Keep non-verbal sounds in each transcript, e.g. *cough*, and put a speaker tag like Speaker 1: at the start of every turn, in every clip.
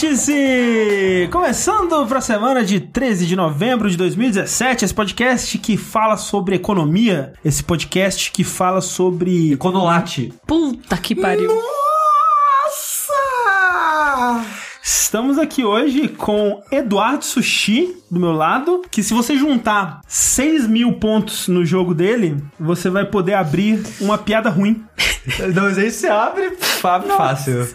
Speaker 1: Vértice! Começando para a semana de 13 de novembro de 2017, esse podcast que fala sobre economia, esse podcast que fala sobre...
Speaker 2: Econolate.
Speaker 3: Puta que pariu.
Speaker 1: Nossa! Estamos aqui hoje com Eduardo Sushi do meu lado, que se você juntar 6 mil pontos no jogo dele, você vai poder abrir uma piada ruim.
Speaker 2: Não, mas aí você abre, abre fácil.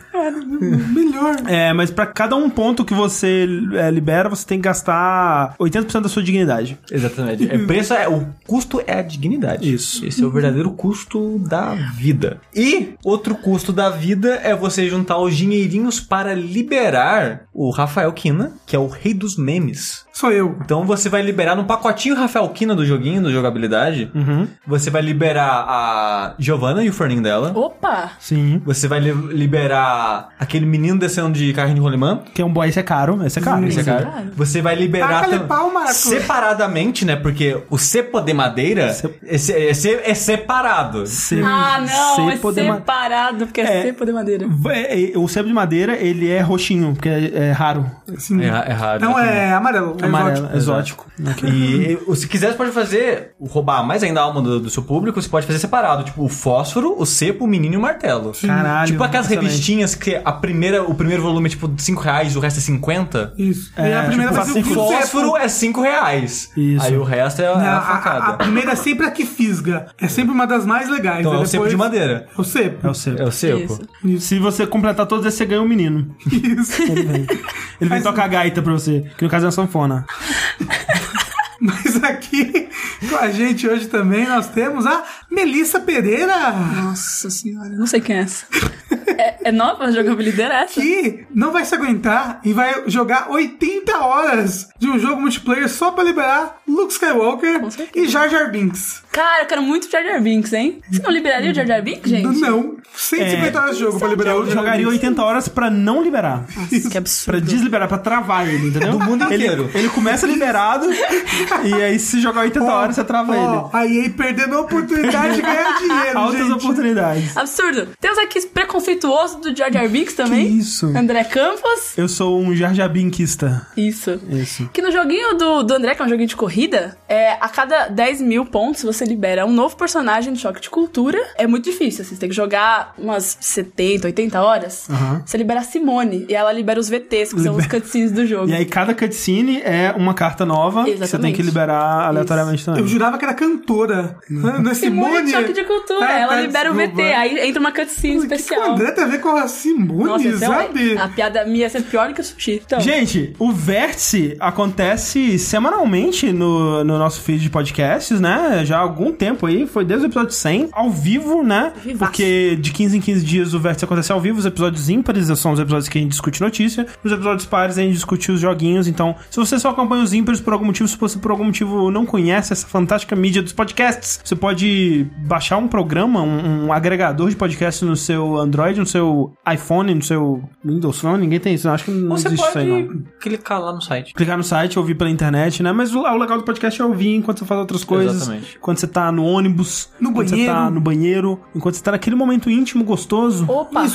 Speaker 1: Melhor. É, mas pra cada um ponto que você é, libera, você tem que gastar 80% da sua dignidade.
Speaker 2: Exatamente. É preço é, o custo é a dignidade.
Speaker 1: Isso.
Speaker 2: Esse é o verdadeiro custo da vida. E outro custo da vida é você juntar os dinheirinhos para liberar o Rafael Kina, que é o rei dos memes.
Speaker 4: Sou eu.
Speaker 2: Então você vai liberar num pacotinho Rafael Kina do joguinho, do jogabilidade.
Speaker 1: Uhum.
Speaker 2: Você vai liberar a Giovanna e o forninho dela.
Speaker 3: Opa!
Speaker 1: Sim.
Speaker 2: Você vai li- liberar aquele menino descendo de carrinho de rolimã.
Speaker 1: Que é um boy, esse é caro, esse é caro.
Speaker 2: Esse é cara. Você vai liberar
Speaker 4: Taca-lhe
Speaker 2: tam-
Speaker 4: pau, Maracu.
Speaker 2: separadamente, né? Porque o cepa de madeira
Speaker 1: Sep-
Speaker 2: é, se- é se- é separado.
Speaker 1: Se-
Speaker 3: Ah, não, é
Speaker 1: sepo de Hum, ma-
Speaker 3: separado, porque é,
Speaker 1: É.
Speaker 3: sepo de madeira.
Speaker 1: É, é, O sebo de madeira, ele é roxinho, porque é, é raro.
Speaker 4: Sim.
Speaker 2: raro.
Speaker 4: Não, é amarelo. É
Speaker 1: Amarelo,
Speaker 4: exótico.
Speaker 1: exótico.
Speaker 2: E e, se quiser, você pode fazer, roubar mais ainda a alma do, do seu público, você pode fazer separado. Tipo, o fósforo, o cepo, o menino e o martelo.
Speaker 1: Caralho,
Speaker 2: Tipo aquelas
Speaker 1: excelente.
Speaker 2: revistinhas que a primeira, o primeiro volume é tipo 5 reais, o resto é 50.
Speaker 4: Isso.
Speaker 1: É,
Speaker 4: e a primeira
Speaker 1: tipo,
Speaker 4: vai
Speaker 2: O
Speaker 4: ser o
Speaker 2: assim, fósforo é 5 reais.
Speaker 1: Isso.
Speaker 2: Aí o resto é, é
Speaker 4: A,
Speaker 2: a
Speaker 4: a, a
Speaker 2: facada.
Speaker 4: primeira é sempre a que fisga. É sempre uma das mais legais.
Speaker 2: Então é
Speaker 4: Aí
Speaker 2: o cepo
Speaker 4: depois-
Speaker 2: de madeira.
Speaker 4: É o sepo.
Speaker 1: É o sebo.
Speaker 2: o cepo.
Speaker 3: Isso.
Speaker 1: Se você completar todos esses, você ganha um menino.
Speaker 4: Isso.
Speaker 1: Ele vem
Speaker 4: Mas-
Speaker 1: tocar a gaita pra você, que no caso é uma sanfona.
Speaker 4: Mas aqui com a gente hoje também nós temos a Melissa Pereira.
Speaker 3: Nossa senhora, não sei quem é essa. É, é nova a jogabilidade é essa?
Speaker 4: Que não vai se aguentar e vai jogar 80 horas de um jogo multiplayer só pra liberar Luke Skywalker
Speaker 3: Com certeza.
Speaker 4: e Jar Jar Binks.
Speaker 3: Cara, eu quero muito Jar Jar Binks, hein? Você não liberaria o Jar Jar Binks, gente?
Speaker 4: Não, 150
Speaker 1: É,
Speaker 4: horas de jogo pra liberar o
Speaker 1: Eu
Speaker 4: Jar Jar
Speaker 1: jogaria
Speaker 4: Binks.
Speaker 1: 80 horas pra não liberar.
Speaker 3: Que
Speaker 1: Pra
Speaker 3: absurdo.
Speaker 1: desliberar, pra travar ele, entendeu?
Speaker 2: Do mundo
Speaker 1: ele,
Speaker 2: inteiro.
Speaker 1: Ele começa liberado, e aí se jogar 80 horas, você trava
Speaker 4: Ó,
Speaker 1: ele.
Speaker 4: a EA perdendo a oportunidade de
Speaker 1: *laughs*
Speaker 4: ganhar dinheiro,
Speaker 1: Altas
Speaker 4: gente.
Speaker 1: oportunidades.
Speaker 3: Absurdo. Temos aqui esse preconceituoso do Jar Jar Binks também.
Speaker 1: Que isso?
Speaker 3: André Campos.
Speaker 1: Eu sou um Jar Jarbinquista.
Speaker 3: Isso.
Speaker 1: Isso.
Speaker 3: Que no joguinho do, do André, que é um joguinho de corrida, é, a cada 10 mil pontos você libera um novo personagem de choque de cultura. É muito difícil, assim, você tem que jogar umas 70, 80 horas.
Speaker 1: Aham.
Speaker 3: Você libera a Simone e ela libera os VTs, que são os cutscenes do jogo.
Speaker 1: E aí cada cutscene é uma carta nova que você tem
Speaker 3: Exatamente.
Speaker 1: que liberar aleatoriamente também.
Speaker 4: Eu jurava que era cantora. Não
Speaker 1: Uhum.
Speaker 4: é
Speaker 3: Simone
Speaker 4: Simone?
Speaker 3: de choque de cultura,
Speaker 4: Ah,
Speaker 3: ela
Speaker 4: tá,
Speaker 3: libera o
Speaker 4: desculpa.
Speaker 3: VT, aí entra uma cutscene
Speaker 4: O que que o
Speaker 3: especial.
Speaker 4: André tem a ver com a Simone,
Speaker 3: Nossa, então
Speaker 4: sabe?
Speaker 3: a piada minha é sempre pior do que o sushi. Então,
Speaker 1: Gente, o Vértice acontece semanalmente no, no nosso feed de podcasts, né? Já há algum tempo aí, foi desde o episódio 100, ao vivo, né?
Speaker 3: Vivaço.
Speaker 1: Porque de 15 em 15 dias o Vértice acontece ao vivo, os episódios ímpares são os episódios que a gente discute notícia, os episódios pares a gente discute os joguinhos, então se você só acompanha os ímpares por algum motivo, se você por algum motivo não conhece essa fantástica mídia dos podcasts, você pode baixar um programa, um, um agregador de podcasts no seu Android, no seu iPhone, no seu Windows Phone, ninguém tem isso, não, acho que não
Speaker 2: Ou você
Speaker 1: existe isso aí não
Speaker 2: pode clicar lá no site.
Speaker 1: clicar no site, ouvir pela internet, né? Mas o, o legal do podcast é ouvir enquanto você faz outras coisas.
Speaker 2: Exatamente.
Speaker 1: Quando você tá no ônibus,
Speaker 4: No
Speaker 1: quando
Speaker 4: banheiro.
Speaker 1: você tá no banheiro, enquanto você tá naquele momento íntimo, gostoso.
Speaker 3: opa,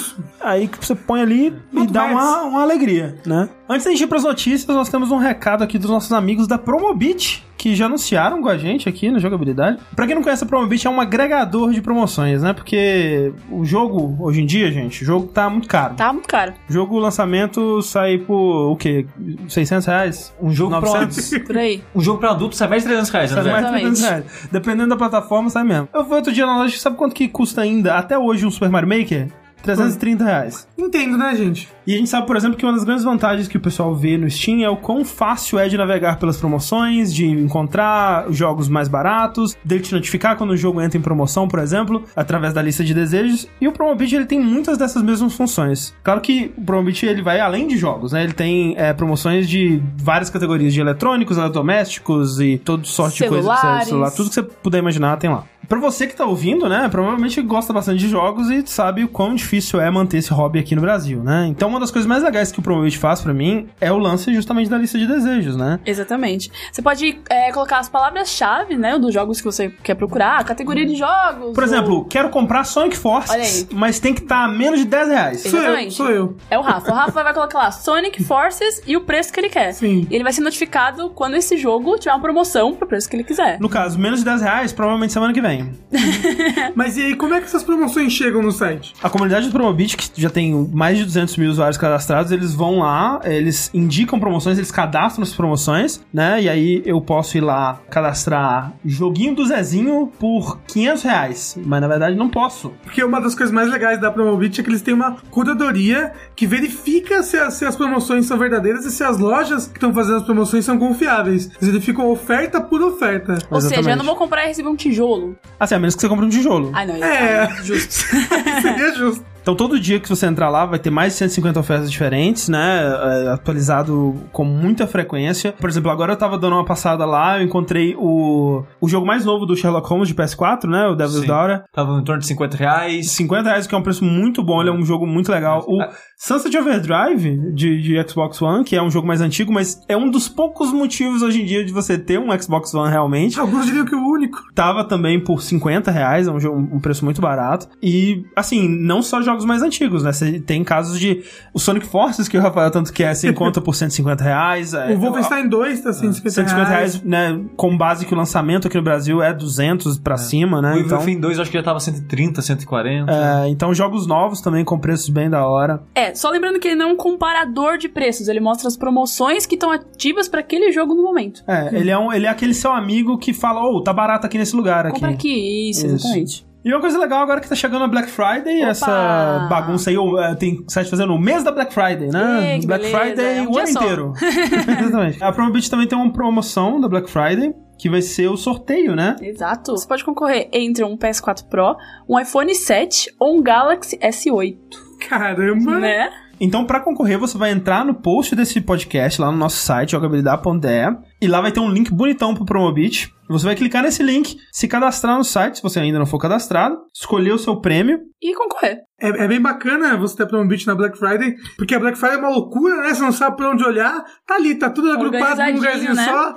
Speaker 1: Aí que você põe ali e
Speaker 4: Muito
Speaker 1: dá
Speaker 4: mais.
Speaker 1: uma, uma alegria, né? Antes da gente ir pras notícias, nós temos um recado aqui dos nossos amigos da Promobit, que já anunciaram com a gente aqui no Jogabilidade. Pra quem não conhece a Promobit, é um agregador de promoções, né? Porque o jogo, hoje em dia, gente, o jogo tá muito caro.
Speaker 3: tá muito caro.
Speaker 1: Jogo lançamento sai por o quê? 600 reais?
Speaker 2: Um jogo pra
Speaker 1: 900?
Speaker 2: adulto.
Speaker 3: Por aí.
Speaker 2: Um jogo pra adulto sai mais de 300 reais, né,
Speaker 1: *laughs* Sai mais
Speaker 2: Zé?
Speaker 1: de 300 reais. Dependendo da plataforma, sai mesmo. Eu fui outro dia na loja, sabe quanto que custa ainda, até hoje, um Super Mario Maker? 330 reais.
Speaker 4: Entendo, né, gente?
Speaker 1: E a gente sabe, por exemplo, que uma das grandes vantagens que o pessoal vê no Steam é o quão fácil é de navegar pelas promoções, de encontrar jogos mais baratos, dele te notificar quando o jogo entra em promoção, por exemplo, através da lista de desejos. E o Promobit, ele tem muitas dessas mesmas funções. Claro que o Promobit, ele vai além de jogos, né? Ele tem é, promoções de várias categorias, de eletrônicos, eletrodomésticos e todo sorte de coisa. que
Speaker 3: Celulares.
Speaker 1: você- Celular, tudo tudo que você puder imaginar tem lá. Pra você que tá ouvindo, né, provavelmente gosta bastante de jogos e sabe o quão difícil é manter esse hobby aqui no Brasil, né? Então, uma uma das coisas mais legais que o Promobit faz pra mim é o lance justamente da lista de desejos, né?
Speaker 3: Exatamente. Você pode é, colocar as palavras-chave, né? Dos jogos que você quer procurar, a categoria de jogos.
Speaker 1: Por
Speaker 3: o-
Speaker 1: exemplo, quero comprar Sonic
Speaker 3: Uhum. Olha aí.
Speaker 1: Forces, mas tem que estar a menos de 10 reais.
Speaker 3: Sim.
Speaker 4: Sou eu,
Speaker 3: Exatamente.
Speaker 4: sou eu.
Speaker 3: É o Rafa. O Rafa vai colocar lá Sonic Forces e o preço que ele quer.
Speaker 4: Sim.
Speaker 3: E ele vai ser notificado quando esse jogo tiver uma promoção pro preço que ele quiser.
Speaker 1: No caso, menos de 10 reais, provavelmente semana que vem.
Speaker 4: Mas e aí, como é que essas promoções chegam no site?
Speaker 1: A comunidade do Promobit, que já tem mais de 200 mil usuários cadastrados, eles vão lá, eles indicam promoções, eles cadastram as promoções, né? E aí eu posso ir lá cadastrar joguinho do Zezinho por 500 reais. Mas na verdade não posso.
Speaker 4: Porque uma das coisas mais legais da Promobit é que eles têm uma curadoria que verifica se as, se as promoções são verdadeiras e se as lojas que estão fazendo as promoções são confiáveis. Eles verificam oferta por oferta.
Speaker 3: Ou seja, eu
Speaker 1: Exatamente.
Speaker 3: não vou comprar e receber um tijolo.
Speaker 1: Assim, a menos que você compre um tijolo.
Speaker 3: Ai, não. tá.
Speaker 4: É.
Speaker 3: ai, Ah, Justo.
Speaker 4: *laughs* Seria justo.
Speaker 1: Então todo dia que você entrar lá vai ter mais de 150 ofertas diferentes, né? É, Atualizado com muita frequência. Por exemplo, agora eu tava dando uma passada lá, eu encontrei o, o jogo mais novo do Sherlock Holmes de PS4, né? O Devil's
Speaker 2: Sim.
Speaker 1: Daughter.
Speaker 2: Tava em torno de 50 reais.
Speaker 1: 50 reais, que é um preço muito bom, ele é um jogo muito legal. O
Speaker 2: Ah.
Speaker 1: Sunset Overdrive de, de Xbox One, que é um jogo mais antigo, mas é um dos poucos motivos hoje em dia de você ter um Xbox One realmente.
Speaker 4: Alguns diriam que o único.
Speaker 1: Tava também por 50 reais, é um, jogo- um preço muito barato. E, assim, não só jogos mais antigos, né? Você tem casos de. O Sonic Forces, que o Rafael tanto quer, você encontra por 150 reais. é,
Speaker 4: O Wolfenstein 2 tá 150
Speaker 1: 150
Speaker 4: reais.
Speaker 1: reais, né? Com base que o lançamento aqui no Brasil é 200 pra cima, né?
Speaker 2: o
Speaker 1: Então,
Speaker 2: Evil Fim 2 eu acho que já tava 130, 140.
Speaker 1: é, então, jogos novos também com preços bem da hora.
Speaker 3: É, só lembrando que ele não é um comparador de preços. Ele mostra as promoções que estão ativas pra aquele jogo no momento.
Speaker 1: É, ele é, um, ele é aquele seu amigo que fala: Ô, tá barato aqui nesse lugar aqui.
Speaker 3: Compra aqui. Isso,
Speaker 1: Isso.
Speaker 3: exatamente.
Speaker 1: E uma coisa legal agora que tá chegando a Black Friday,
Speaker 3: Opa!
Speaker 1: essa bagunça aí, ou, eh, tem site fazendo o mês da Black Friday, né?
Speaker 3: Ei, que
Speaker 1: Black
Speaker 3: beleza,
Speaker 1: Friday
Speaker 3: é um
Speaker 1: o
Speaker 3: dia
Speaker 1: ano
Speaker 3: só. *laughs*
Speaker 1: inteiro. Exatamente. A Promobit também tem uma promoção da Black Friday, que vai ser o sorteio, né?
Speaker 3: Exato. Você pode concorrer entre um PS4 Pro, um iPhone 7 ou um Galaxy S8,
Speaker 4: Caramba.
Speaker 3: né?
Speaker 1: Então, pra concorrer, você vai entrar no post desse podcast lá no nosso site, jogabilidade.de, e lá vai ter um link bonitão pro Promobit. Você vai clicar nesse link, se cadastrar no site, se você ainda não for cadastrado, escolher o seu prêmio.
Speaker 3: E concorrer.
Speaker 4: É, é bem bacana você ter Promobit na Black Friday, porque a Black Friday é uma loucura, né? Você não sabe pra onde olhar. Tá ali, tá tudo agrupado num
Speaker 3: Organizadinho,
Speaker 4: lugarzinho
Speaker 3: né?
Speaker 4: só.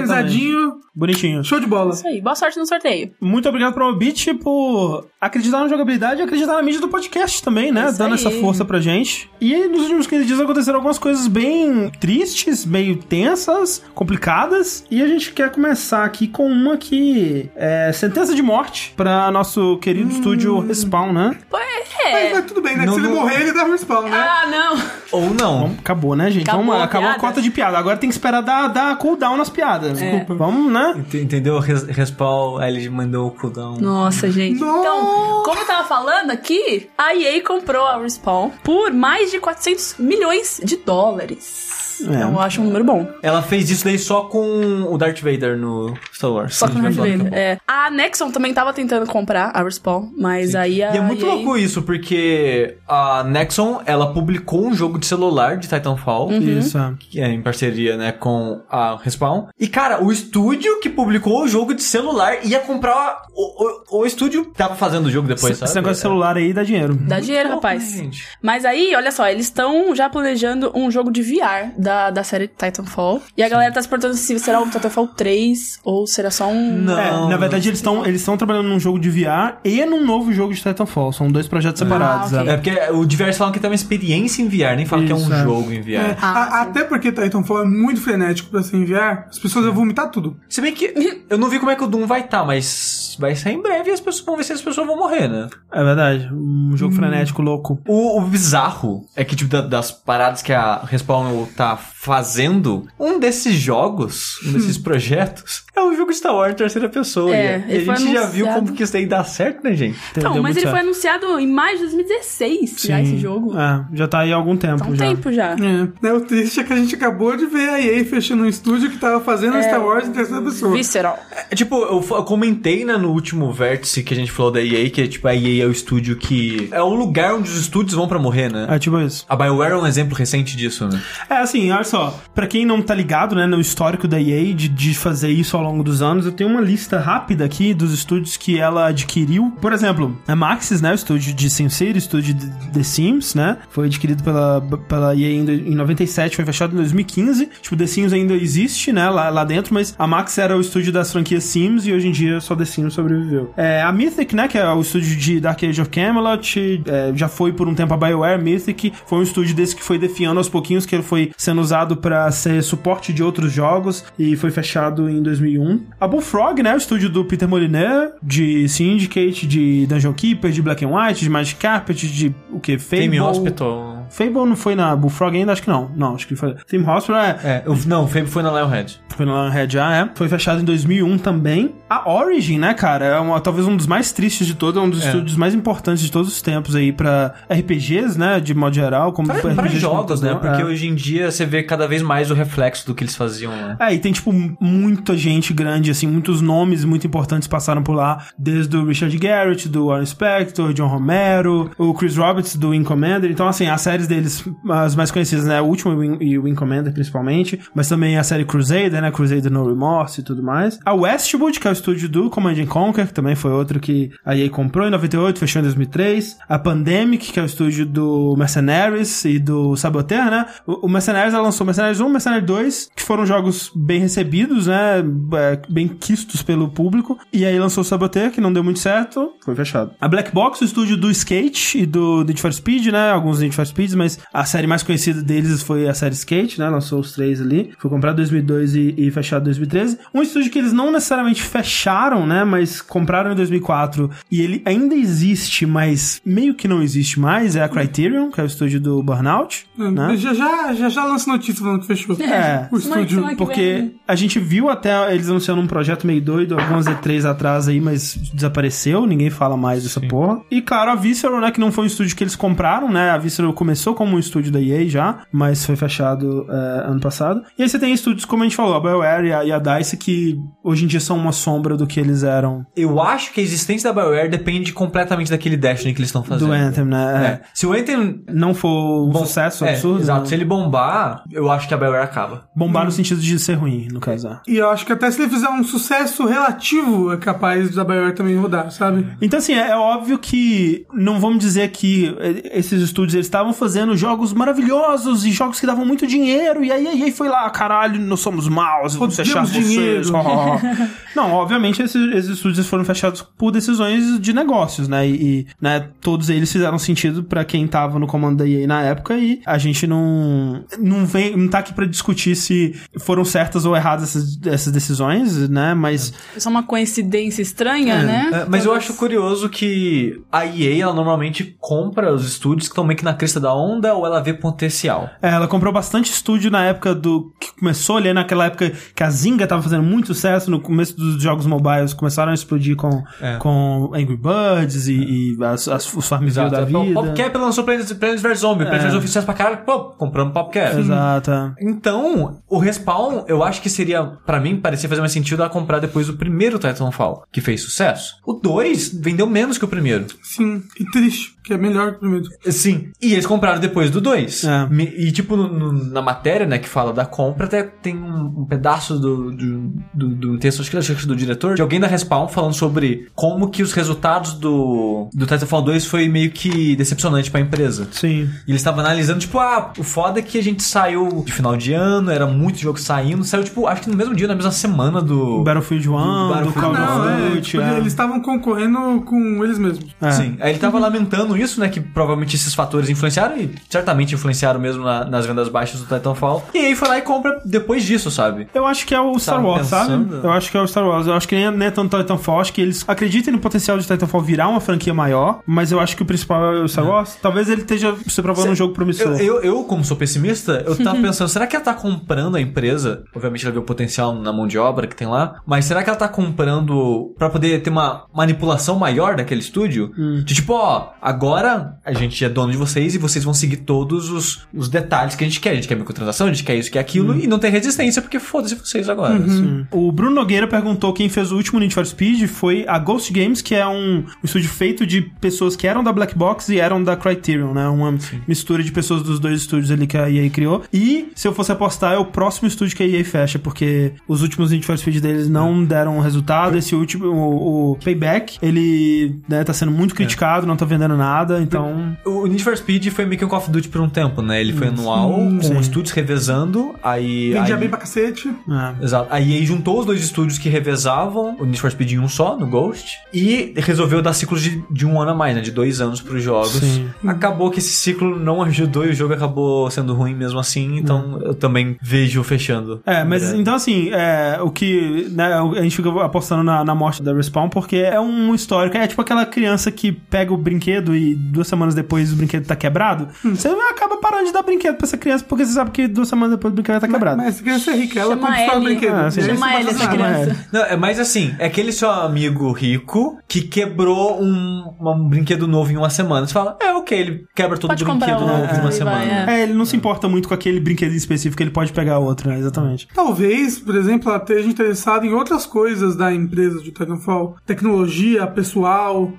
Speaker 4: Organizadinho.
Speaker 1: Bonitinho.
Speaker 4: Show de bola.
Speaker 3: É Isso aí. Boa sorte no sorteio.
Speaker 1: Muito obrigado, Promobit, por acreditar na jogabilidade e acreditar na mídia do podcast também, né?
Speaker 3: Isso
Speaker 1: Dando
Speaker 3: aí.
Speaker 1: essa força pra gente. E aí, nos últimos 15 dias aconteceram algumas coisas bem tristes, meio tensas, complicadas. E a gente quer começar aqui com uma que é sentença de morte pra nosso
Speaker 3: Hum.
Speaker 1: querido estúdio Respawn, né?
Speaker 4: Mas,
Speaker 3: É.
Speaker 4: mas tudo bem, né?
Speaker 2: Não,
Speaker 4: Se ele
Speaker 2: não.
Speaker 4: morrer, ele dá um spawn, né?
Speaker 3: Ah, não.
Speaker 2: Ou não.
Speaker 1: Bom, acabou, né, gente?
Speaker 3: Acabou
Speaker 1: Vamos lá,
Speaker 3: a
Speaker 1: acabou a
Speaker 3: piada. É.
Speaker 1: cota de piada. Agora tem que esperar dar, dar cooldown nas piadas. Desculpa. Vamos, né?
Speaker 2: Ent- Entendeu? Res- Respawn, aí ele mandou o cooldown.
Speaker 3: Nossa, gente.
Speaker 4: Nossa!
Speaker 3: Então, como eu tava falando aqui, a EA comprou a Respawn por mais de 400 milhões de dólares.
Speaker 1: É.
Speaker 3: Então, eu acho um número bom.
Speaker 2: Ela fez isso daí só com o Darth Vader no Star Wars.
Speaker 3: Só que
Speaker 2: A
Speaker 3: não
Speaker 2: gente vai falar daqui a
Speaker 3: ajuda.
Speaker 2: pouco.
Speaker 3: É. A Nexon também tava tentando comprar a Respawn, mas aí a
Speaker 2: E é muito
Speaker 3: EA
Speaker 2: louco isso, porque a Nexon, ela publicou um jogo de celular de Titanfall,
Speaker 3: Uhum.
Speaker 1: Isso. é.
Speaker 2: que é em parceria, né, com a Respawn. E, cara, o estúdio que publicou o jogo de celular ia comprar o, o, o estúdio que tava fazendo o jogo depois,
Speaker 1: Esse
Speaker 2: sabe?
Speaker 1: negócio de celular aí dá dinheiro.
Speaker 3: Dá dinheiro,
Speaker 2: Louco, né,
Speaker 3: rapaz.
Speaker 2: gente?
Speaker 3: Mas aí, olha só, eles estão já planejando um jogo de VR da, da série Titanfall. E a galera tá se perguntando se será um Titanfall 3 ou será só um.
Speaker 2: Não.
Speaker 1: É, na verdade eles estão eles estão trabalhando num jogo de VR e num novo jogo de Titanfall. São dois projetos separados.
Speaker 3: Ah, ok.
Speaker 1: é.
Speaker 2: É porque o diverso falam que tem uma experiência em VR, nem falam que é
Speaker 1: Isso,
Speaker 2: um
Speaker 1: é.
Speaker 2: jogo em VR.
Speaker 4: É, a-
Speaker 3: Ah, sim.
Speaker 4: até porque Titanfall é muito frenético pra se enviar, as pessoas vão vomitar tudo.
Speaker 2: Se bem que eu não vi como é que o Doom vai estar, mas vai sair em breve e as pessoas vão ver se as pessoas vão morrer, né?
Speaker 1: É verdade, um
Speaker 3: Hum.
Speaker 1: jogo frenético louco.
Speaker 2: O, o bizarro é que, tipo, da- das paradas que a Respawn tá fazendo, um desses jogos, um
Speaker 3: *laughs*
Speaker 2: desses projetos, é o jogo Star Wars terceira pessoa.
Speaker 3: É,
Speaker 2: e a
Speaker 3: ele foi
Speaker 2: gente já viu
Speaker 3: anunciado.
Speaker 2: como que isso daí dá certo, né, gente?
Speaker 1: Deu
Speaker 3: Então,
Speaker 1: muito
Speaker 3: mas ele foi
Speaker 1: certo.
Speaker 3: anunciado em maio de 2016 já esse jogo.
Speaker 1: É, já tá aí há algum tempo
Speaker 3: Há um
Speaker 1: já.
Speaker 3: tempo já.
Speaker 4: É. Né, o triste é que a gente acabou de ver a EA fechando um estúdio que tava
Speaker 3: É.
Speaker 4: fazendo Star Wars em terceira pessoa.
Speaker 3: Visceral.
Speaker 2: É, tipo, eu, fa- eu comentei, né, no último vértice que a gente falou da EA, que, tipo, a EA é o estúdio que... É o lugar onde os estúdios vão pra morrer, né?
Speaker 1: É tipo isso.
Speaker 2: A BioWare é um exemplo recente disso, né?
Speaker 1: É assim, olha só, pra quem não tá ligado, né, no histórico da EA de, de fazer isso ao longo dos anos. Eu tenho uma lista rápida aqui dos estúdios que ela adquiriu. Por exemplo, a Maxis, né? O estúdio de SimCity, o estúdio de The Sims, né? Foi adquirido pela, pela EA em, em 97, foi fechado em 2015. Tipo, The Sims ainda existe, né? Lá, lá dentro, mas a Maxis era o estúdio das franquias Sims e hoje em dia só The Sims sobreviveu. É, a Mythic, né? Que é o estúdio de Dark Age of Camelot, é, já foi por um tempo a BioWare. Mythic foi um estúdio desse que foi defiando aos pouquinhos, que ele foi sendo usado para ser suporte de outros jogos e foi fechado em 2001. A Bullfrog, né, o estúdio do Peter Molyneux, de Syndicate, de Dungeon Keeper, de Black and White, de Magic Carpet, de o que? Fable.
Speaker 2: Fame Hospital.
Speaker 1: Fable não foi na Bullfrog ainda? Acho que não. Não, acho que foi. Team Hospital é.
Speaker 2: É, eu- não, o Fame foi na Lionhead.
Speaker 1: Foi na Lionhead já, é. Foi fechado em 2001 também. A Origin, né, cara, é uma, talvez um dos mais tristes de todos, é um dos
Speaker 2: É.
Speaker 1: estúdios mais importantes de todos os tempos aí pra RPGs, né, de modo geral, como
Speaker 2: Pra, pra
Speaker 1: de
Speaker 2: jogos, né?
Speaker 1: computador,
Speaker 2: Porque
Speaker 1: é.
Speaker 2: hoje em dia você vê cada vez mais o reflexo do que eles faziam, né?
Speaker 1: É, e tem, tipo, muita gente grande, assim, muitos nomes muito importantes passaram por lá, desde o Richard Garrett, do Warren Spector, John Romero, o Chris Roberts, do Wing Commander. Então, assim, as séries deles, as mais conhecidas, né? O último e o Wing- e o Wing Commander, principalmente, mas também a série Crusader, né? Crusader No Remorse e tudo mais. A Westwood, que é o estúdio do Command and Conquer, que também foi outro que a EA comprou em 98, fechou em 2003. A Pandemic, que é o estúdio do Mercenaries e do Saboteur, né? O, o Mercenaries ela lançou Mercenaries 1, Mercenaries 2, que foram jogos bem recebidos, né? É, Bem quistos pelo público. E aí lançou o Saboteur, que não deu muito certo, foi fechado. A Black Box, o estúdio do Skate e do Need for Speed, né? Alguns Need for Speeds, mas a série mais conhecida deles foi a série Skate, né? Lançou os três ali. Foi comprado em 2002 e, e fechado em 2013. Um estúdio que eles não necessariamente fecharam, né? Mas compraram em 2004 e ele ainda existe, mas meio que não existe mais, é a Criterion, que é o estúdio do Burnout, né?
Speaker 4: É, Já, já, já, já lança notícia falando que fechou.
Speaker 1: É.
Speaker 4: O
Speaker 3: Semana-
Speaker 4: estúdio.
Speaker 3: semana que
Speaker 1: Porque
Speaker 3: vem.
Speaker 1: a gente viu até eles anunciando um projeto meio doido, algumas E3 atrás aí, mas desapareceu, ninguém fala mais dessa porra. E claro, a Visceral, né, que não foi um estúdio que eles compraram, né? A Visceral começou como um estúdio da EA já, mas foi fechado é, ano passado. E aí você tem estúdios, como a gente falou, a BioWare e a, e a DICE, que hoje em dia são uma sombra do que eles eram
Speaker 2: Eu acho que a existência da BioWare depende completamente daquele Destiny que eles estão fazendo.
Speaker 1: do Anthem, né?
Speaker 2: É. Se o Anthem...
Speaker 1: É. Não for um
Speaker 2: bom-
Speaker 1: sucesso
Speaker 2: é,
Speaker 1: absurdo,
Speaker 2: Exato.
Speaker 1: né?
Speaker 2: Se ele bombar, eu acho que a BioWare acaba.
Speaker 1: bombar no sentido de ser ruim, no caso. é.
Speaker 4: E eu acho que até se ele fizer um sucesso relativo, é capaz da Bioware também rodar, sabe?
Speaker 1: Então, assim, é, é óbvio que não vamos dizer que é, esses estúdios eles estavam fazendo jogos maravilhosos e jogos que davam muito dinheiro, e aí, aí, aí foi lá, caralho, nós somos maus, vamos
Speaker 4: Fodemos
Speaker 1: fechar vocês.
Speaker 4: dinheiro.
Speaker 1: ó. *laughs* não, obviamente esses, esses estúdios foram fechados por decisões de negócios, né? E, e, né, todos eles fizeram sentido pra quem tava no comando da EA na época, e a gente não, não, vem, não tá aqui pra discutir se foram certas ou erradas essas, essas decisões, né? Mas
Speaker 3: É só uma coincidência estranha, né?
Speaker 2: É, mas eu acho curioso que a EA, ela normalmente compra os estúdios que estão meio que na crista da onda ou ela vê potencial.
Speaker 1: É, ela comprou bastante estúdio na época do. que começou ali, naquela época que a Zynga tava fazendo muito sucesso, no começo dos jogos mobiles começaram a explodir com,
Speaker 2: É.
Speaker 1: com Angry Birds e, e as, as- os Farmville da
Speaker 2: É, Pop-
Speaker 1: vida. É.
Speaker 2: PopCap lançou Plants Plants vs Zombie. Plants vs Zombie fez sucesso pra caralho. Pô, compramos PopCap.
Speaker 1: Exato. é.
Speaker 2: Então, o Respawn, eu acho que seria, pra mim, parecia fazer mais sentido ela comprar depois do primeiro Titanfall, que fez sucesso. O 2 vendeu menos que o primeiro.
Speaker 4: Sim. E triste, que é melhor que o primeiro.
Speaker 2: Sim. E eles compraram depois do 2.
Speaker 1: É.
Speaker 2: E, tipo, no- no- na matéria, né, que fala da compra, até tem um, um pedaço do, do, do, do texto, acho que, acho que do diretor, de alguém da Respawn falando sobre como que os resultados do, do Titanfall 2 foi meio que decepcionante pra empresa.
Speaker 1: Sim.
Speaker 2: E eles estavam analisando, tipo, ah, o foda é que a gente saiu de final de ano, era muito jogo saindo, saiu, tipo, acho que no mesmo dia, na mesma semana do.
Speaker 1: Battlefield 1, do,
Speaker 2: Battlefield Ah, tipo,
Speaker 1: Call
Speaker 4: Não,
Speaker 1: of
Speaker 4: é,
Speaker 1: Duty.
Speaker 4: porque
Speaker 1: é.
Speaker 4: Eles estavam concorrendo com eles mesmos.
Speaker 1: É.
Speaker 2: Sim. Aí ele tava lamentando isso, né? Que provavelmente esses fatores influenciaram e certamente influenciaram mesmo na- nas vendas baixas do Titanfall. E aí foi lá e compra depois disso, sabe?
Speaker 1: Eu acho que é o Star
Speaker 2: Tava
Speaker 1: Wars,
Speaker 2: pensando.
Speaker 1: sabe? Eu acho que é o Star Wars. Eu acho que nem é, nem é tanto Titanfall. Acho que eles acreditam no potencial de Titanfall virar uma franquia maior, mas eu acho que o principal é o Star Wars. Talvez ele esteja se provando um jogo promissor.
Speaker 2: Eu, eu, eu, como sou pessimista, eu tava pensando, será que ela tá comprando a empresa? Obviamente ela vê o potencial na mão de obra que tem lá, mas será que ela tá comprando pra poder ter uma manipulação maior daquele estúdio? De tipo, ó, agora a gente é dono de vocês e vocês vão seguir todos os, os detalhes que a gente quer. A gente quer microtransação, a gente quer isso, quer aquilo, e E não tem resistência, porque foda-se vocês agora. assim.
Speaker 1: O Bruno Nogueira perguntou quem fez o último Need for Speed foi a Ghost Games, que é um, um estúdio feito de pessoas que eram da Black Box e eram da Criterion, né? Uma mistura de pessoas dos dois estúdios ali que a EA criou. E, se eu fosse apostar, é o próximo estúdio que a EA fecha, porque os últimos Need for Speed deles não deram resultado. Esse último, o, o Payback, ele né, tá sendo muito criticado, não tá vendendo nada, então...
Speaker 2: O Need for Speed foi meio que um Call of Duty por um tempo, né? Ele foi anual, com
Speaker 1: Hum, sim.
Speaker 2: estúdios revezando, aí...
Speaker 4: Vendia
Speaker 2: aí-
Speaker 4: bem pra cacete.
Speaker 1: É.
Speaker 2: Exato. Aí EA juntou os dois estúdios que revezavam o Need for Speed em um só, no Ghost, e resolveu dar ciclos de, de um ano a mais, né? De dois anos pros jogos.
Speaker 1: Sim.
Speaker 2: Acabou que esse ciclo não ajudou e o jogo acabou sendo ruim mesmo assim, então eu também vejo fechando.
Speaker 1: Hum.
Speaker 2: Né?
Speaker 1: É, mas então assim, é, o que né, a gente fica apostando na, na morte da Respawn porque é um histórico, é tipo aquela criança que pega o brinquedo e duas semanas depois o brinquedo tá quebrado,
Speaker 4: Hum.
Speaker 1: você acaba parando de dar brinquedo pra essa criança porque você sabe que duas semanas depois o brinquedo tá quebrado.
Speaker 4: Mas essa criança é rica, ela
Speaker 3: Chama
Speaker 4: conquistou o
Speaker 3: ele.
Speaker 4: brinquedo.
Speaker 1: Ah, sim.
Speaker 4: Daí
Speaker 1: Chama
Speaker 4: você
Speaker 3: Chama
Speaker 4: né?
Speaker 3: ele
Speaker 4: passa
Speaker 3: essa
Speaker 4: nada.
Speaker 3: criança.
Speaker 2: Não, é mais assim, é aquele seu amigo rico que quebrou um, um brinquedo novo em uma semana. Você fala, é ok, ele quebra todo
Speaker 3: Pode
Speaker 2: o brinquedo
Speaker 3: comprar um outro,
Speaker 2: novo em uma
Speaker 3: aí
Speaker 2: semana.
Speaker 3: vai, é.
Speaker 1: É, ele não se importa muito com aquele brinquedo em específico, ele pode pegar outro, né? Exatamente.
Speaker 4: Talvez, por exemplo, ela esteja interessada em outras coisas da empresa de Titanfall. Tecnologia, pessoal,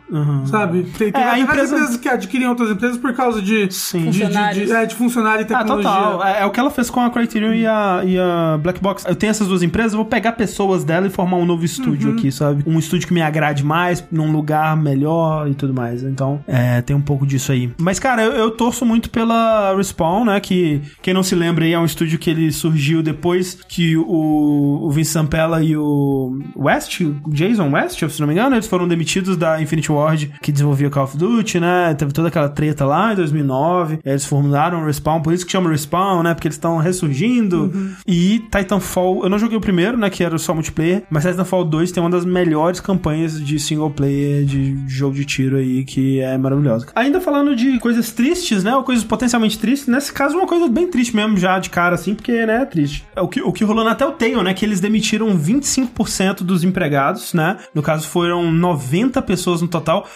Speaker 4: sabe? Tem, tem
Speaker 1: É, a
Speaker 4: várias
Speaker 1: empresa-
Speaker 4: empresas que adquirem outras empresas por causa de...
Speaker 1: Sim.
Speaker 4: De, de,
Speaker 3: Funcionários.
Speaker 4: de, é, de funcionário e
Speaker 1: Ah,
Speaker 4: tecnologia.
Speaker 1: total. É, é o que ela fez com a Criterion e a, e a Black Box. Eu tenho essas duas empresas, eu vou pegar pessoas dela e formar um novo estúdio aqui, sabe? Um estúdio que me agrade mais, num lugar melhor e tudo mais. Então, é, tem um pouco disso aí. Mas, cara, eu, eu torço muito pela Respawn, né? Que, quem não se lembra aí, é um estúdio que ele surgiu depois que o, o Vince Sampella e o West, o Jason West, se não me engano, eles foram demitidos da Infinity Ward, que desenvolvia Call of Duty, né? Teve toda aquela treta lá em 2009. Eles formaram o Respawn, por isso que chama Respawn, né? Porque eles estão ressurgindo. E Titanfall, eu não joguei o primeiro, né? Que era só multiplayer, mas Titanfall 2 tem uma das melhores campanhas de single player, de jogo de tiro aí, que é maravilhosa. Ainda falando de coisas tristes, né? Ou coisas potencialmente tristes, nesse caso, uma coisa bem triste mesmo, já de cara, assim, porque, né, é triste. O que, o que rolou na Telltale, né? Que eles demitiram 25% dos empregados, né? No caso, foram 90 pessoas no total.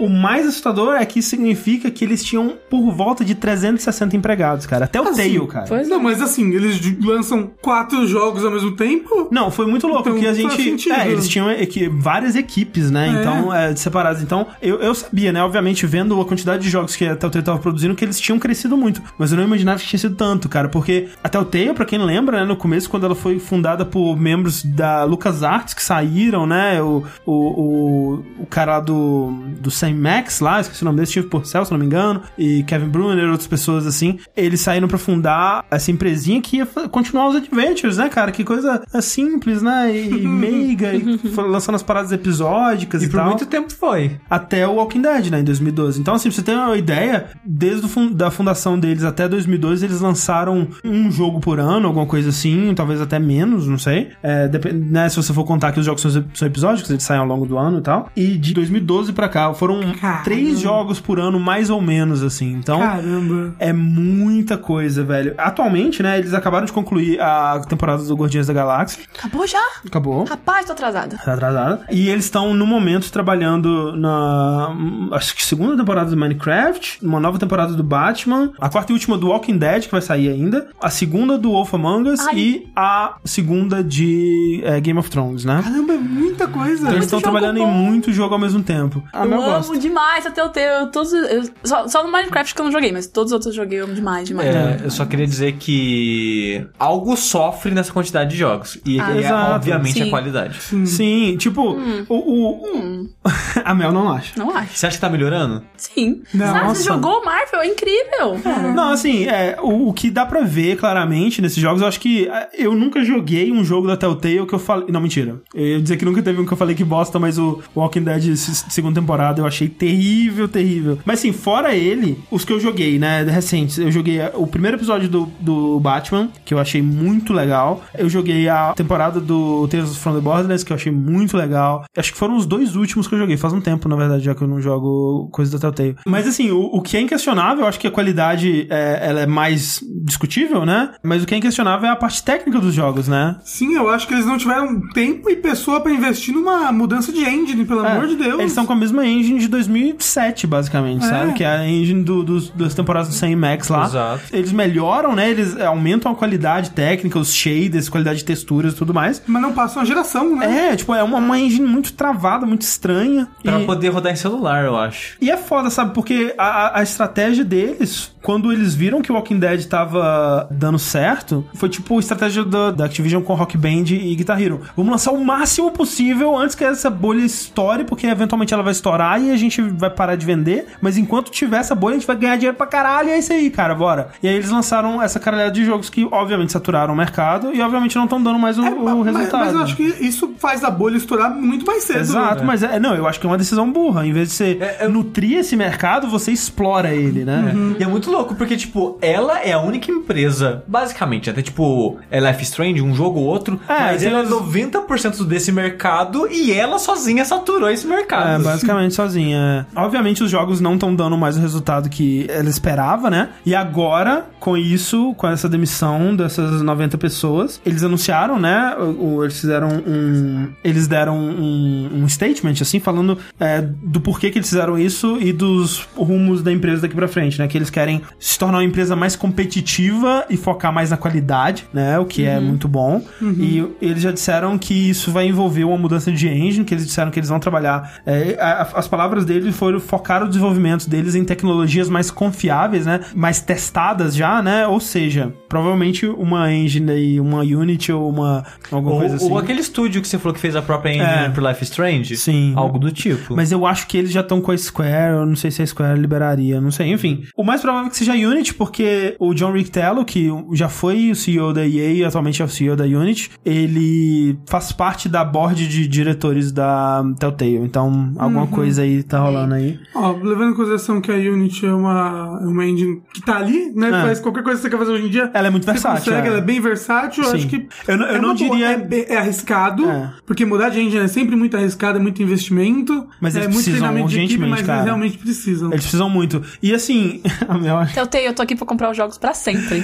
Speaker 1: O, o- o mais assustador é que isso significa que eles tinham por volta de 360 empregados, cara. Até o Tail, cara.
Speaker 3: Pois é.
Speaker 4: Não, mas assim, eles ju- lançam quatro jogos ao mesmo tempo?
Speaker 1: Não, foi muito louco,
Speaker 4: Então,
Speaker 1: porque a
Speaker 4: faz
Speaker 1: gente.
Speaker 4: sentido.
Speaker 1: É, eles tinham equi- várias equipes, né?
Speaker 4: É.
Speaker 1: Então, é, separadas. Então, eu, eu sabia, né? Obviamente, vendo a quantidade de jogos que a Telltale tava produzindo, que eles tinham crescido muito. Mas eu não imaginava que tinha sido tanto, cara. Porque a Telltale, pra quem lembra, né? No começo, quando ela foi fundada por membros da LucasArts que saíram, né? O, o, o, o cara lá do, do Sam Max lá, esqueci o nome desse, Steve Porcel, se não me engano, e Kevin Brunner, outras pessoas assim, eles saíram pra fundar essa empresinha que ia fa- continuar os adventures, né, cara? Que coisa é, simples, né? E meiga, e foi lançando as paradas episódicas e,
Speaker 2: E por
Speaker 1: tal.
Speaker 2: muito tempo foi.
Speaker 1: Até o Walking Dead, né, em 2012. Então, assim, pra você ter uma ideia, desde o fun- da fundação deles até 2012, eles lançaram um jogo por ano, alguma coisa assim, talvez até menos, não sei. É, depen- né, se você for contar que os jogos são, são episódicos, eles saem ao longo do ano e tal. E de 2012 pra cá, foram
Speaker 4: Caramba.
Speaker 1: três jogos por ano, mais ou menos, assim. Então,
Speaker 4: Caramba.
Speaker 1: é muita coisa, velho. Atualmente, né, eles acabaram de concluir a temporada do Guardiões da Galáxia.
Speaker 3: Acabou já?
Speaker 1: Acabou.
Speaker 3: Rapaz, tô atrasada.
Speaker 1: Tá atrasada. E eles estão, no momento, trabalhando na. hum, Acho que segunda temporada do Minecraft, uma nova temporada do Batman, a quarta e última do Walking Dead, que vai sair ainda, a segunda do Wolf Among Us
Speaker 3: Ai.
Speaker 1: e a segunda de é, Game of Thrones, né?
Speaker 4: Caramba, é muita
Speaker 1: Então
Speaker 4: coisa.
Speaker 1: eles
Speaker 3: muito
Speaker 1: estão
Speaker 3: jogo
Speaker 1: trabalhando em
Speaker 3: bom.
Speaker 1: muito jogo ao mesmo tempo. Ah,
Speaker 3: eu
Speaker 1: mas
Speaker 3: amo demais até o teu. Todos, eu, só, só no Minecraft que eu não joguei, mas todos os outros eu joguei, eu amo demais, demais.
Speaker 2: É,
Speaker 3: demais.
Speaker 2: eu só queria dizer que algo sofre nessa quantidade de jogos. E,
Speaker 3: Ah,
Speaker 2: e é,
Speaker 1: exato.
Speaker 2: obviamente,
Speaker 3: Sim.
Speaker 2: a qualidade.
Speaker 1: Sim, tipo,
Speaker 3: Hum.
Speaker 1: o. o- *laughs* a Mel não acha.
Speaker 3: Não acho.
Speaker 2: Você acha que tá melhorando?
Speaker 3: Sim.
Speaker 4: Não,
Speaker 3: Sabe,
Speaker 1: nossa.
Speaker 3: você jogou Marvel, é incrível.
Speaker 1: Não, assim, é, o, o que dá pra ver claramente nesses jogos, eu acho que é, eu nunca joguei um jogo da Telltale que eu falei. Não, mentira. Eu ia dizer que nunca teve um que eu falei que bosta, mas o Walking Dead s- segunda temporada eu achei terrível, terrível. Mas assim, fora ele, os que eu joguei, né, recentes, eu joguei o primeiro episódio do, do Batman, que eu achei muito legal. Eu joguei a temporada do Tales from the Borderlands, que eu achei muito legal. Acho que foram os dois últimos que eu joguei. Faz um tempo, na verdade, já que eu não jogo coisa da Telltale. Mas assim, o, o que é inquestionável, eu acho que a qualidade é, ela é mais discutível, né? Mas o que é inquestionável é a parte técnica dos jogos, né?
Speaker 4: Sim, eu acho que eles não tiveram tempo e pessoa pra investir numa mudança de engine, pelo amor de Deus.
Speaker 1: É, Eles estão com a mesma engine de 2007, basicamente,
Speaker 4: É.
Speaker 1: sabe? Que é a engine do- dos, das temporadas do Sam Max lá.
Speaker 2: Exato.
Speaker 1: Eles melhoram, né? Eles aumentam aumentam a qualidade técnica, os shaders, qualidade de texturas e tudo mais.
Speaker 4: Mas não passa uma geração, né?
Speaker 1: É, tipo, é uma, uma engine muito travada, muito estranha.
Speaker 2: Pra
Speaker 1: e...
Speaker 2: poder rodar em celular, eu acho.
Speaker 1: E é foda, sabe? Porque a, a- a estratégia deles, quando eles viram que o Walking Dead tava dando certo, foi tipo a estratégia da, da Activision com Rock Band e Guitar Hero. Vamos lançar o máximo possível antes que essa bolha estoure, porque eventualmente ela vai estourar e a gente vai parar de vender. Mas enquanto tiver essa bolha, a gente vai ganhar dinheiro pra caralho. E é isso aí, cara, bora. E aí eles lançaram essa caralhada de jogos que, obviamente, saturaram o mercado e, obviamente, não estão dando mais o,
Speaker 4: É,
Speaker 1: o
Speaker 4: ma- mas-
Speaker 1: resultado.
Speaker 4: Mas, eu acho que isso faz a bolha estourar muito mais cedo. né?
Speaker 1: Exato, mas é, não, eu acho que é uma decisão burra. Em vez de você nutrir esse mercado, você explora ele, né?
Speaker 2: E é muito louco, porque, tipo, ela é a única empresa, basicamente, até tipo, é Life is Strange, um jogo ou outro,
Speaker 1: É,
Speaker 2: mas ela é
Speaker 1: eles-
Speaker 2: 90% desse mercado e ela sozinha saturou esse
Speaker 1: É,
Speaker 2: mercado.
Speaker 1: basicamente sozinha. Obviamente os jogos não estão dando mais o resultado que ela esperava, né? E agora, com isso, com essa demissão dessas 90 pessoas, eles anunciaram, né? o- o- eles fizeram um. Eles deram um, um statement, assim, falando é, do porquê que eles fizeram isso e dos rumos da empresa daqui pra frente, né? Que eles querem se tornar uma empresa mais competitiva e focar mais na qualidade, né? O que é muito bom. E eles já disseram que isso vai envolver uma mudança de engine, que eles disseram que eles vão trabalhar. é, a- a- as palavras deles foram focar o desenvolvimento deles em tecnologias mais confiáveis, né? Mais testadas já, né? Ou seja, provavelmente uma engine aí, uma Unity ou uma alguma
Speaker 2: Ou,
Speaker 1: coisa assim.
Speaker 2: ou aquele estúdio que você falou que fez a própria engine
Speaker 1: É.
Speaker 2: pro Life is Strange.
Speaker 1: Sim.
Speaker 2: Algo do tipo.
Speaker 1: Mas eu acho que eles já estão com a Square, eu não sei se a Square liberaria, não sei, enfim. O mais provável é que seja a Unity, porque o John Rictello, que já foi o CEO da EA e atualmente é o CEO da Unity, ele faz parte da board de diretores da Telltale, então alguma coisa aí tá rolando aí.
Speaker 4: Ó, levando em consideração que a Unity é uma, é uma engine que tá ali, né?
Speaker 1: É.
Speaker 4: Faz qualquer coisa que você quer fazer hoje em dia.
Speaker 1: Ela é muito
Speaker 4: você
Speaker 1: versátil,
Speaker 4: Consegue,
Speaker 1: é.
Speaker 4: Ela é bem versátil. Eu
Speaker 1: Sim.
Speaker 4: acho que.
Speaker 1: Eu não- eu
Speaker 4: é
Speaker 1: não
Speaker 4: uma boa.
Speaker 1: diria-
Speaker 4: É, bem- é arriscado,
Speaker 1: É.
Speaker 4: porque mudar de engine é sempre muito arriscado, é muito investimento.
Speaker 1: Mas
Speaker 4: é
Speaker 1: eles
Speaker 4: muito
Speaker 1: precisam
Speaker 4: treinamento de equipe,
Speaker 1: urgentemente,
Speaker 4: mas
Speaker 1: cara.
Speaker 4: eles realmente precisam.
Speaker 1: é. Eles precisam muito. E assim, *laughs* a Mel,
Speaker 3: Telltale, eu tô aqui pra comprar os jogos pra sempre.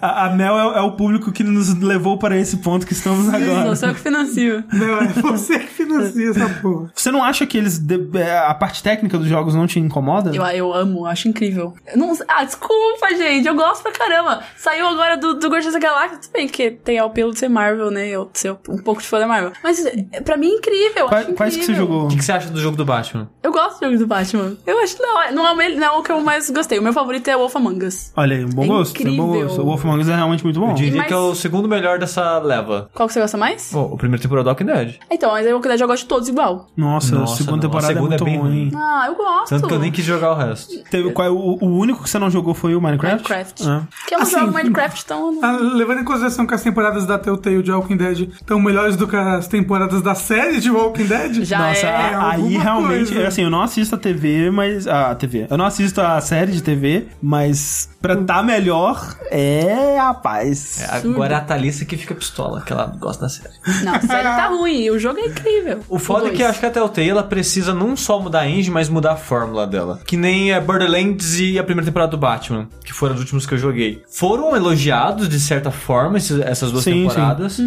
Speaker 1: a, a Mel é, é o público que nos levou para esse ponto que estamos agora.
Speaker 3: Não sou eu que financio.
Speaker 4: Não, é você que financia essa porra.
Speaker 1: Você não acha que eles. de- é, a parte técnica dos jogos não te incomoda?
Speaker 3: Eu, eu amo, acho incrível. Eu não- ah, desculpa, gente, eu gosto pra caramba. Saiu agora do, do Guardiões da Galáxia, tudo bem que tem o apelo de ser Marvel, né? Eu ser um pouco de fã da Marvel. Mas é, pra mim é incrível,
Speaker 1: Qua-
Speaker 3: acho
Speaker 1: quais que você
Speaker 3: incrível.
Speaker 1: jogou?
Speaker 2: O que, que você acha do jogo do Batman?
Speaker 3: Eu gosto do jogo do Batman. Eu acho que não, é- não é o, mel- não é o que eu mais gostei. O meu favorito é Wolf Among Us.
Speaker 1: Olha aí, um bom
Speaker 3: É
Speaker 1: gosto. Um bom
Speaker 3: incrível.
Speaker 1: gosto. O Wolf Among Us é realmente muito bom.
Speaker 2: Eu diria
Speaker 3: E mais-
Speaker 2: que é o segundo melhor dessa leva.
Speaker 3: Qual que você gosta mais?
Speaker 2: Pô, o primeiro temporada do Walking Dead.
Speaker 3: Então, mas eu, eu gosto de todos igual.
Speaker 1: Nossa, a
Speaker 2: Nossa,
Speaker 1: segunda
Speaker 2: não, a
Speaker 1: temporada
Speaker 2: segunda
Speaker 1: é muito
Speaker 2: é bem
Speaker 1: ruim.
Speaker 2: ruim.
Speaker 3: Ah, eu gosto.
Speaker 2: Tanto que eu nem quis jogar o resto.
Speaker 1: Teve, qual, é o, o único que você não jogou foi o Minecraft?
Speaker 3: Minecraft.
Speaker 1: É.
Speaker 2: Ah.
Speaker 3: Que eu não
Speaker 4: Assim,
Speaker 3: jogo Minecraft,
Speaker 2: *laughs*
Speaker 3: então... eu não-
Speaker 4: Ah, levando em consideração que as temporadas da Telltale de Walking Dead estão melhores do que as temporadas da série de Walking Dead.
Speaker 3: Já
Speaker 1: Nossa,
Speaker 3: é.
Speaker 1: a- Tá, aí
Speaker 4: alguma
Speaker 1: realmente,
Speaker 4: coisa.
Speaker 1: assim, eu não assisto a TV, mas. ah, A TV. Eu não assisto a série de TV, mas pra tá melhor, é rapaz.
Speaker 2: É, agora é a Thalissa que fica pistola, que ela gosta da série.
Speaker 3: Não, a série tá ruim, o jogo é incrível.
Speaker 2: O foda é que eu acho que a Telltale ela precisa não só mudar a engine, mas mudar a fórmula dela. Que nem a Borderlands e a primeira temporada do Batman, que foram os últimos que eu joguei. Foram elogiados, de certa forma, esses- essas duas
Speaker 1: Sim,
Speaker 2: temporadas.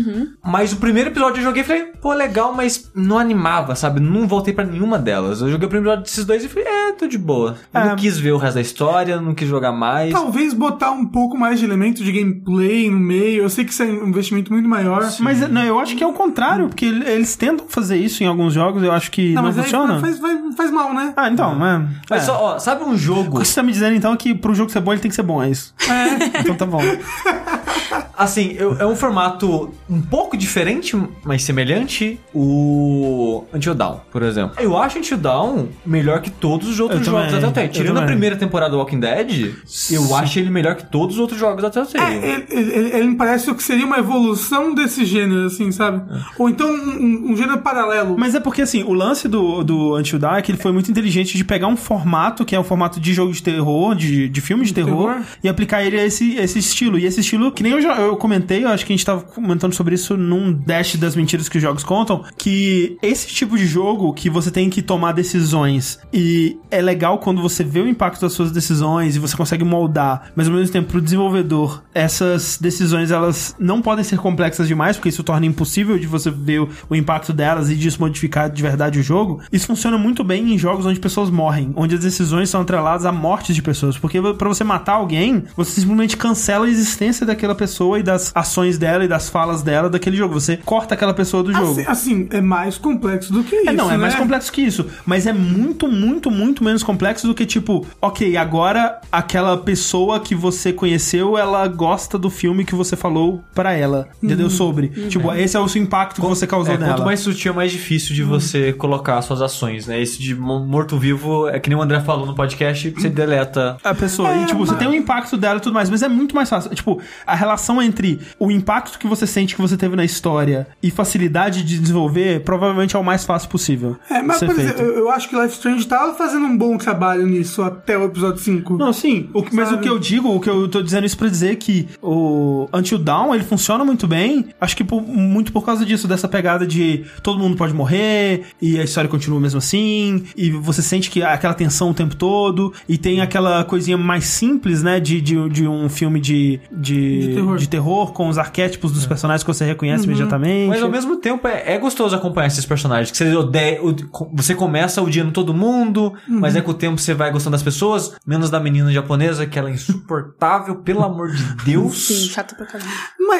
Speaker 2: Mas o primeiro episódio eu joguei e falei, pô, legal, mas não animava, sabe? Não voltei pra nenhuma delas. Eu joguei o primeiro episódio desses dois e falei, é, tô de boa. Não quis ver o resto da história, não quis jogar mais.
Speaker 4: Talvez botar um pouco mais de elemento de gameplay no meio. Eu sei que isso é um investimento muito maior.
Speaker 1: Mas não, eu acho que é o contrário, porque ele- eles tentam fazer isso em alguns jogos, eu acho que não,
Speaker 4: não, mas aí
Speaker 1: funciona.
Speaker 4: faz, faz, faz mal, né?
Speaker 1: Ah, então, é.
Speaker 2: Mas
Speaker 1: é.
Speaker 2: só, ó, sabe um jogo.
Speaker 1: O que você tá me dizendo então é que pro jogo ser bom ele tem que ser bom, é isso. *laughs* Então tá bom.
Speaker 2: Assim, eu- é um formato um pouco diferente, mas semelhante. O Until Dawn, por exemplo. Eu acho Until Dawn melhor que todos os outros
Speaker 1: Eu
Speaker 2: jogos
Speaker 1: também,
Speaker 2: da Telltale.
Speaker 1: eu
Speaker 2: Tirando a
Speaker 1: também.
Speaker 2: primeira temporada do Walking Dead, eu acho ele melhor que todos os outros jogos da Telltale.
Speaker 4: Ele, ele- ele me parece o que seria uma evolução desse gênero, assim, sabe? Ou então um, um- um gênero paralelo.
Speaker 1: É. Mas é porque, assim, o lance do, do Until Dawn é que ele foi muito inteligente de pegar um formato, que é um formato de jogo de terror, de, de filme de terror,
Speaker 4: terror.
Speaker 1: e aplicar ele a esse, a esse estilo. E esse estilo, que nem eu, jo- eu eu comentei, eu acho que a gente tava comentando sobre isso num dash das mentiras que os jogos contam, que esse tipo de jogo que você tem que tomar decisões e é legal quando você vê o impacto das suas decisões e você consegue moldar, mas ao mesmo tempo pro desenvolvedor, essas decisões elas não podem ser complexas demais, porque isso torna impossível de você ver o, o impacto delas e disso modificar de verdade o jogo. Isso funciona muito bem em jogos onde pessoas morrem, onde as decisões são atreladas a mortes de pessoas, porque pra você matar alguém, você simplesmente cancela a existência daquela pessoa e das ações dela e das falas dela daquele jogo. Você corta aquela pessoa do jogo.
Speaker 4: Assim, assim, é mais complexo do que isso.
Speaker 1: É, não, é
Speaker 4: né?
Speaker 1: mais complexo que isso. Mas é muito, muito, muito menos complexo do que, tipo, ok, agora aquela pessoa que você conheceu, ela gosta do filme que você falou pra ela. Entendeu? Sobre. Tipo, esse é o seu impacto que você causou
Speaker 2: É,
Speaker 1: nela.
Speaker 2: quanto mais sutil, mais difícil de você colocar suas ações, né? Esse de mo- morto-vivo, é que nem o André falou no podcast, você deleta.
Speaker 1: a pessoa. e, tipo, você tem o impacto dela e tudo mais, mas é muito mais fácil. Tipo, a relação entre o impacto que você sente que você teve na história e facilidade de desenvolver, provavelmente é o mais fácil possível.
Speaker 4: É, mas
Speaker 1: ser
Speaker 4: por
Speaker 1: feito.
Speaker 4: exemplo, eu, eu acho que Life Strange tava fazendo um bom trabalho nisso até o episódio 5.
Speaker 1: Não, sim. O que- mas o
Speaker 4: Sabe?
Speaker 1: que eu digo, o que eu tô dizendo isso pra dizer é que o Until Dawn, ele funciona muito bem. Acho que por- muito por causa disso, dessa pegada de todo mundo pode morrer e a história continua mesmo assim. E você sente que há aquela tensão o tempo todo. E tem aquela coisinha mais simples, né? De, de, de um filme de, de,
Speaker 4: De terror. É. Uhum.
Speaker 1: de terror, com os arquétipos dos personagens que você reconhece imediatamente.
Speaker 2: Mas ao mesmo tempo é, é gostoso acompanhar esses personagens. Que você odeia. o- co- Você começa odiando todo mundo, mas é com o tempo você vai gostando das pessoas, menos da menina japonesa, que ela é insuportável, *laughs* pelo amor de Deus.
Speaker 3: Sim, chato pra caramba.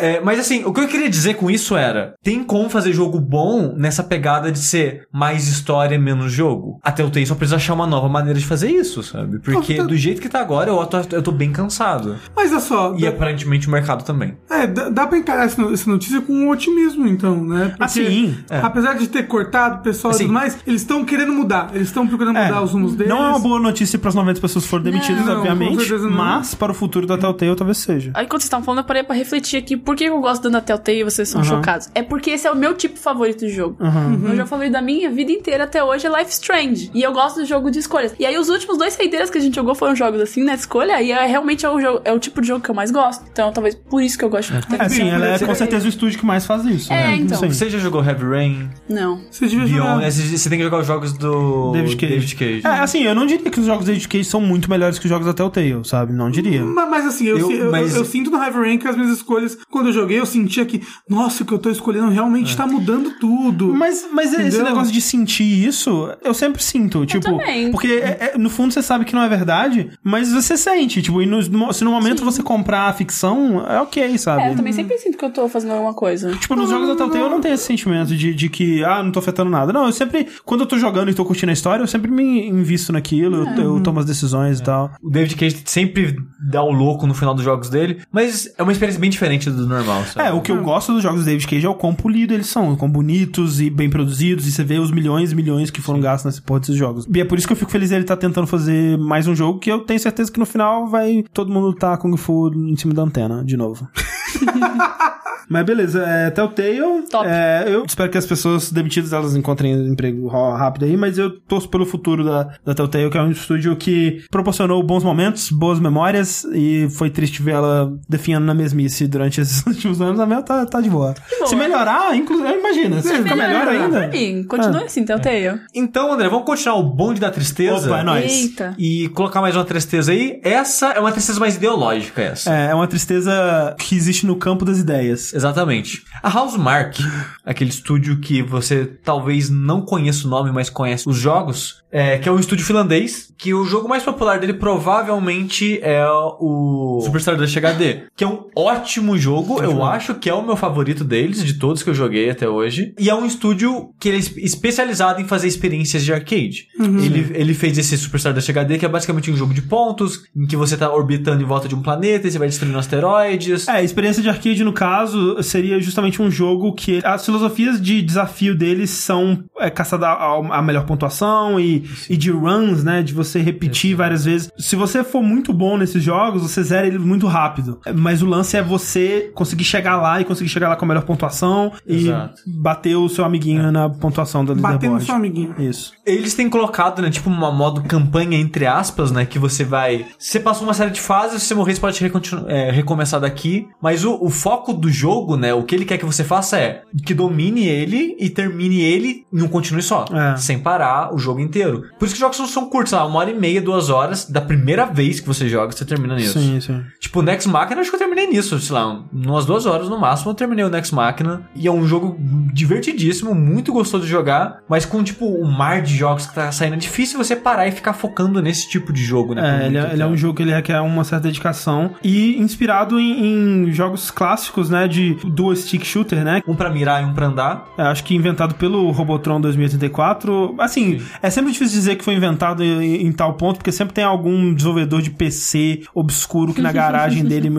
Speaker 2: É, mas assim, o que eu queria dizer com isso era: tem como fazer jogo bom nessa pegada de ser mais história, menos jogo? Até o TI só precisa achar uma nova maneira de fazer isso, sabe? Porque
Speaker 4: Ah, tá-
Speaker 2: do jeito que tá agora, eu tô, eu tô bem cansado.
Speaker 4: Mas é só,
Speaker 2: E
Speaker 4: dá,
Speaker 2: aparentemente o mercado também.
Speaker 4: é, dá, dá pra encarar essa no- essa notícia com otimismo, então, né? Porque,
Speaker 1: Ah, sim.
Speaker 2: É.
Speaker 4: Apesar de ter cortado o pessoal
Speaker 2: Assim.
Speaker 4: e tudo mais, eles estão querendo mudar. Eles estão procurando
Speaker 1: É.
Speaker 4: mudar os rumos deles.
Speaker 1: Não é uma boa notícia para as 90 pessoas que foram demitidas,
Speaker 4: Não, com
Speaker 1: obviamente,
Speaker 4: certeza não.
Speaker 1: mas para o futuro da Telltale talvez seja.
Speaker 3: Aí quando vocês estavam falando, eu parei pra refletir aqui por que eu gosto dando até o T e vocês são
Speaker 1: Aham.
Speaker 3: chocados. É porque esse é o meu tipo favorito de jogo.
Speaker 4: Uhum.
Speaker 3: Uhum.
Speaker 1: Aham.
Speaker 3: Meu jogo favorito da minha vida inteira até hoje é Life Strange. E eu gosto do jogo de escolhas. E aí os últimos dois saideiras que a gente jogou foram jogos assim, na escolha, e é realmente é o, jogo, é o tipo de jogo que eu mais gosto. Então talvez por isso que eu gosto de
Speaker 1: É, sim, ela é
Speaker 4: Sim.
Speaker 1: com certeza o estúdio que mais faz isso.
Speaker 3: É,
Speaker 1: né?
Speaker 3: então.
Speaker 1: Sim.
Speaker 2: Você já jogou Heavy Rain,
Speaker 3: Não.
Speaker 4: Você devia jogar.
Speaker 2: Beyond,
Speaker 1: é
Speaker 2: né? você você tem que jogar os jogos do
Speaker 1: David Cage. É, assim, eu não diria que os jogos da David Cage são muito melhores que os jogos da Telltale, sabe? Não diria.
Speaker 4: Ma- Mas, assim, eu,
Speaker 2: Eu-
Speaker 4: si- eu-
Speaker 2: mas-
Speaker 4: eu sinto no Heavy Rain que as minhas escolhas, quando eu joguei, eu sentia que, nossa, o que eu tô escolhendo realmente tá mudando tudo.
Speaker 1: É. Mas, mas esse
Speaker 4: Entendeu?
Speaker 1: negócio de sentir isso, eu sempre sinto. tipo,
Speaker 3: também.
Speaker 1: Porque é- é- no fundo você sabe que não é verdade, mas você sente. Tipo, e no- se no momento você comprar a ficção, é ok, sabe?
Speaker 3: É, eu também sempre sinto que eu tô fazendo alguma coisa.
Speaker 1: Tipo, nos jogos da Telltale eu não tenho esse sentimento de, de que, ah, não tô afetando nada. Não, eu sempre, quando eu tô jogando e tô curtindo a história, eu sempre me invisto naquilo,
Speaker 3: É.
Speaker 1: eu, eu tomo as decisões e tal.
Speaker 2: O David Cage sempre dá o louco no final dos jogos dele, mas é uma experiência bem diferente do normal, sabe?
Speaker 1: É, o que eu gosto dos jogos do David Cage é o quão polido eles são, o quão bonitos e bem produzidos, e você vê os milhões e milhões que foram gastos nesse porra desses jogos. E é por isso que eu fico feliz ele tá tentando fazer mais um jogo que eu tenho certeza que no final vai todo mundo tá Kung Fu em cima da antena, de novo. Mas beleza, é Telltale.
Speaker 3: Top.
Speaker 1: é, eu espero que as pessoas demitidas elas encontrem emprego ro- rápido aí, mas eu torço pelo futuro da, da Telltale, que é um estúdio que proporcionou bons momentos, boas memórias, e foi triste ver ela definhando na mesmice durante esses *laughs* últimos anos. A minha tá, tá de boa.
Speaker 3: boa.
Speaker 1: Se melhorar, inclusive, imagina, se ficar melhor
Speaker 3: Pra
Speaker 1: ainda. É.
Speaker 3: mim, continua assim, Telltale.
Speaker 2: Então, André, vamos continuar o bonde da tristeza.
Speaker 1: Opa, é nóis. Nice.
Speaker 3: Eita.
Speaker 2: E colocar mais uma tristeza aí. Essa é uma tristeza mais ideológica, essa.
Speaker 1: É, é uma tristeza que existe no campo das ideias.
Speaker 2: Exatamente. A Housemark, aquele estúdio que você talvez não conheça o nome, mas conhece os jogos, é, que é um estúdio finlandês, que o jogo mais popular dele provavelmente é o Superstar Dash HD, que é um ótimo jogo, eu acho que é o meu favorito deles, de todos que eu joguei até hoje. E é um estúdio que ele é es- especializado em fazer experiências de arcade. Ele, ele fez esse Superstar Dash HD, que é basicamente um jogo de pontos, em que você tá orbitando em volta de um planeta e você vai destruindo asteroides.
Speaker 1: É, experiência É, de arcade, no caso, caso, seria justamente um jogo que as filosofias de desafio deles são é, caçada a, a melhor pontuação e, e de runs, né? De você repetir várias vezes. Se você for muito bom nesses jogos, você zera ele muito rápido. Mas o lance é você conseguir chegar lá e conseguir chegar lá com a melhor pontuação
Speaker 2: Exato.
Speaker 1: e bater o seu amiguinho na pontuação da
Speaker 4: Batendo
Speaker 1: leaderboard.
Speaker 4: seu amiguinho.
Speaker 1: Isso.
Speaker 2: Eles têm colocado, né, tipo, uma modo campanha, entre aspas, né, que você vai... Você passa uma série de fases, se você morrer, você pode recontinu- é, recomeçar daqui, mas o, o foco do jogo, né, o que ele quer que você faça é que domine ele e termine ele e não continue só,
Speaker 1: É.
Speaker 2: sem parar o jogo inteiro. Por isso que os jogos são, são curtos, sei lá, uma hora e meia, duas horas, da primeira vez que você joga, você termina nisso.
Speaker 1: Sim, sim.
Speaker 2: Tipo, o Next Machina, acho que eu terminei nisso, sei lá, umas duas horas no máximo eu terminei o Next Machina. E é um jogo divertidíssimo, muito gostoso de jogar, mas com, tipo, um mar de jogos que tá saindo. É difícil você parar e ficar focando nesse tipo de jogo, né? por
Speaker 1: É, ele,
Speaker 2: muito
Speaker 1: é- ele é um
Speaker 2: tempo.
Speaker 1: jogo que ele requer uma certa dedicação e inspirado em, em jogos clássicos, né, de dual stick shooter, né?
Speaker 2: Um pra mirar e um pra andar.
Speaker 1: É, acho que inventado pelo Robotron 2084. Assim, é sempre difícil dizer que foi inventado em, em tal ponto, porque sempre tem algum desenvolvedor de PC obscuro que na garagem dele em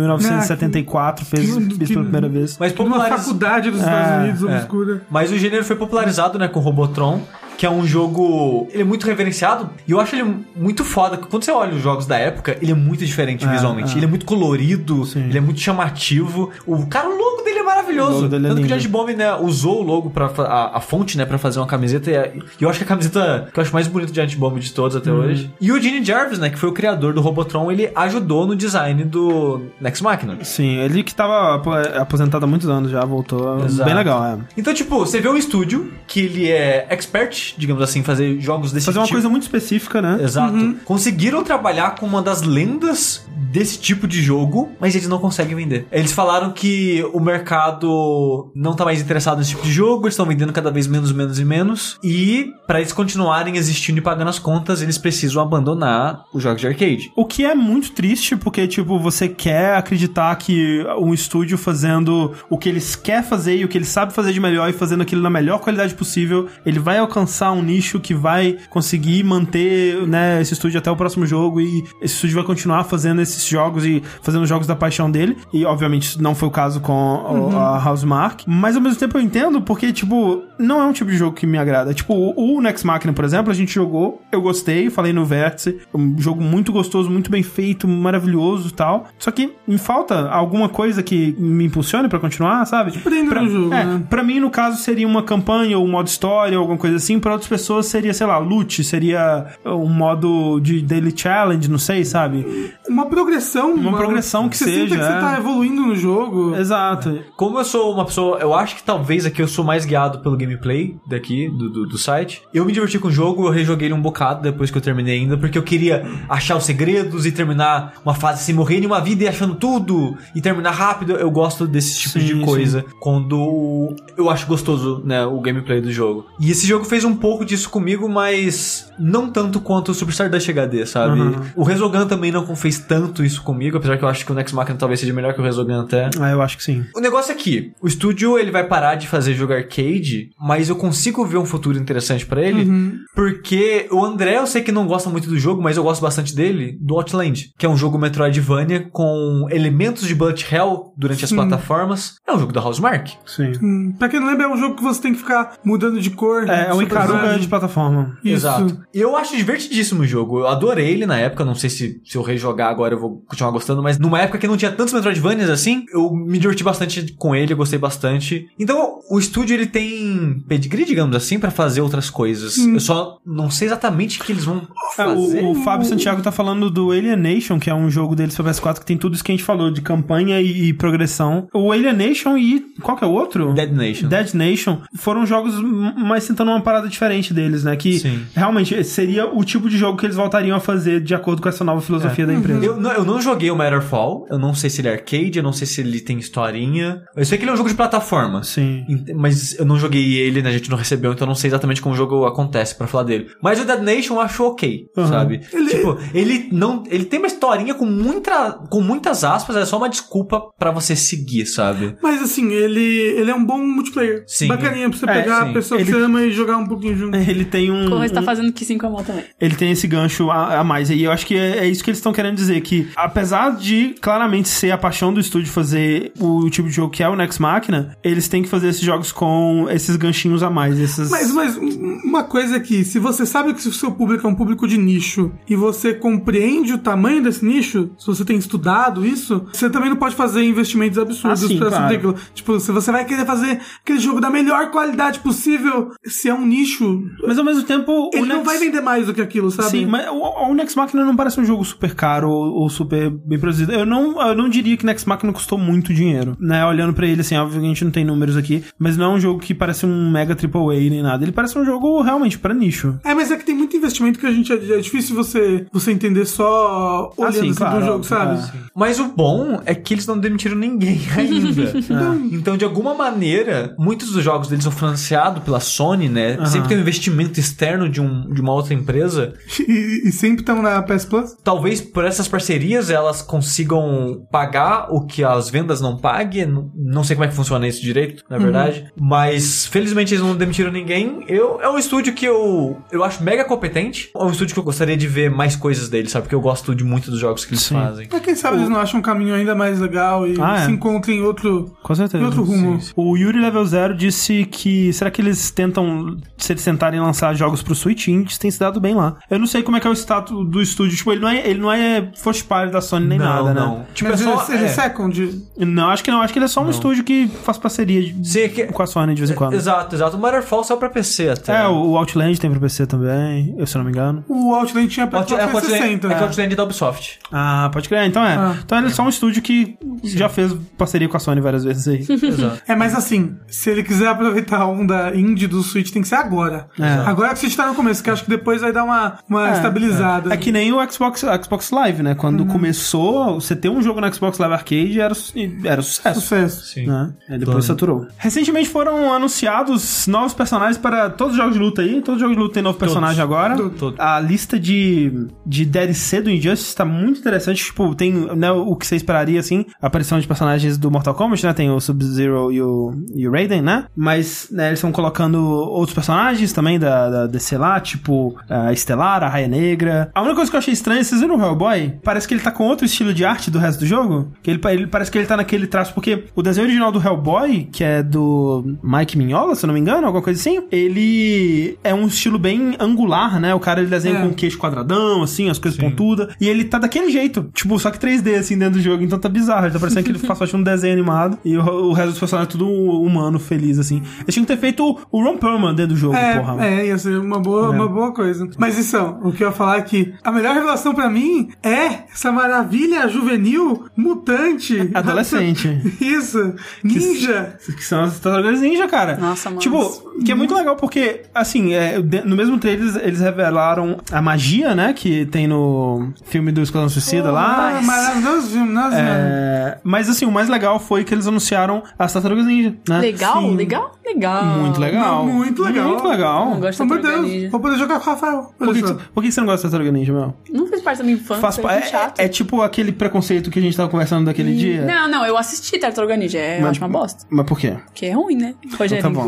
Speaker 1: 1974 fez
Speaker 4: que-
Speaker 1: isso pela primeira vez.
Speaker 2: Ah, Mas
Speaker 4: Uma
Speaker 2: populariz...
Speaker 4: faculdade dos
Speaker 1: É,
Speaker 4: Estados Unidos obscura.
Speaker 2: Mas o gênero foi popularizado, né, com Robotron, que é um jogo. Ele é muito reverenciado e eu acho ele muito foda. Quando você olha os jogos da época, ele é muito diferente
Speaker 1: É,
Speaker 2: visualmente.
Speaker 1: é.
Speaker 2: Ele é muito colorido,
Speaker 1: Sim.
Speaker 2: ele é muito chamativo. O cara, o logo dele é maravilhoso.
Speaker 1: O logo dele é
Speaker 2: Tanto que o
Speaker 1: lindo.
Speaker 2: Judge Bomb, né, usou o logo para a, a fonte, né, pra fazer uma camiseta. E, a- e eu acho que a camiseta que eu acho mais bonita de Giant Bomb de todos
Speaker 1: Uhum.
Speaker 2: até hoje. E o Gene Jarvis, né, que foi o criador do Robotron, ele ajudou no design do Next Machina.
Speaker 1: Sim, ele que tava apo- aposentado há muitos anos já, voltou.
Speaker 2: Exato.
Speaker 1: Bem legal, é.
Speaker 2: Então, tipo, você vê um estúdio que ele é expert, digamos assim, em fazer jogos desse
Speaker 1: Fazer uma
Speaker 2: tipo.
Speaker 1: coisa muito específica, né?
Speaker 2: Exato. Conseguiram trabalhar com uma das lendas desse tipo de jogo, mas eles não conseguem vender. Eles falaram que o mercado não tá mais interessado nesse tipo de jogo, eles estão vendendo cada vez menos, menos e menos. E pra eles continuarem existindo e pagando as contas, eles precisam abandonar os jogos de arcade.
Speaker 1: O que é muito triste, porque, tipo, você quer acreditar que um estúdio fazendo o que eles quer fazer e o que ele sabe fazer de melhor e fazendo aquilo na melhor qualidade possível, ele vai alcançar um nicho que vai conseguir manter, né, esse estúdio até o próximo jogo e esse estúdio vai continuar fazendo esses jogos e fazendo os jogos da paixão dele. E, obviamente, isso não foi o caso com o-
Speaker 4: Uhum.
Speaker 1: a Housemark. Mas, ao mesmo tempo, eu entendo, porque, tipo, não é um tipo de jogo que me agrada. Tipo, o o Next Machina, por exemplo, a gente jogou, eu gostei, falei no Vértice, é um jogo muito gostoso, muito bem feito, maravilhoso e tal. Só que me falta alguma coisa que me impulsione pra continuar, sabe?
Speaker 4: Prenda
Speaker 1: Pra-
Speaker 4: no Tipo, jogo,
Speaker 1: é,
Speaker 4: né?
Speaker 1: Pra mim, no caso, seria uma campanha ou um modo história ou alguma coisa assim. Pra outras pessoas seria, sei lá, loot, seria um modo de daily challenge, não sei, sabe?
Speaker 4: Uma progressão. Uma,
Speaker 1: progressão que
Speaker 4: você Sinta
Speaker 1: seja,
Speaker 4: que
Speaker 1: é.
Speaker 4: você tá evoluindo no jogo.
Speaker 1: Exato.
Speaker 2: Como eu sou uma pessoa, eu acho que talvez aqui eu sou mais guiado pelo gameplay daqui, do, do, do site. Eu me diverti com o jogo, eu rejoguei ele um bocado depois que eu terminei ainda, porque eu queria achar os segredos e terminar uma fase sem morrer em uma vida e achando tudo e terminar rápido. Eu gosto desse tipo
Speaker 1: Sim,
Speaker 2: de
Speaker 1: sim.
Speaker 2: coisa quando eu acho gostoso, né, o gameplay do jogo. E esse jogo fez um pouco disso comigo, mas não tanto quanto o Superstar Dash HD, sabe?
Speaker 1: Uhum.
Speaker 2: O Resogun também não fez tanto isso comigo, apesar que eu acho que o Next Machina talvez seja melhor que o Resogun até.
Speaker 1: Ah, eu acho que sim.
Speaker 2: O negócio é que o estúdio ele vai parar de fazer jogo arcade, mas eu consigo ver um futuro interessante pra ele, porque o André eu sei que não gosta muito do jogo, mas eu gosto bastante dele, do Outland, que é um jogo Metroidvania com elementos de Bullet Hell durante as plataformas. É um jogo da Housemark.
Speaker 1: Sim.
Speaker 4: Hum, Pra quem não lembra, é um jogo que você tem que ficar mudando de cor.
Speaker 1: É, é um
Speaker 4: seu
Speaker 1: Icaruga
Speaker 4: personagem.
Speaker 1: de plataforma.
Speaker 4: Isso.
Speaker 2: Exato. E eu acho divertidíssimo o jogo. Eu adorei ele na época. Não sei se, se eu rejogar agora eu vou continuar gostando, mas numa época que não tinha tantos Metroidvanias assim, eu me diverti bastante com ele, eu gostei bastante. Então, o estúdio ele tem pedigree, digamos assim, pra fazer outras coisas. Eu só não sei exatamente o que eles vão
Speaker 1: É,
Speaker 2: fazer. um
Speaker 1: o, o Fábio Santiago tá falando do Alienation, que é um jogo deles pra PS4 que tem tudo isso que a gente falou, de campanha e, e progressão. O Alienation e qual que é o outro?
Speaker 2: Dead Nation.
Speaker 1: Dead Nation foram jogos m- mas tentando uma parada diferente deles, né? Que
Speaker 2: Sim.
Speaker 1: realmente seria o tipo de jogo que eles voltariam a fazer de acordo com essa nova filosofia
Speaker 2: É.
Speaker 1: da empresa.
Speaker 2: Eu, não- eu não joguei o Matterfall, eu não sei se ele é arcade, eu não sei se ele tem historinha. Eu sei que ele é um jogo de plataforma.
Speaker 1: Sim.
Speaker 2: Ent- Mas eu não joguei ele, né? A gente não recebeu, então eu não sei exatamente como o jogo acontece pra falar dele. Mas o Dead Nation eu acho ok,
Speaker 1: Uhum.
Speaker 2: sabe? Tipo, ele não. Ele tem uma historinha com, muita, com muitas aspas, é só uma desculpa pra você seguir, sabe?
Speaker 4: Mas assim, ele, ele é um bom multiplayer.
Speaker 2: Sim.
Speaker 4: Bacaninha pra você
Speaker 1: É,
Speaker 4: pegar
Speaker 2: sim.
Speaker 4: a pessoa que
Speaker 1: Ele-
Speaker 4: você ama e jogar um pouquinho junto.
Speaker 1: Ele tem um,
Speaker 3: Corra está
Speaker 1: um-
Speaker 3: fazendo tá que sim com a mão também.
Speaker 1: ele tem esse gancho a, a mais e eu acho que é, é isso que eles estão querendo dizer que, apesar de claramente ser a paixão do estúdio fazer o tipo de jogo que é o Next Machina, eles têm que fazer esses jogos com esses ganchinhos a mais. Esses...
Speaker 4: Mas, mas um- uma coisa aqui, se você sabe que o seu público é um público de nicho e você compreende o tamanho desse nicho, se você tem estudado isso, você também não pode fazer investimentos absurdos
Speaker 1: Ah, sim,
Speaker 4: pra
Speaker 1: claro.
Speaker 4: subter- Tipo, se você vai querer fazer aquele jogo da melhor qualidade possível, se é um nicho,
Speaker 1: Mas ao mesmo tempo,
Speaker 4: ele
Speaker 1: o
Speaker 4: não
Speaker 1: Next-
Speaker 4: vai vender mais do que aquilo, sabe?
Speaker 1: Sim, mas o, o Nex Machina não parece um jogo super caro ou, ou super bem produzido. Eu não, eu não diria que Nex Machina custou muito dinheiro, né? Olhando pra ele, assim, óbvio que a gente não tem números aqui, mas não é um jogo que parece um mega AAA nem nada. Ele parece um jogo realmente pra nicho.
Speaker 4: É, mas é que tem muito investimento que a gente é, é difícil você, você entender só olhando
Speaker 1: Ah, sim,
Speaker 4: assim,
Speaker 1: claro,
Speaker 4: pro jogo,
Speaker 1: óbvio,
Speaker 4: sabe?
Speaker 1: é. Sim.
Speaker 2: Mas o bom é que eles não demitiram ninguém *laughs* ainda. Então, de alguma maneira, muitos dos jogos deles são financiados pela Sony, né? Sempre tem um investimento externo de, um, de uma outra empresa.
Speaker 4: E, e sempre estão na PS Plus.
Speaker 2: Talvez por essas parcerias elas consigam pagar o que as vendas não paguem. N- Não sei como é que funciona isso direito, na verdade. Mas felizmente eles não demitiram ninguém. Eu, é um estúdio que eu, eu acho mega competente. É um estúdio que eu gostaria de ver mais coisas dele, sabe? Porque eu gosto de muito dos jogos que eles
Speaker 1: Sim.
Speaker 2: fazem.
Speaker 4: Mas quem sabe eles não acham um caminho ainda mais legal e
Speaker 1: Ah, é.
Speaker 4: se encontrem em outro,
Speaker 1: Com certeza.
Speaker 4: em outro rumo.
Speaker 1: O Yuri Level Zero disse que será que eles tentam, se eles tentarem lançar jogos pro Switch Indies, tem se dado bem lá. Eu não sei como é que é o status do estúdio, tipo, ele não é, ele não é first party da Sony nem
Speaker 2: não,
Speaker 1: nada,
Speaker 2: não.
Speaker 1: né?
Speaker 2: Tipo,
Speaker 4: Mas
Speaker 2: é só,
Speaker 4: ele, ele
Speaker 2: é.
Speaker 4: é second.
Speaker 1: Não, acho que não, acho que ele é só um estúdio que faz parceria de-
Speaker 2: Sim, é que-
Speaker 1: com a Sony de vez em quando.
Speaker 2: Exato, exato. O Matterfall saiu pra PC até.
Speaker 1: É, o o Outland tem pra PC também, eu se não me engano.
Speaker 4: O Outland tinha pra né?
Speaker 2: Out- é, o Outland-
Speaker 4: 360.
Speaker 2: é que o
Speaker 1: né?
Speaker 2: Outland é da Ubisoft.
Speaker 1: Ah, pode crer, então é.
Speaker 4: Ah.
Speaker 1: Então ele é só um estúdio que já fez parceria com a Sony várias vezes
Speaker 4: *laughs*
Speaker 1: aí.
Speaker 2: Exato.
Speaker 4: É, mas assim, se ele quiser aproveitar a onda indie do Switch, tem que ser agora.
Speaker 1: É.
Speaker 4: Agora que o Switch tá no começo, que eu acho que depois vai dar uma, uma
Speaker 1: É,
Speaker 4: estabilizada.
Speaker 1: É que nem o Xbox, Xbox Live, né? Quando
Speaker 2: Uhum.
Speaker 1: começou, você ter um jogo no Xbox Live Arcade era, su- era sucesso.
Speaker 4: um Sucesso.
Speaker 2: Sim.
Speaker 1: né? Aí depois
Speaker 2: Claro.
Speaker 1: saturou. Recentemente foram anunciados novos personagens para todos os jogos de luta aí. Todo jogo de luta tem novo personagem agora.
Speaker 2: Todo, todo.
Speaker 1: A lista de, de DLC do Injustice tá muito interessante. Tipo, tem né, o que você esperaria, assim, a aparição de personagens do Mortal Kombat, né? Tem o Sub-Zero e o, e o Raiden, né? Mas né, eles estão colocando outros personagens também da, da DC lá, tipo a Estelar, a Raia Negra. A única coisa que eu achei estranha, vocês viram o Hellboy? Parece que ele tá com outro estilo de arte do resto do jogo. Que ele, pa- ele- parece que ele tá naquele traço, porque o desenho original do Hellboy, que é do Mike Mignola, se eu não me engano, alguma coisa assim, ele é um estilo bem angular, né? O cara ele desenha
Speaker 4: É.
Speaker 1: com queixo quadradão, assim, as coisas pontudas. E ele tá daquele jeito, tipo, só que 3D, assim, dentro do jogo. Então tá bizarro. Tá parecendo que
Speaker 4: *laughs*
Speaker 1: ele faz parte de um desenho animado e o, o resto dos personagens é tudo humano, feliz, assim. Eles tinham que ter feito o- o Ron Perlman dentro do jogo,
Speaker 4: É,
Speaker 1: porra.
Speaker 4: é, ia ser uma boa, uma boa coisa. Mas isso, o que eu ia falar é que a melhor revelação pra mim é essa maravilha juvenil mutante.
Speaker 1: Adolescente.
Speaker 4: *laughs* Isso. Ninja.
Speaker 1: Que são as tartarugas ninja, cara.
Speaker 3: Nossa, mano.
Speaker 1: Tipo, que é muito legal porque, assim, é, de- no mesmo trailer eles, eles revelaram a magia, né? Que tem no filme do Esquadrão Suicida lá.
Speaker 4: Ah, maravilhoso filme, nossa. mano.
Speaker 1: É, mas, assim, o mais legal foi que eles anunciaram as tartarugas ninja, né?
Speaker 3: Legal,
Speaker 4: Sim.
Speaker 3: legal, legal.
Speaker 1: Muito legal.
Speaker 4: Não, muito legal.
Speaker 1: Muito legal.
Speaker 3: Não gosto
Speaker 4: Oh, meu
Speaker 3: de Tartaruga
Speaker 4: Deus,
Speaker 3: Ninja.
Speaker 4: vou poder jogar com o Rafael.
Speaker 1: Por que,
Speaker 4: Olha
Speaker 1: que,
Speaker 4: só.
Speaker 1: você- por que que você não gosta de tartaruga ninja, Mel?
Speaker 3: Não fez parte da minha infância,
Speaker 1: Faz,
Speaker 3: é
Speaker 1: pa-
Speaker 3: muito chato.
Speaker 1: é, é tipo aquele preconceito que a gente tava conversando daquele dia.
Speaker 3: Não, não, eu assisti Tartaruga Ninja, é, eu acho uma bosta.
Speaker 1: Mas por quê?
Speaker 3: Porque é ruim, né? Rogério.
Speaker 1: Tá bom.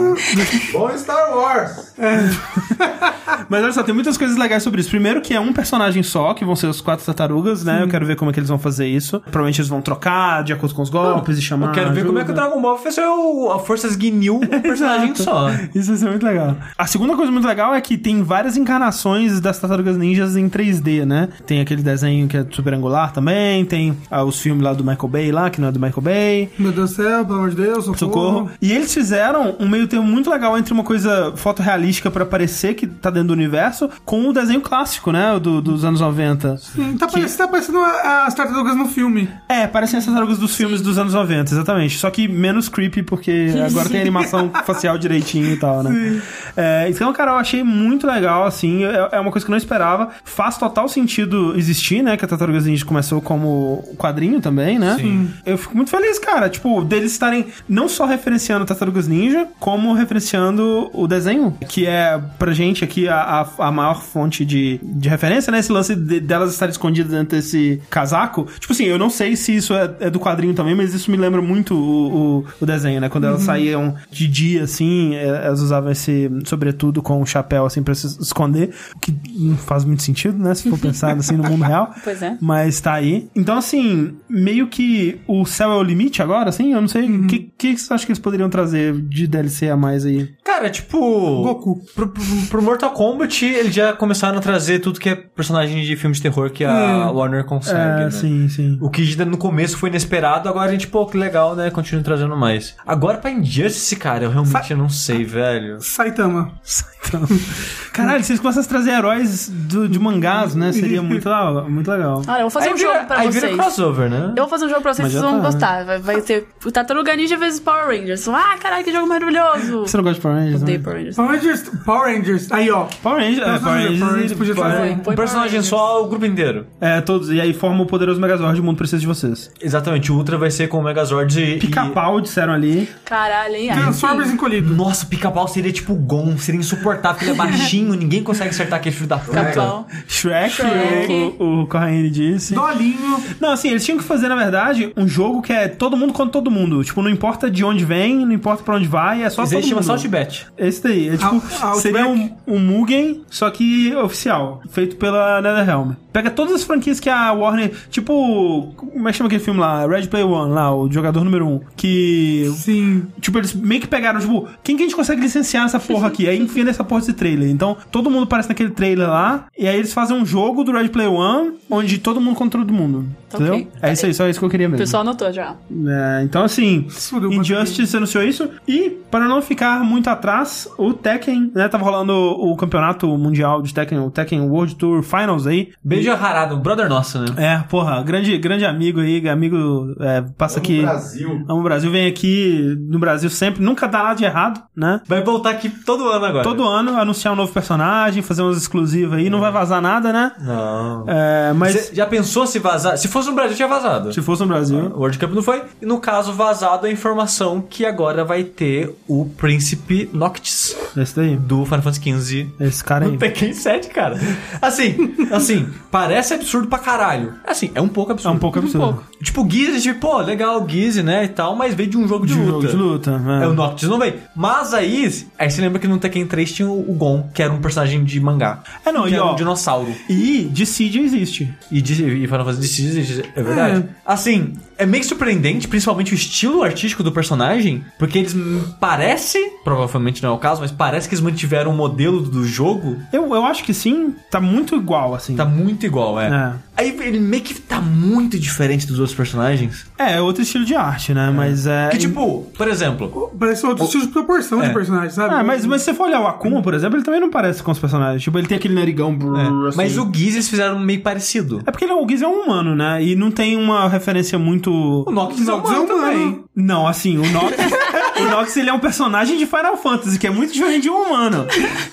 Speaker 2: Ou Star Wars.
Speaker 1: Mas olha só, tem muitas coisas legais sobre isso. Primeiro que é um personagem só, que vão ser os quatro tartarugas, né? Eu quero ver como é que eles vão fazer isso. Provavelmente eles vão trocar de acordo com os golpes e chamar.
Speaker 2: Eu quero ver como é que o
Speaker 1: ajuda.
Speaker 2: Dragon Ball fez o, a Forças Ginyu um personagem
Speaker 1: *laughs* Exato.
Speaker 2: só.
Speaker 1: Isso vai ser muito legal. A segunda coisa muito legal é que tem várias encarnações das Tartarugas Ninjas em 3D, né? Tem aquele desenho que é super angular também, tem ah, os filmes lá do Michael Bay lá, que não é do Michael Bay.
Speaker 4: Meu Deus do céu, pelo amor de Deus, socorro.
Speaker 2: Oh.
Speaker 1: Socorro. E eles fizeram um meio termo muito legal entre uma coisa fotorrealística pra parecer que tá dentro do universo, com o desenho clássico, né? Do, dos anos 90.
Speaker 4: Hum, Tá, parecendo, tá parecendo a- as tartarugas no filme.
Speaker 1: É, parecem as tartarugas dos filmes dos anos 90, exatamente. Só que menos creepy, porque agora tem animação facial direitinho e tal, né? É, então, cara, eu achei muito legal, assim. É, é uma coisa que eu não esperava. Faz total sentido existir, né? Que a Tartarugas Ninja começou como quadrinho também, né?
Speaker 2: Sim.
Speaker 1: Eu fico muito feliz, cara. Tipo, deles estarem não só referenciando Tartarugas Ninja, como referenciando o desenho, que é, pra gente aqui, a, a, a maior fonte de, de referência, né? Esse lance de- delas estar escondidas dentro desse casaco. Tipo assim, eu não sei
Speaker 3: Uhum.
Speaker 1: se isso é, é do quadrinho também, mas isso me lembra muito o, o, o desenho, né? Quando elas saíam de dia dia, assim, é, elas usavam esse, sobretudo, com o chapéu, assim, pra se esconder, o que não faz muito sentido, né, se for pensado, assim, no mundo real.
Speaker 3: *laughs* Pois é.
Speaker 1: Mas tá aí. Então, assim, meio que o céu é o limite agora, assim, eu não sei, o
Speaker 3: Uhum.
Speaker 1: que, que vocês acham que eles poderiam trazer de DLC a mais aí?
Speaker 2: Cara, tipo.
Speaker 4: Goku.
Speaker 2: Pro, pro, pro Mortal Kombat, eles já começaram a trazer tudo que é personagem de filme de terror que a Warner consegue.
Speaker 1: é,
Speaker 2: né?
Speaker 1: sim, sim.
Speaker 2: O que no começo foi inesperado, agora a gente, pô, que legal, né? Continua trazendo mais. Agora pra Injustice, cara, eu realmente eu não sei, velho.
Speaker 4: Saitama.
Speaker 1: Então, caralho, se eles começassem a trazer heróis do- de mangás, né, seria *laughs* muito, la- muito legal.
Speaker 3: Olha, eu vou fazer
Speaker 2: aí
Speaker 3: um
Speaker 2: vira,
Speaker 3: jogo pra
Speaker 2: aí
Speaker 3: vocês.
Speaker 2: vira crossover, né?
Speaker 3: Eu vou fazer um jogo pra vocês,
Speaker 1: Mas
Speaker 3: vocês
Speaker 1: já
Speaker 3: vão
Speaker 1: tá, né?
Speaker 3: gostar. Vai, vai ter o Tartaruga Ninja vezes Power Rangers. Ah, caralho, que jogo maravilhoso!
Speaker 1: Você não gosta de Power Rangers?
Speaker 3: Odeio
Speaker 1: Né?
Speaker 3: Power Rangers.
Speaker 4: Power Rangers. Power Rangers. Aí, ó.
Speaker 1: Power Rangers, é,
Speaker 4: Nossa,
Speaker 1: Power Rangers,
Speaker 4: Power Rangers podia
Speaker 1: Power-
Speaker 4: trazer.
Speaker 3: Põe- põe
Speaker 2: um personagem
Speaker 3: Power
Speaker 2: só, o grupo inteiro.
Speaker 1: É, todos. E aí forma o poderoso Megazord, o mundo precisa de vocês.
Speaker 2: Exatamente, o Ultra vai ser com o Megazord e.
Speaker 1: Pica-pau, disseram ali.
Speaker 3: Caralho, hein? Aí
Speaker 4: Transformers
Speaker 3: sim.
Speaker 2: e-
Speaker 4: encolhido.
Speaker 2: Nossa, o pica-pau seria tipo o Gon, seria insuportável, ele é baixinho, ninguém consegue acertar aquele filho da puta.
Speaker 3: Pica-pau.
Speaker 1: Shrek, né?
Speaker 3: Shrek.
Speaker 1: o, o Corraine disse.
Speaker 4: Dolinho.
Speaker 1: Não, assim, eles tinham que fazer, na verdade, um jogo que é todo mundo contra todo mundo. Tipo, não importa de onde vem, não importa pra onde vai, é só
Speaker 2: Mas aí
Speaker 1: todo
Speaker 2: chama
Speaker 1: mundo.
Speaker 2: só o Tibete.
Speaker 1: Esse daí. É tipo,
Speaker 4: Out-
Speaker 1: seria um, um Mugen, só que oficial. Feito pela NetherRealm. Pega todas as franquias que a Warner... Tipo, como é que chama aquele filme lá? Red Play One, lá, o jogador número um. Que...
Speaker 4: Sim.
Speaker 1: Tipo, eles meio que pegaram, tipo, quem que a gente consegue licenciar essa porra aqui? Aí enfia nessa porra desse trailer. Então, todo mundo aparece naquele trailer lá, e aí eles fazem um jogo do Red Play One, onde todo mundo contra todo mundo.
Speaker 3: Tá
Speaker 1: entendeu?
Speaker 3: ok.
Speaker 1: É isso aí, só isso que eu queria
Speaker 3: O
Speaker 1: mesmo.
Speaker 3: pessoal anotou já.
Speaker 1: É, então, assim,
Speaker 4: Fudeu,
Speaker 1: Injustice anunciou isso. E, para não ficar muito atrás, o Tekken, né? Tava rolando o campeonato mundial de Tekken, o Tekken World Tour Finals aí.
Speaker 2: Beijo Harada, um brother nosso, né?
Speaker 1: É, porra, grande, grande amigo aí, amigo, é, passa aqui.
Speaker 5: Brasil.
Speaker 1: Amo o Brasil, vem aqui no Brasil sempre, nunca dá nada de errado, né?
Speaker 2: Vai voltar aqui todo ano agora.
Speaker 1: Todo ano anunciar um novo personagem, fazer umas exclusivas aí, não vai vazar nada, né?
Speaker 2: Não.
Speaker 1: É, mas
Speaker 2: Cê já pensou se vazar? Se fosse no Brasil, tinha vazado.
Speaker 1: se fosse no Brasil.
Speaker 2: O World Cup não foi. E no caso, vazado a informação que agora vai ter o Príncipe Noctis
Speaker 1: Esse daí.
Speaker 2: do Final Fantasy XV.
Speaker 1: Esse cara aí.
Speaker 2: No Tekken 7, cara. Assim, assim, parece absurdo pra caralho. Assim, é um pouco
Speaker 1: É
Speaker 2: absurdo.
Speaker 1: um pouco absurdo.
Speaker 2: Tipo, o Gizzy, tipo, pô, legal, o Gizzy, né, e tal, mas veio de um jogo de,
Speaker 1: De
Speaker 2: luta.
Speaker 1: jogo de luta.
Speaker 2: É, o
Speaker 1: não...
Speaker 2: Noctis não veio. Mas aí, aí você lembra que no Tekken 3 tinha o Gon, que era um personagem de mangá.
Speaker 1: É, não,
Speaker 2: que
Speaker 1: e
Speaker 2: era
Speaker 1: ó-
Speaker 2: um dinossauro.
Speaker 1: E Dissidia existe.
Speaker 2: E, diz, e Final Fantasy diz, diz, diz, é verdade. Assim, é meio que surpreendente, principalmente o estilo artístico do personagem, porque eles hum, parece, provavelmente não é o caso, mas parece que eles mantiveram o modelo do jogo.
Speaker 1: Eu, eu acho que sim, tá muito igual, assim.
Speaker 2: Tá muito igual, é.
Speaker 1: É.
Speaker 2: Aí ele meio que tá muito diferente dos outros personagens.
Speaker 1: É, é outro estilo de arte, né? Mas é.
Speaker 2: Que tipo, por exemplo,
Speaker 4: Parece outro estilo de proporção
Speaker 2: É.
Speaker 4: de personagem, sabe?
Speaker 1: Ah, mas, mas se você for olhar o Akuma, por exemplo, ele também não parece com os personagens. Tipo, ele tem aquele narigão.
Speaker 2: é,
Speaker 1: brrr, assim.
Speaker 2: mas o Giz eles fizeram meio parecido.
Speaker 1: É porque ele é, o Giz é um humano, né? E não tem uma referência muito.
Speaker 2: O Noctis é
Speaker 4: Noctis é
Speaker 2: humano também.
Speaker 4: humano.
Speaker 1: Não, assim, o Nox. *laughs* o Nox ele é um personagem de Final Fantasy, que é muito diferente de um humano.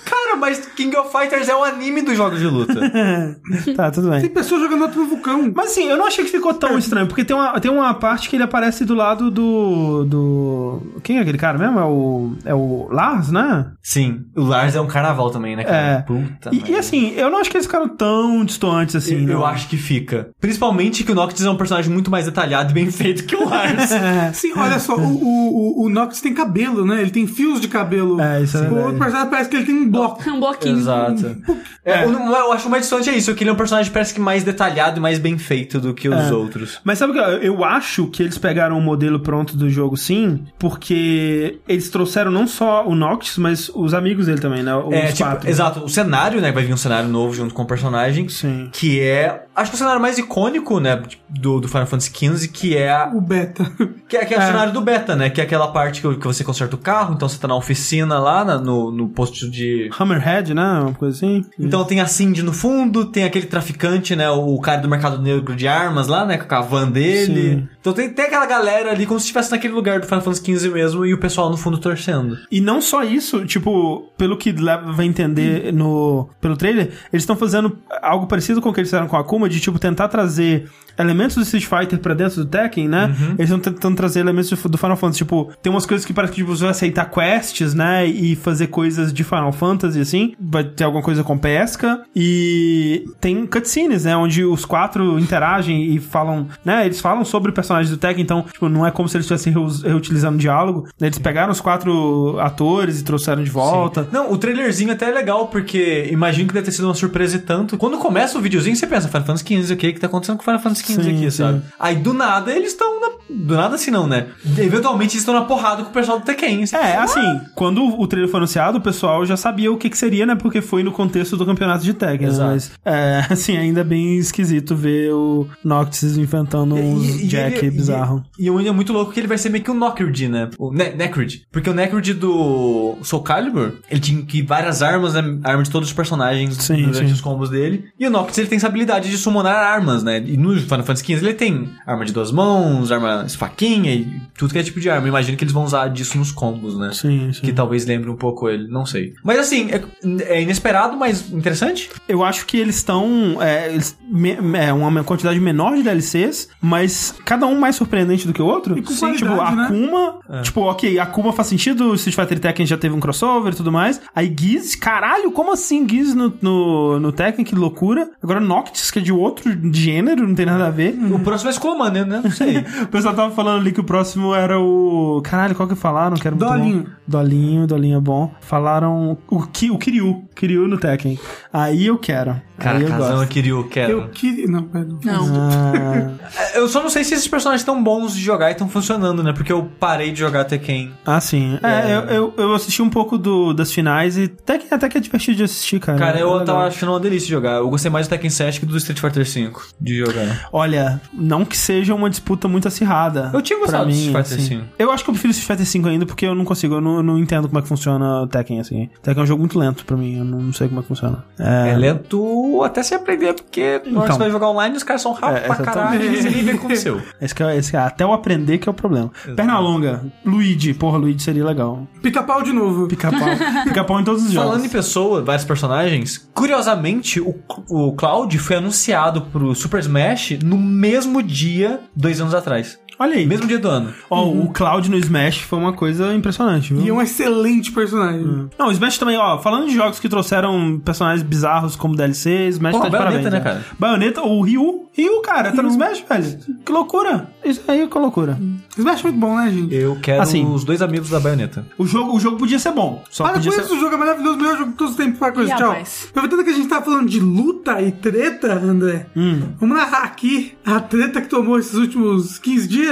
Speaker 2: Cara, mas King of Fighters é um anime dos jogos de luta.
Speaker 1: *laughs* tá, tudo bem.
Speaker 4: Tem pessoas jogando outro no vulcão.
Speaker 1: Mas assim, eu não achei que ficou tão estranho, porque tem uma, tem uma parte que ele aparece do lado do. do. Quem é aquele cara mesmo? É o. É o Lars, né?
Speaker 2: Sim, o Lars é um carnaval também, né, cara?
Speaker 1: É.
Speaker 2: Puta
Speaker 1: E,
Speaker 2: merda.
Speaker 1: e, assim, eu não acho que eles ficaram tão distantes assim.
Speaker 2: Eu
Speaker 1: não.
Speaker 2: acho que fica. Principalmente que o Noctis é um personagem muito mais detalhado e bem *laughs* feito que o Lars.
Speaker 4: Sim, olha só, o, o, o, o Nox tem cabelo, né? Ele tem fios de cabelo.
Speaker 1: É, isso é
Speaker 4: O
Speaker 1: verdade. É.
Speaker 4: outro personagem parece que ele tem um bloco.
Speaker 3: Um bloquinho.
Speaker 2: Exato. É, o- o- eu acho mais distante é isso, que ele é um personagem parece que mais detalhado e mais bem feito do que os outros.
Speaker 1: Mas sabe o que? eu- Eu acho que eles pegaram o modelo pronto do jogo, sim, porque eles trouxeram não só o Noctis, mas os amigos dele também, né? Os
Speaker 2: é, tipo,
Speaker 1: quatro.
Speaker 2: exato, o cenário, né? Vai vir um cenário novo junto com o personagem.
Speaker 1: Sim.
Speaker 2: Que é. Acho que o cenário mais icônico, né? Do, do Final Fantasy XV, que é a-
Speaker 4: O beta.
Speaker 2: Que é, que é o cenário do beta, né? Que é aquela parte que, que você conserta o carro, então você tá na oficina lá, na- no, no posto de.
Speaker 1: Hammerhead, né? Uma coisa assim.
Speaker 2: Então tem a Cindy no fundo, tem aquele traficante, né? O cara do mercado negro de armas lá, né? Com a van dele.
Speaker 1: Sim.
Speaker 2: Então tem, tem aquela galera ali como se estivesse naquele lugar do Final Fantasy XV mesmo e o pessoal no fundo torcendo.
Speaker 1: E não só isso, tipo, pelo que leva vai entender no, pelo trailer, eles estão fazendo algo parecido com o que eles fizeram com a Akuma, forma de, tipo, tentar trazer elementos do Street Fighter pra dentro do Tekken, né? Eles estão tentando trazer elementos do do Final Fantasy. Tipo, tem umas coisas que parece que tipo, você vai aceitar quests, né? E fazer coisas de Final Fantasy, assim. Vai ter alguma coisa com pesca. E tem cutscenes, né? Onde os quatro interagem e falam, né? Eles falam sobre personagens do Tekken, então, tipo, não é como se eles estivessem reus- reutilizando diálogo. né. Eles pegaram os quatro atores e trouxeram de volta.
Speaker 2: Não, o trailerzinho até é legal, porque imagino que deve ter sido uma surpresa e tanto. Quando começa o videozinho, você pensa, Final Fantasy XV, o que que tá acontecendo com Final Fantasy XV
Speaker 1: Sim,
Speaker 2: aqui,
Speaker 1: sim.
Speaker 2: sabe? Aí do nada eles estão na... Do nada assim não, né? Eventualmente eles estão na porrada com o pessoal do Tekken. assim.
Speaker 1: É, assim, quando o trailer foi anunciado, o pessoal já sabia o que, que seria, né? Porque foi no contexto do campeonato de tag, né?
Speaker 2: Exato.
Speaker 1: Mas, é, *laughs* assim, ainda é bem esquisito ver o Noctis enfrentando uns Jack
Speaker 2: ele-
Speaker 1: bizarro.
Speaker 2: E, e ainda é muito louco que ele vai ser meio que o Nocrid, né? O ne Necrid. Porque o Necrid do Soul Calibur, ele tinha que várias armas, né? Arma de todos os personagens
Speaker 1: Sim,
Speaker 2: durante
Speaker 1: sim.
Speaker 2: os combos dele. E o Noctis, ele tem essa habilidade de summonar armas, né? E no Final Fantasy XV ele tem arma de duas mãos, arma esfaquinha e tudo que é tipo de arma. Eu Imagino que eles vão usar disso nos combos, né?
Speaker 1: Sim, sim.
Speaker 2: Que talvez lembre um pouco ele, não sei. Mas assim, é, é inesperado, mas interessante.
Speaker 1: Eu acho que eles estão. É, eles- me- me- é, uma quantidade menor de DLCs, mas cada um mais surpreendente do que o outro.
Speaker 4: E com
Speaker 1: tipo,
Speaker 4: qualidade, né?
Speaker 1: Akuma. Tipo, ok, Akuma faz sentido, Street Fighter e Tekken já teve um crossover e tudo mais. Aí Giz, caralho, como assim Giz no, no, no Tekken? Que loucura. Agora Noctis, que é de outro gênero, não tem nada a ver.
Speaker 4: Hum.
Speaker 2: O próximo é Skullman, né?
Speaker 1: *laughs*
Speaker 2: Não sei.
Speaker 1: O pessoal tava falando ali que o próximo era o. Caralho, qual que falaram? Que era muito
Speaker 4: Dolinho.
Speaker 1: bom. Dolinho, Dolinho é bom. Falaram o, Ki, o Kiryu. Kiryu no Tekken. Aí eu quero.
Speaker 2: Cara,
Speaker 1: Aí eu gosto.
Speaker 2: Kazama Kiryu, quero.
Speaker 4: Eu queria. Não, pera.
Speaker 3: Não.
Speaker 1: Ah,
Speaker 2: Eu só não sei se esses personagens estão bons de jogar e estão funcionando, né? Porque eu parei de jogar Tekken.
Speaker 1: ah, sim. É, Eu, eu, eu assisti um pouco do, das finais e até que, até que é divertido de assistir, cara.
Speaker 2: Cara, eu
Speaker 1: É legal.
Speaker 2: tava achando uma delícia de jogar. Eu gostei mais do Tekken 7 que do Street Fighter V de jogar.
Speaker 1: Olha, não que seja uma disputa muito acirrada.
Speaker 2: Eu tinha
Speaker 1: pra
Speaker 2: gostado do
Speaker 1: mim,
Speaker 2: Street Fighter
Speaker 1: assim.
Speaker 2: V.
Speaker 1: Eu acho que eu prefiro Street Fighter V ainda, porque eu não consigo, eu não, eu não entendo como é que funciona o Tekken, assim. Tekken é um jogo muito lento pra mim, eu não sei como é que funciona.
Speaker 2: É, lento até se aprender, porque na hora que
Speaker 1: Então.
Speaker 2: você vai jogar online, os caras são rápidos
Speaker 1: É,
Speaker 2: pra caralho.
Speaker 1: exatamente.
Speaker 2: Você nem vê o que aconteceu.
Speaker 1: Esse que é, esse que é- até eu aprender que é o problema. Perna longa, Luigi, porra, Luigi seria legal.
Speaker 4: Pica-pau de novo.
Speaker 1: Pica-pau.
Speaker 4: *laughs*
Speaker 1: Pica-pau em todos os jogos.
Speaker 2: *laughs* Falando em pessoa, vários personagens, curiosamente, o, o Cloud foi anunciado pro Super Smash no mesmo dia, dois anos atrás.
Speaker 1: Olha aí.
Speaker 2: Mesmo dia do ano.
Speaker 1: Ó, o Cloud no Smash foi uma coisa impressionante, viu?
Speaker 4: E é um excelente personagem.
Speaker 1: Não, o Smash também, ó, falando de jogos que trouxeram personagens bizarros como DLC, Smash
Speaker 2: Porra,
Speaker 1: tá de
Speaker 2: Bayonetta,
Speaker 1: parabéns.
Speaker 2: né, cara?
Speaker 1: Bayonetta, o Ryu. Ryu, cara, tá no Smash, velho. Que loucura. Isso aí que loucura.
Speaker 4: Smash é muito bom, né, gente?
Speaker 2: Eu quero
Speaker 1: Assim.
Speaker 2: os dois amigos da baioneta.
Speaker 1: O jogo, o jogo podia ser bom. Só
Speaker 4: Para com
Speaker 1: podia ser...
Speaker 4: isso, o jogo é maravilhoso, o melhor jogo de todos os tempos. Para com isso,
Speaker 3: Ih,
Speaker 4: tchau.
Speaker 3: rapaz.
Speaker 4: Aproveitando que a gente tá falando de luta e treta, André,
Speaker 1: Hum.
Speaker 4: vamos narrar aqui a treta que tomou esses últimos 15 dias.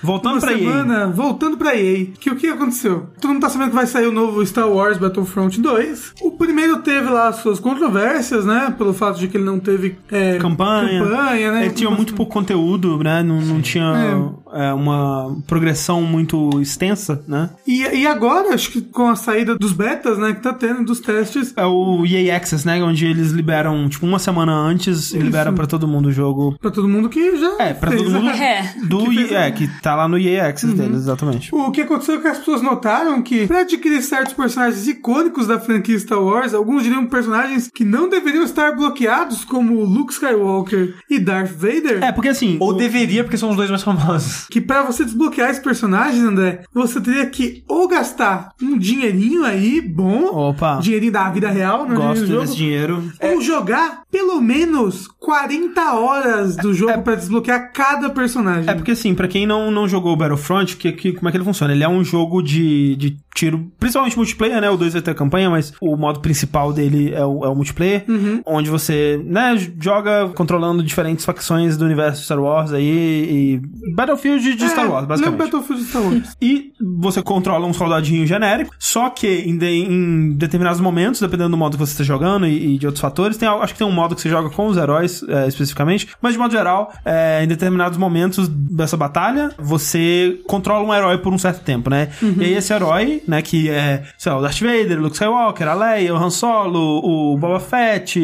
Speaker 1: Voltando
Speaker 4: uma
Speaker 1: pra EA.
Speaker 4: semana, voltando pra EA. Que o que aconteceu? Todo mundo tá sabendo que vai sair o novo Star Wars Battlefront 2. O primeiro teve lá suas controvérsias, né? Pelo fato de que ele não teve é,
Speaker 1: Campanha.
Speaker 4: campanha, né?
Speaker 1: Ele tinha muito pouco conteúdo, né? Não, não tinha é, uma progressão muito extensa, né?
Speaker 4: E, e agora, acho que com a saída dos betas, né? Que tá tendo, dos testes,
Speaker 1: É o EA Access, né? Onde eles liberam, tipo, uma semana antes e liberam pra todo mundo o jogo.
Speaker 4: pra todo mundo que já.
Speaker 1: É, pra todo
Speaker 4: fez né? a-
Speaker 1: mundo
Speaker 3: É.
Speaker 1: do EA, é, que tá lá no EA Access deles, exatamente.
Speaker 4: *laughs* O que aconteceu é que as pessoas notaram que, pra adquirir certos personagens icônicos da franquia Star Wars, alguns diriam personagens que não deveriam estar bloqueados, como Luke Skywalker e Darth Vader.
Speaker 1: É, porque assim...
Speaker 2: Ou
Speaker 1: o-
Speaker 2: deveria, porque são os dois mais famosos.
Speaker 4: Que pra você desbloquear esses personagens, André, você teria que ou gastar um dinheirinho aí, bom,
Speaker 1: Opa,
Speaker 4: dinheirinho da vida real, não é
Speaker 1: gosto
Speaker 4: dinheirinho do
Speaker 1: desse
Speaker 4: jogo,
Speaker 1: dinheiro. É.
Speaker 4: ou jogar pelo menos 40 horas do jogo pra desbloquear cada personagem.
Speaker 1: É porque assim, pra quem não, não jogou o Battlefront, que, que, como é que ele funciona? Ele é um jogo de, de tiro, principalmente multiplayer, né? O 2 vai ter campanha, mas o modo principal dele é o, é o multiplayer, onde você, né, joga controlando diferentes facções do universo Star Wars aí e Battlefield é de Star Wars, basicamente.
Speaker 4: É, Lembra Battlefield Star Wars?
Speaker 1: E você controla um soldadinho genérico, só que em, de- em determinados momentos, dependendo do modo que você está jogando e, e de outros fatores, tem, al- acho que tem um modo que você joga com os heróis é, especificamente, mas de modo geral, é, em determinados momentos dessa batalha, você controla um herói por um certo tempo, né? E aí esse herói, Disney, né? Que é, sei lá, o Darth Vader, o Luke Skywalker, a Leia, o Han Solo, o Boba Fett,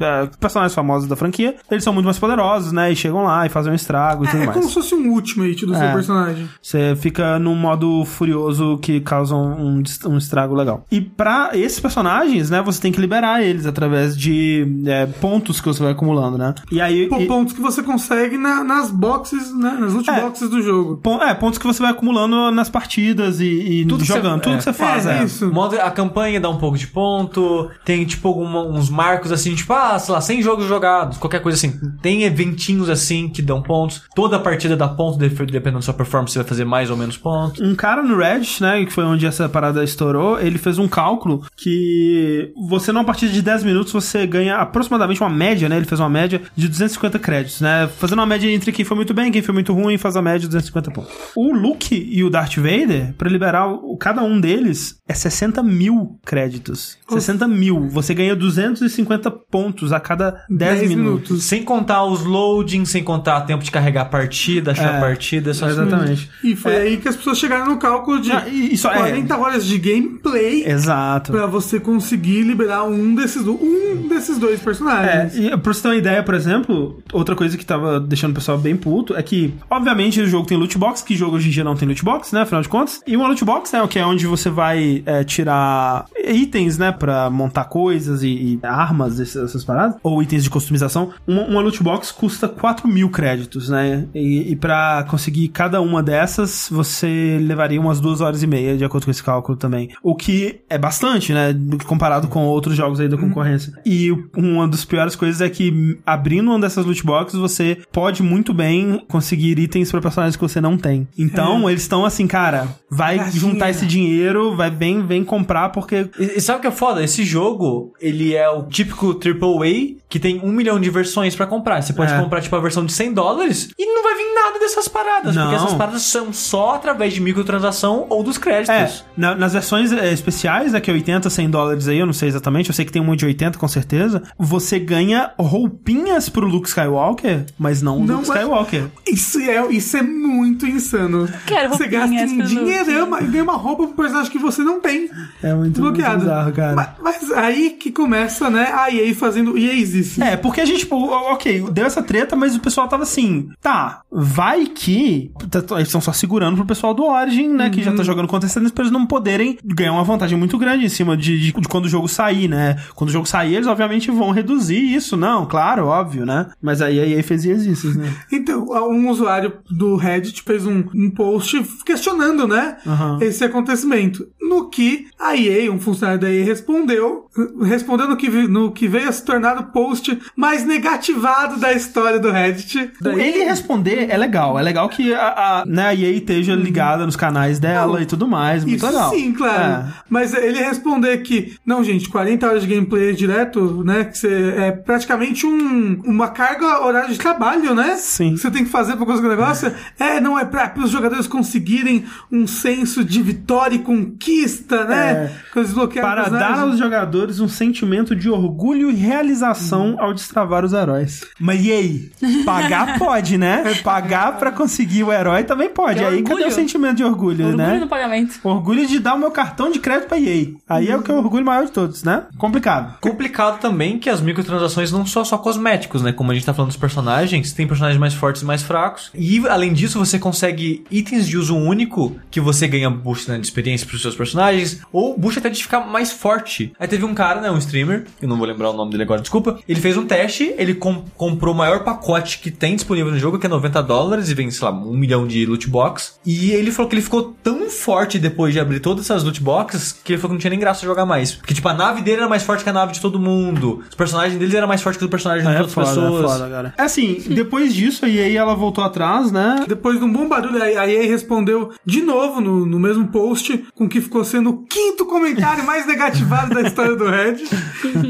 Speaker 1: eh, personagens famosos da franquia. Eles são muito mais poderosos, né? E chegam lá e fazem um estrago e tudo
Speaker 4: É, é
Speaker 1: mais.
Speaker 4: como se fosse um ultimate do seu
Speaker 1: É.
Speaker 4: personagem.
Speaker 1: Você fica num modo furioso que causa um, um dest- um estrago legal. E pra esses personagens, né, você tem que liberar eles através de é, pontos que você vai acumulando, né? E aí.
Speaker 4: Pô,
Speaker 1: e-
Speaker 4: pontos que você consegue na- nas boxes, né? Nas loot
Speaker 1: É.
Speaker 4: boxes do jogo.
Speaker 1: pon- é, pontos que você vai acumulando nas partidas e, e
Speaker 2: Tudo que
Speaker 1: jogando.
Speaker 2: você-
Speaker 1: tudo
Speaker 2: é.
Speaker 1: que você faz, é.
Speaker 4: é isso.
Speaker 2: Modo- a campanha dá um pouco de ponto, tem tipo alguma- uns marcos assim, tipo, ah, sei lá, 100 jogos jogados, qualquer coisa assim. Tem eventinhos assim que dão pontos. Toda partida dá ponto, def- dependendo da sua performance, você vai fazer mais ou menos pontos.
Speaker 1: Um cara no Reddit, né, que foi onde essa parada estourou, ele fez um cálculo que você numa partida de 10 minutos você ganha aproximadamente uma média, né, ele fez uma média de 250 créditos, né, fazendo uma média entre quem foi muito bem, quem foi muito ruim, faz a média de 250 pontos. O Luke e o Darth Vader, pra liberar o, cada um deles, é 60 mil créditos. 60 mil. Você ganha 250 pontos a cada 10,
Speaker 4: 10
Speaker 1: minutos.
Speaker 4: minutos.
Speaker 2: Sem contar os loadings, sem contar tempo de carregar a partida, achar
Speaker 1: É,
Speaker 2: a partida, essas
Speaker 1: Exatamente.
Speaker 4: E foi
Speaker 1: É.
Speaker 4: aí que as pessoas chegaram no cálculo de
Speaker 1: Ah, e- e só- é.
Speaker 4: 40 horas de gameplay
Speaker 1: Exato.
Speaker 4: pra você conseguir liberar um desses, do- um desses dois
Speaker 1: É,
Speaker 4: personagens.
Speaker 1: e pra você ter uma ideia, por exemplo, outra coisa que tava deixando o pessoal bem puto é que, obviamente, o jogo tem loot box, que jogo hoje em dia não tem loot box, né? Afinal de contas. E uma loot box, né? Que é onde você vai é, tirar itens, né? Pra montar coisas e, e armas, essas, essas paradas. Ou itens de customização. Uma, uma loot box custa 4 mil créditos, né? E, e pra conseguir cada uma dessas, você levaria umas duas horas e meia, de acordo com esse cálculo também. O que é bastante, né? Comparado com outros jogos aí da concorrência. E uma das piores coisas é que hum, abrindo uma dessas loot boxes, você pode muito bem conseguir itens pra personagens que você não tem. Então, eles estão assim, cara, vai
Speaker 4: Caixinha.
Speaker 1: juntar esse dinheiro, vai vem, vem comprar, porque.
Speaker 2: E, e sabe o que é foda? Esse jogo, ele é o típico AAA que tem um milhão de versões pra comprar. Você pode
Speaker 1: É.
Speaker 2: comprar, tipo, a versão de 100 dólares e não vai vir nada dessas paradas.
Speaker 1: Não.
Speaker 2: Porque essas paradas são só através de microtransação ou dos
Speaker 1: É,
Speaker 2: créditos.
Speaker 1: na- nas versões é, especiais, né, que é 80, 100 dólares aí, eu não sei exatamente, eu sei que tem uma de 80 com certeza, você ganha roupinhas pro Luke Skywalker, mas não o
Speaker 4: Não,
Speaker 1: Luke
Speaker 4: mas-
Speaker 1: Skywalker.
Speaker 4: Isso, é, isso é muito insano.
Speaker 3: Quero
Speaker 4: você gasta
Speaker 3: roupinhas
Speaker 4: um
Speaker 3: pro Luke.
Speaker 4: dinheirama e ganha uma roupa pro personagem que você não tem.
Speaker 1: É muito, muito
Speaker 4: Desbloqueado.
Speaker 1: bizarro, cara.
Speaker 4: Ma- Mas, aí que começa, né? A EA fazendo EA existe.
Speaker 1: É, porque a gente, tipo, o- ok, deu essa treta, mas o pessoal tava assim, tá, vai que. tá- tá- Eles estão só segurando pro pessoal do Origin, né? Que
Speaker 4: Uhum.
Speaker 1: já tá jogando contra eles pra eles não poderem ganhar uma vantagem muito grande em cima de, de- de quando o jogo sair, né? Quando o jogo sair, eles obviamente vão reduzir isso, não, claro, óbvio, né? Mas aí a EA fez isso,
Speaker 4: *laughs*
Speaker 1: né?
Speaker 4: Então, um usuário do Reddit fez um, um post questionando, né?
Speaker 1: Aham.
Speaker 4: Esse acontecimento. No que a EA, um funcionário da EA, respondeu, respondeu no que, vi- no que veio a se tornar o post mais negativado da história do Reddit.
Speaker 1: Ele responder é legal. É legal que a, a, né, a EA esteja ligada nos canais dela
Speaker 4: Uhum. Não,
Speaker 1: e tudo mais. Muito
Speaker 4: Isso
Speaker 1: legal.
Speaker 4: sim, claro.
Speaker 1: É.
Speaker 4: Mas ele responder que, não, gente, 40 horas de gameplay direto, né? Que você é praticamente um, uma carga horária de trabalho, né?
Speaker 1: Sim.
Speaker 4: Que você tem que fazer pra conseguir o negócio. É, não é pra os jogadores conseguirem um senso de vitória e conquista, né? Que eles bloqueiam
Speaker 1: É. Para
Speaker 4: o personagem.
Speaker 1: dar aos jogadores um sentimento de orgulho e realização ao destravar os heróis. Hum. Mas e aí? *laughs* Pagar pode, né? Pagar pra conseguir o herói também pode.
Speaker 3: É
Speaker 1: aí cadê
Speaker 3: orgulho.
Speaker 1: o um sentimento de orgulho,
Speaker 3: Orgulho
Speaker 1: né?
Speaker 3: no pagamento.
Speaker 1: Orgulho de dar o meu cartão de crédito pra EA. Aí é o que é o orgulho maior de todos, né? Complicado.
Speaker 2: Complicado também que as microtransações não são só cosméticos, né? Como a gente tá falando dos personagens, tem personagens mais fortes e mais fracos. E além disso, você consegue itens de uso único que você ganha boost né, de experiência pros seus personagens, ou boost até de ficar mais forte. Aí teve um cara, né? Um streamer, eu não vou lembrar o nome dele agora, desculpa. Ele fez um teste, ele com- comprou o maior pacote que tem disponível no jogo, que é 90 dólares, e vem, sei lá, um milhão de loot box. E ele falou que ele ficou tão forte depois de abrir todas essas loot boxes que ele falou que não tinha nem graça jogar mais. Porque, tipo, a nave dele era mais forte que a nave de todo mundo. Os personagens dele era mais forte que os personagens de
Speaker 1: É
Speaker 2: outras
Speaker 1: foda, é
Speaker 2: pessoas.
Speaker 1: foda, cara. É assim, depois disso, a EA ela voltou atrás, né?
Speaker 4: Depois de um bom barulho, a EA respondeu de novo no, no mesmo post, com o que ficou sendo o quinto comentário mais negativado da história
Speaker 1: *laughs*
Speaker 4: do Reddit.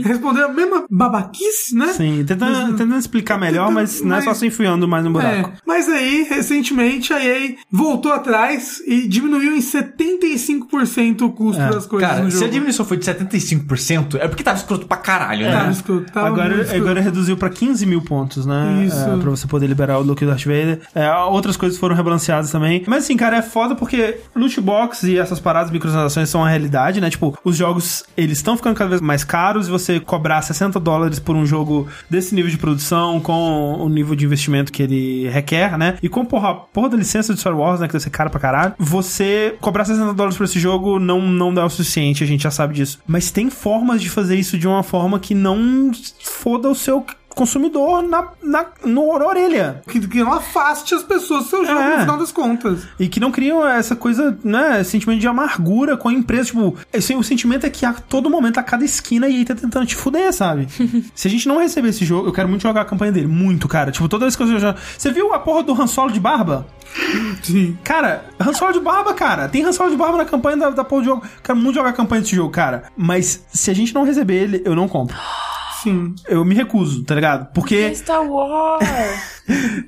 Speaker 4: Respondeu a mesma babaquice, né?
Speaker 1: Sim, Assim, tentando, tentando explicar melhor, mas não é só
Speaker 4: Mas-
Speaker 1: se enfiando mais no buraco.
Speaker 4: É, mas aí, recentemente, a EA voltou atrás e diminuiu em 75% o custo
Speaker 1: É,
Speaker 4: das coisas
Speaker 2: Cara,
Speaker 4: no
Speaker 2: se a
Speaker 4: jogo.
Speaker 2: diminuição foi de 75%, é porque tava escroto pra caralho, né?
Speaker 4: Tava escroto,
Speaker 1: tá
Speaker 4: tava muito
Speaker 1: é. Agora,
Speaker 4: escroto.
Speaker 1: agora reduziu pra 15 mil pontos, né?
Speaker 4: Isso.
Speaker 1: É, pra você poder liberar o Luke e o Darth Vader. É, outras coisas foram rebalanceadas também. Mas assim, cara, é foda porque loot box e essas paradas, micro microtransações são a realidade, né? Tipo, os jogos, eles estão ficando cada vez mais caros e você cobrar 60 dólares por um jogo desse nível de produção, com o nível de investimento que ele requer, né? E com, porra, a porra da licença de Star Wars, né? Que deve ser cara pra caralho. Você cobrar 60 dólares por esse jogo não, não dá o suficiente, a gente já sabe disso. Mas tem formas de fazer isso de uma forma que não foda o seu consumidor na, na, no, na orelha.
Speaker 4: Que, que não afaste as pessoas do seu jogo,
Speaker 1: É.
Speaker 4: no final das contas.
Speaker 1: E que não criam essa coisa, né? esse Sentimento de amargura com a empresa. Tipo, esse, o sentimento é que a todo momento, a cada esquina, e aí tá tentando te fuder,
Speaker 4: *laughs*
Speaker 1: sabe? Se a gente não receber esse jogo, eu quero muito jogar a campanha dele. Muito, cara. Tipo, toda vez que eu jogo. Você viu a porra do Han Solo de barba?
Speaker 4: Sim.
Speaker 1: Cara, Han Solo de barba, cara. Tem Han Solo de barba na campanha da, da porra do jogo. Quero muito jogar a campanha desse jogo, cara. Mas se a gente não receber ele, eu não compro.
Speaker 4: Sim.
Speaker 1: Eu me recuso, tá ligado? Porque.
Speaker 3: Star Wars.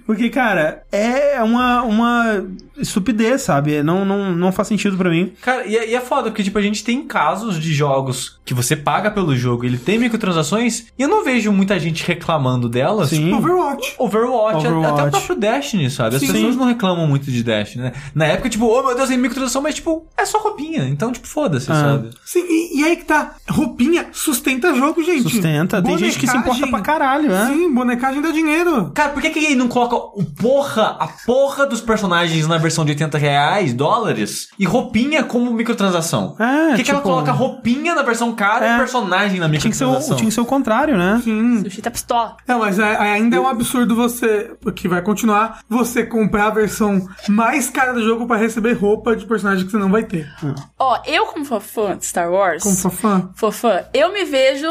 Speaker 1: Porque, cara, é uma, uma estupidez, sabe? Não, não, não faz sentido pra mim.
Speaker 2: Cara, e é, e é foda, porque, tipo, a gente tem casos de jogos que você paga pelo jogo, ele tem microtransações, e eu não vejo muita gente reclamando delas.
Speaker 1: Sim.
Speaker 4: Overwatch.
Speaker 2: Overwatch,
Speaker 1: Overwatch.
Speaker 2: até o próprio Destiny, sabe? As
Speaker 1: Sim.
Speaker 2: pessoas não reclamam muito de Destiny, né? Na época, tipo, oh meu Deus, tem microtransação, mas, tipo, é só roupinha. Então, tipo, foda-se,
Speaker 1: Ah.
Speaker 2: sabe?
Speaker 4: Sim, e, e aí que tá. Roupinha sustenta jogo, gente.
Speaker 1: Sustenta. Tem gente que se importa
Speaker 4: Bonecagem.
Speaker 1: pra caralho, né?
Speaker 4: Sim, bonecagem dá dinheiro.
Speaker 2: Cara, por que que ele não coloca o porra, a porra dos personagens na versão de 80 reais, dólares, e roupinha como microtransação?
Speaker 1: É,
Speaker 2: por que, que ela
Speaker 1: tipo-
Speaker 2: coloca roupinha na versão cara
Speaker 1: É.
Speaker 2: e personagem na
Speaker 1: Tinha que, ser o,
Speaker 2: microtransação?
Speaker 1: tinha que ser o contrário, né?
Speaker 4: Sim.
Speaker 3: *laughs* Sushi tá pistola.
Speaker 4: Não, mas a- a- ainda é um absurdo você, que vai continuar, você comprar a versão mais cara do jogo pra receber roupa de personagem que você não vai ter.
Speaker 3: Ó, eu como fã- fã de Star Wars...
Speaker 4: Como fã.
Speaker 3: Fofã, eu me vejo.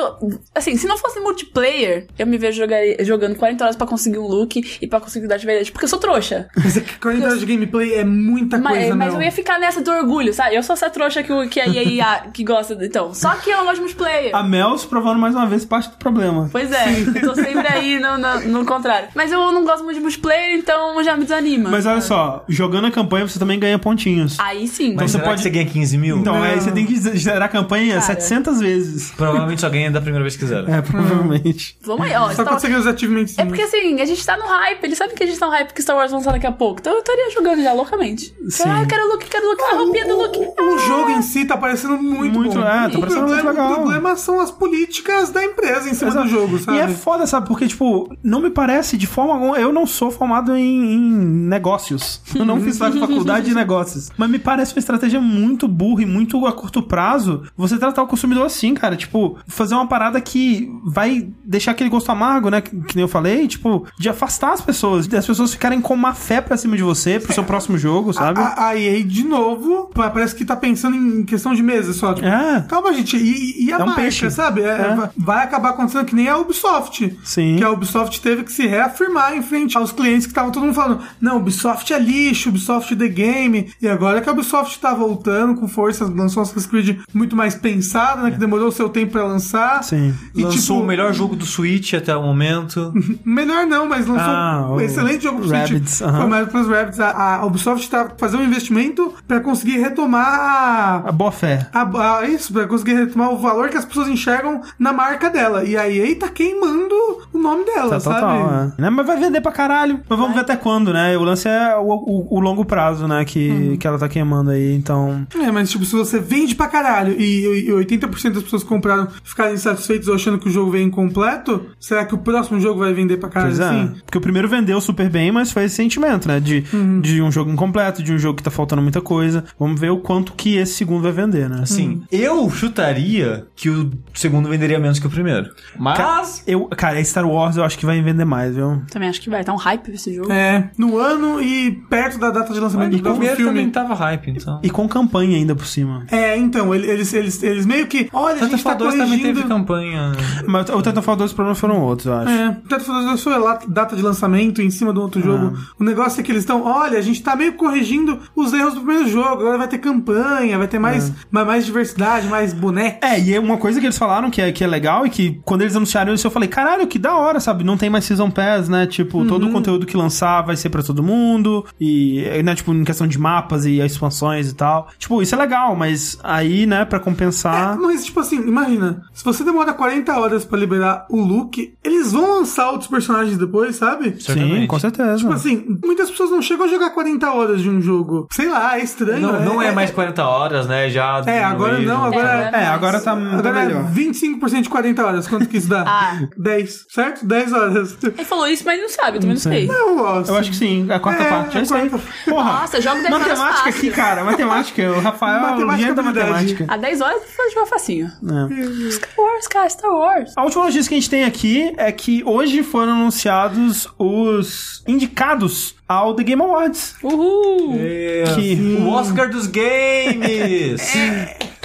Speaker 3: Assim, se não fosse multiplayer, eu me vejo jogar- jogando 40 horas pra conseguir um look e pra conseguir dar de verdade. Porque eu sou trouxa.
Speaker 4: Mas é que 40 horas de gameplay é muita
Speaker 3: Mas,
Speaker 4: coisa,
Speaker 3: mas
Speaker 4: meu.
Speaker 3: eu ia ficar nessa do orgulho, sabe? Eu sou essa trouxa que, o- que a EA que gosta. de- Então, só que eu não gosto de multiplayer.
Speaker 4: Ah,
Speaker 1: A Mels provando mais uma vez parte do problema.
Speaker 3: Pois é, eu tô sempre aí no, no, no contrário. Mas eu não gosto muito de multiplayer, então já me desanima.
Speaker 1: Mas olha só, jogando a campanha você também ganha pontinhos.
Speaker 3: Aí sim.
Speaker 2: Mas
Speaker 1: Então
Speaker 2: será
Speaker 1: você pode-
Speaker 2: que você ganha 15 mil?
Speaker 1: Então
Speaker 4: Não.
Speaker 1: aí você tem que zerar a campanha
Speaker 3: Cara.
Speaker 1: 700 vezes.
Speaker 2: Provavelmente só ganha da primeira vez que zera.
Speaker 1: É, provavelmente.
Speaker 3: Vamos aí, ó.
Speaker 4: Só
Speaker 3: Star-
Speaker 4: quando você ganha os achievements.
Speaker 3: É porque assim, a gente tá no hype, eles sabem que a gente tá no hype que Star Wars vai lançar daqui a pouco. Então eu estaria jogando já loucamente.
Speaker 1: Sim.
Speaker 3: Ah, eu quero look, quero look, a roupinha do look.
Speaker 4: O, o jogo em si tá parecendo muito,
Speaker 1: Muito,
Speaker 4: bom.
Speaker 1: é, tá
Speaker 4: o,
Speaker 1: parecendo muito
Speaker 4: problema,
Speaker 1: legal.
Speaker 4: o problema são as políticas da empresa em cima
Speaker 1: Exato.
Speaker 4: do jogo, sabe?
Speaker 1: E é foda, sabe? Porque, tipo, não me parece de forma alguma. Eu não sou formado em, em negócios. *laughs* Eu não fiz faculdade de negócios. Mas me parece uma estratégia muito burra e muito a curto prazo você tratar o consumidor assim, cara. Tipo, fazer uma parada que vai deixar aquele gosto amargo, né? Que, que nem eu falei, tipo, de afastar as pessoas, das pessoas ficarem com má fé pra cima de você, pro seu próximo jogo, sabe?
Speaker 4: A, a EA, de novo, pa- parece que tá pensando em questão de mesa só. tipo,
Speaker 1: É.
Speaker 4: Calma, gente. E, e a
Speaker 1: É um
Speaker 4: marca,
Speaker 1: peixe.
Speaker 4: sabe? É,
Speaker 1: É.
Speaker 4: va- Vai acabar acontecendo que nem a Ubisoft.
Speaker 1: Sim.
Speaker 4: Que a Ubisoft teve que se reafirmar em frente aos clientes que estavam todo mundo falando não, Ubisoft é lixo, Ubisoft é the game. E agora que a Ubisoft tá voltando com força, lançou Assassin's Creed muito mais pensada, né? Que demorou o seu tempo pra lançar.
Speaker 1: É. Sim.
Speaker 4: E,
Speaker 2: Lançou
Speaker 4: tipo,
Speaker 2: o melhor jogo do Switch até o momento.
Speaker 4: Melhor não, mas lançou
Speaker 1: Ah,
Speaker 4: um
Speaker 1: o
Speaker 4: excelente jogo pro
Speaker 1: Rabbids,
Speaker 4: Switch.
Speaker 1: aham.
Speaker 4: Foi mais pros Rabbids. A, a Ubisoft tá fazendo um investimento pra conseguir retomar
Speaker 1: A boa fé.
Speaker 4: a, a- a- isso, pra conseguir retomar o valor que as pessoas enxergam na marca dela. E aí EA tá queimando o nome dela,
Speaker 1: Tá
Speaker 4: sabe?
Speaker 1: total, é. Né, Mas vai vender pra caralho. Mas vamos ver até quando, né? O lance é o, o- o longo prazo, né? Que, que ela tá queimando aí. Então,
Speaker 4: É, mas tipo, se você vende pra caralho e, e 80% das pessoas compraram ficarem insatisfeitos ou achando que o jogo veio incompleto, será que o próximo jogo vai vender pra caralho
Speaker 1: pois é.
Speaker 4: assim?
Speaker 1: Porque o primeiro vendeu super bem, mas foi esse sentimento, né? De, de um jogo incompleto, de um jogo que tá faltando muita coisa. Vamos ver o quanto que esse segundo vai vender, né?
Speaker 2: Assim, eu chutaria que o segundo venderia menos que o primeiro. Mas.
Speaker 1: Eu, cara, Star Wars eu acho que vai vender mais, viu?
Speaker 3: Também acho que vai, tá um hype esse jogo.
Speaker 4: É, no ano e perto da data de lançamento
Speaker 2: E
Speaker 4: do
Speaker 2: o
Speaker 4: próximo
Speaker 2: primeiro também
Speaker 4: filme.
Speaker 2: tava hype, então.
Speaker 1: E com campanha ainda por cima.
Speaker 4: É, então, ele- eles, eles, eles meio que. Olha, a gente tá
Speaker 2: Titanfall 2
Speaker 4: corrigindo...
Speaker 2: também teve campanha.
Speaker 1: Mas o Titanfall 2 os problemas foram outros, eu acho.
Speaker 4: É, tanto fazer a sua la- data de lançamento em cima do outro
Speaker 1: Ah.
Speaker 4: jogo. O negócio é que eles estão, olha, a gente tá meio corrigindo os erros do primeiro jogo. Agora vai ter campanha, vai ter mais, ma- mais diversidade, mais boneco.
Speaker 1: É, e é uma coisa que eles falaram que é, que é legal e que quando eles anunciaram isso, eu falei, caralho, que da hora, sabe? Não tem mais Season Pass, né? Tipo, todo
Speaker 4: Uhum.
Speaker 1: o conteúdo que lançar vai ser pra todo mundo. E, né, tipo, em questão de mapas e expansões e tal. Tipo, isso é legal, mas aí, né, pra compensar.
Speaker 4: Mas, tipo assim, imagina, se você demora 40 horas horas pra liberar o look. Eles vão lançar outros personagens depois, sabe?
Speaker 1: Sim,
Speaker 2: Certamente.
Speaker 1: com certeza.
Speaker 4: Tipo assim, muitas pessoas não chegam a jogar 40 horas de um jogo. Sei lá, é estranho.
Speaker 2: Não, não é mais 40 horas, né? Já.
Speaker 4: É, agora
Speaker 2: diminuíram.
Speaker 4: não, agora
Speaker 1: É, agora tá, tá
Speaker 4: Agora é
Speaker 1: melhor.
Speaker 4: 25% de 40 horas. Quanto que
Speaker 1: *laughs*
Speaker 4: isso dá?
Speaker 3: Ah.
Speaker 4: 10, certo? 10 horas. *laughs*
Speaker 3: Ele falou isso, mas não sabe, eu também não sei.
Speaker 4: Eu gosto.
Speaker 1: Eu acho que sim, a quarta
Speaker 4: É,
Speaker 1: parte.
Speaker 4: a
Speaker 1: É isso aí.
Speaker 4: quarta-
Speaker 1: Porra.
Speaker 3: Nossa, jogo 10 horas
Speaker 1: matemática
Speaker 3: fácil.
Speaker 1: aqui, cara. Matemática. O Rafael é o
Speaker 4: Matemática
Speaker 1: gênio da
Speaker 4: é habilidade.
Speaker 1: matemática.
Speaker 3: Há 10 horas foi jogar facinho.
Speaker 1: É.
Speaker 3: Star Wars, cara, Star Wars.
Speaker 1: A última notícia que a gente tem aqui é que hoje foram anunciados os indicados ao The Game Awards.
Speaker 3: Uhul!
Speaker 2: É,
Speaker 1: Que-
Speaker 2: O Oscar dos *laughs* Games!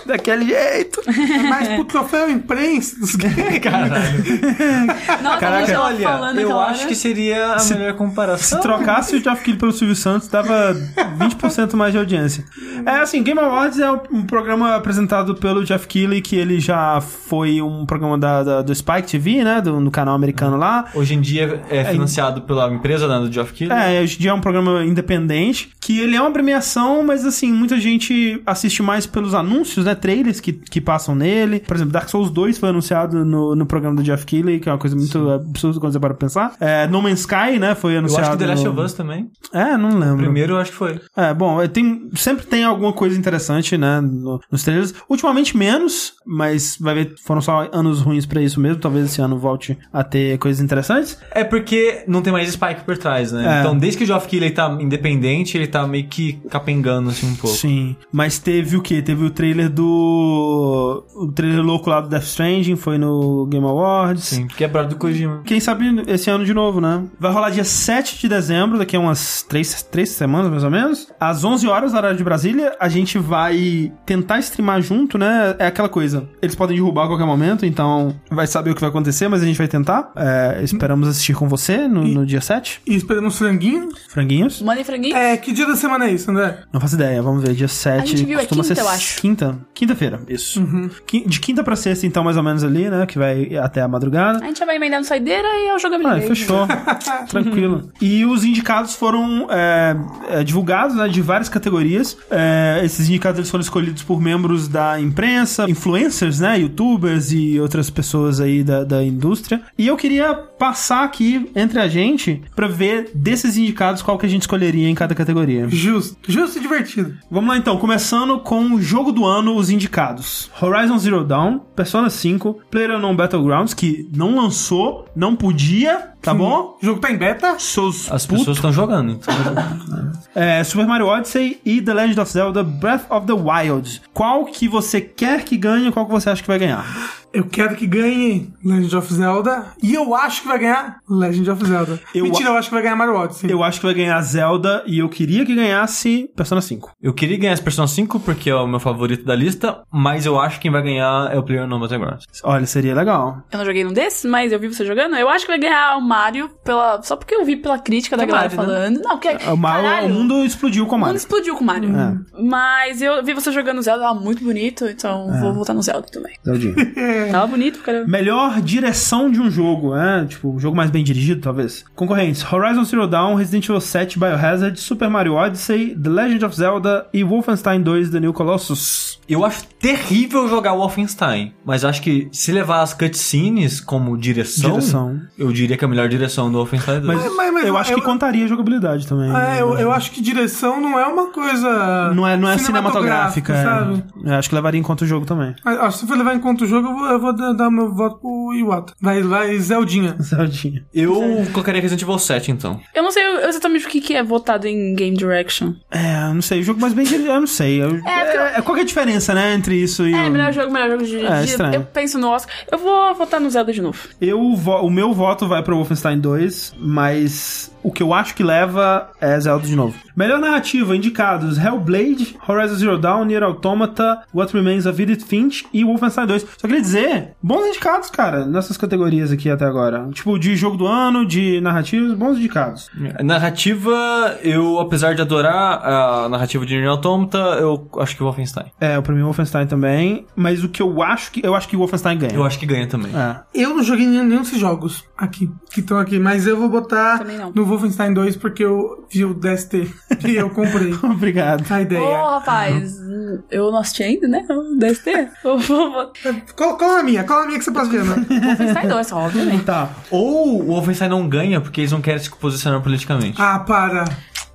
Speaker 1: Daquele jeito.
Speaker 4: Mas É pro troféu imprensa dos games.
Speaker 2: Caralho.
Speaker 3: Nossa,
Speaker 1: É. Caraca,
Speaker 3: a gente tava falando então, né?
Speaker 2: Olha, eu
Speaker 3: aquela
Speaker 2: acho
Speaker 3: hora.
Speaker 2: que seria a melhor comparação.
Speaker 1: Se trocasse o Jeff Keighley pelo Silvio Santos, dava 20% mais de audiência. É assim, Game Awards é um programa apresentado pelo Jeff Keighley, que ele já foi um programa da, da- do Spike TV, né? Do, do canal americano lá.
Speaker 2: Hoje em dia é financiado pela empresa né, do Geoff Keighley.
Speaker 1: É, hoje em dia é um programa independente, que ele é uma premiação, mas assim, muita gente assiste mais pelos anúncios, né? Trailers que, que passam nele. Por exemplo, Dark Souls 2 foi anunciado no, no programa do Jeff Keighley, que é uma coisa muito absurda quando você para pra pensar. É, no Man's Sky, né? Foi
Speaker 2: Eu
Speaker 1: anunciado.
Speaker 2: acho que The Last
Speaker 1: no-
Speaker 2: of Us também.
Speaker 1: É, não lembro.
Speaker 2: Primeiro eu acho que foi.
Speaker 1: É, bom, é, tem, sempre tem alguma coisa interessante, né, no- nos trailers. Ultimamente menos, mas vai ver, foram só anos ruins pra isso mesmo. Talvez esse ano volte a ter coisas interessantes.
Speaker 2: É porque não tem mais Spike por trás, né?
Speaker 1: É.
Speaker 2: Então, desde que o Geoff Keighley tá independente, ele tá meio que capengando, assim, um pouco.
Speaker 1: Sim, mas teve o quê? Teve o trailer do. O trailer louco lá do Death Stranding, foi no Game Awards.
Speaker 2: Sim, porque é brother do Kojima.
Speaker 1: Quem sabe esse ano de novo, né? Vai rolar dia 7 de dezembro, daqui a umas 3, três semanas mais ou menos. Às 11 horas, horário de Brasília, a gente vai tentar streamar junto, né? É aquela coisa. Eles podem derrubar a qualquer momento, então vai saber o que vai acontecer, mas a gente vai tentar. É, esperamos assistir com você no, no dia 7.
Speaker 4: *laughs* E esperamos franguinho.
Speaker 1: Franguinhos?
Speaker 3: Mano e franguinho?
Speaker 4: É, que dia da semana é isso, André?
Speaker 1: Não faço ideia, vamos ver. Dia 7.
Speaker 3: gente viu, é
Speaker 1: costuma
Speaker 3: quinta,
Speaker 1: ser
Speaker 3: eu acho. Uhum.
Speaker 1: Quinta? Quinta-feira. Isso. De quinta pra sexta, então, mais ou menos ali, né? Que vai até a madrugada.
Speaker 3: A gente já vai emendar no saideira e eu jogabilidade.
Speaker 1: Ah,
Speaker 3: *laughs*
Speaker 1: fechou. Tranquilo. E os indicados foram é, é, divulgados, né, de várias categorias. É, esses indicados eles foram escolhidos por membros da imprensa, influencers, né, youtubers e outras pessoas aí da, da indústria. E eu queria passar aqui entre a gente pra ver desses indicados qual que a gente escolheria em cada categoria.
Speaker 4: Justo. Justo e divertido.
Speaker 1: Vamos lá então, começando com o jogo do ano, os indicados: Horizon Zero Dawn, Persona 5, PlayerUnknown Battlegrounds, que não lançou, não podia, tá bom?
Speaker 4: O jogo tá em beta?
Speaker 1: Seus
Speaker 2: As
Speaker 1: putos.
Speaker 2: pessoas estão jogando, então.
Speaker 1: É, Super Mario Odyssey e The Legend of Zelda Breath of the Wild. Qual que você quer que ganhe e qual que você acha que vai ganhar?
Speaker 4: Eu quero que ganhe Legend of Zelda. E eu acho que vai ganhar Legend of Zelda.
Speaker 1: Eu
Speaker 4: Mentira, eu acho que vai ganhar Mario Odyssey.
Speaker 1: Eu acho que vai ganhar Zelda e eu queria que ganhasse Persona 5.
Speaker 2: Eu queria ganhar esse Persona 5 porque é o meu favorito da lista, mas eu acho que quem vai ganhar é o Player No Battlegrounds.
Speaker 1: Olha, seria legal.
Speaker 3: Eu não joguei num desses, mas eu vi você jogando. Eu acho que vai ganhar o Mario pela... só porque eu vi pela crítica da
Speaker 2: Que
Speaker 3: galera
Speaker 2: Mario, né?
Speaker 3: falando. Não, porque.
Speaker 1: O, Mario-
Speaker 3: caralho,
Speaker 1: o mundo explodiu com o
Speaker 3: o mundo
Speaker 1: Mario.
Speaker 3: explodiu com o Mario.
Speaker 1: É.
Speaker 3: Mas eu vi você jogando Zelda, tava muito bonito, então vou voltar no Zelda também.
Speaker 1: É.
Speaker 3: Tava bonito, cara.
Speaker 1: Melhor direção de um jogo, né? Tipo, um jogo mais bem dirigido, talvez. Concorrentes: Horizon Zero Dawn, Resident Evil 7, Biohazard, Super Mario Odyssey, The Legend of Zelda e Wolfenstein 2 The New Colossus.
Speaker 2: Eu acho terrível jogar Wolfenstein, mas acho que se levar as cutscenes como direção,
Speaker 1: Direção.
Speaker 2: eu diria que é a melhor direção do Wolfenstein 2.
Speaker 1: Mas,
Speaker 4: mas- mas
Speaker 1: eu acho que
Speaker 4: eu-
Speaker 1: contaria a jogabilidade também.
Speaker 4: É, eu, eu acho que direção não é uma coisa.
Speaker 1: Uhum. Não é, não é cinematográfica,
Speaker 4: sabe?
Speaker 1: é. Eu acho que levaria em conta o jogo também.
Speaker 4: Mas, ó, se for levar em conta o jogo, eu vou, eu vou dar dar meu voto pro Iwata. Vai, vai, Zeldinha.
Speaker 1: Zeldinha.
Speaker 2: Eu colocaria Resident Evil 7, então.
Speaker 3: Eu não sei exatamente o que, que é votado em Game Direction.
Speaker 1: É, eu não sei, o jogo mais bem dirigido, eu não sei. Eu-
Speaker 3: É, porque eu-
Speaker 1: é, qual que é a diferença, né, entre isso e
Speaker 3: É,
Speaker 1: o...
Speaker 3: melhor jogo, melhor jogo de
Speaker 1: É,
Speaker 3: de-
Speaker 1: estranho.
Speaker 3: Eu penso no Oscar. Eu vou votar no Zelda de novo.
Speaker 1: Eu, vo- o meu voto vai pro Wolfenstein 2, mas o que eu acho que leva é Zelda de novo. Melhor narrativa, indicados Hellblade, Horizon Zero Dawn, Nier Automata, What Remains of Edith Finch e Wolfenstein 2. Só queria dizer, bons indicados, cara, nessas categorias aqui até agora. Tipo, de jogo do ano, de narrativas, bons indicados.
Speaker 2: É. Narrativa, eu, apesar de adorar a narrativa de Nier Automata, eu acho que Wolfenstein.
Speaker 1: É, pra mim o Wolfenstein também, mas o que eu acho que... Eu acho que o Wolfenstein ganha.
Speaker 2: Eu acho que ganha também.
Speaker 1: É. *laughs*
Speaker 4: Eu não joguei nenhum, nenhum desses jogos aqui, que estão aqui, mas eu vou botar
Speaker 3: Também não.
Speaker 4: no Wolfenstein 2 porque eu vi o DST e
Speaker 1: *laughs*
Speaker 4: eu comprei.
Speaker 1: Obrigado.
Speaker 4: A
Speaker 3: Ô,
Speaker 4: ideia.
Speaker 3: rapaz, eu não assisti ainda, né? O DST. *laughs* Eu vou- vou-
Speaker 4: Qual, qual é a minha? Qual é a minha que você
Speaker 1: *laughs*
Speaker 4: passa vendo?
Speaker 3: vou pensar em dois, obviamente.
Speaker 1: Tá.
Speaker 2: Ou o Wolfenstein não ganha porque eles não querem se posicionar politicamente.
Speaker 4: Ah, para.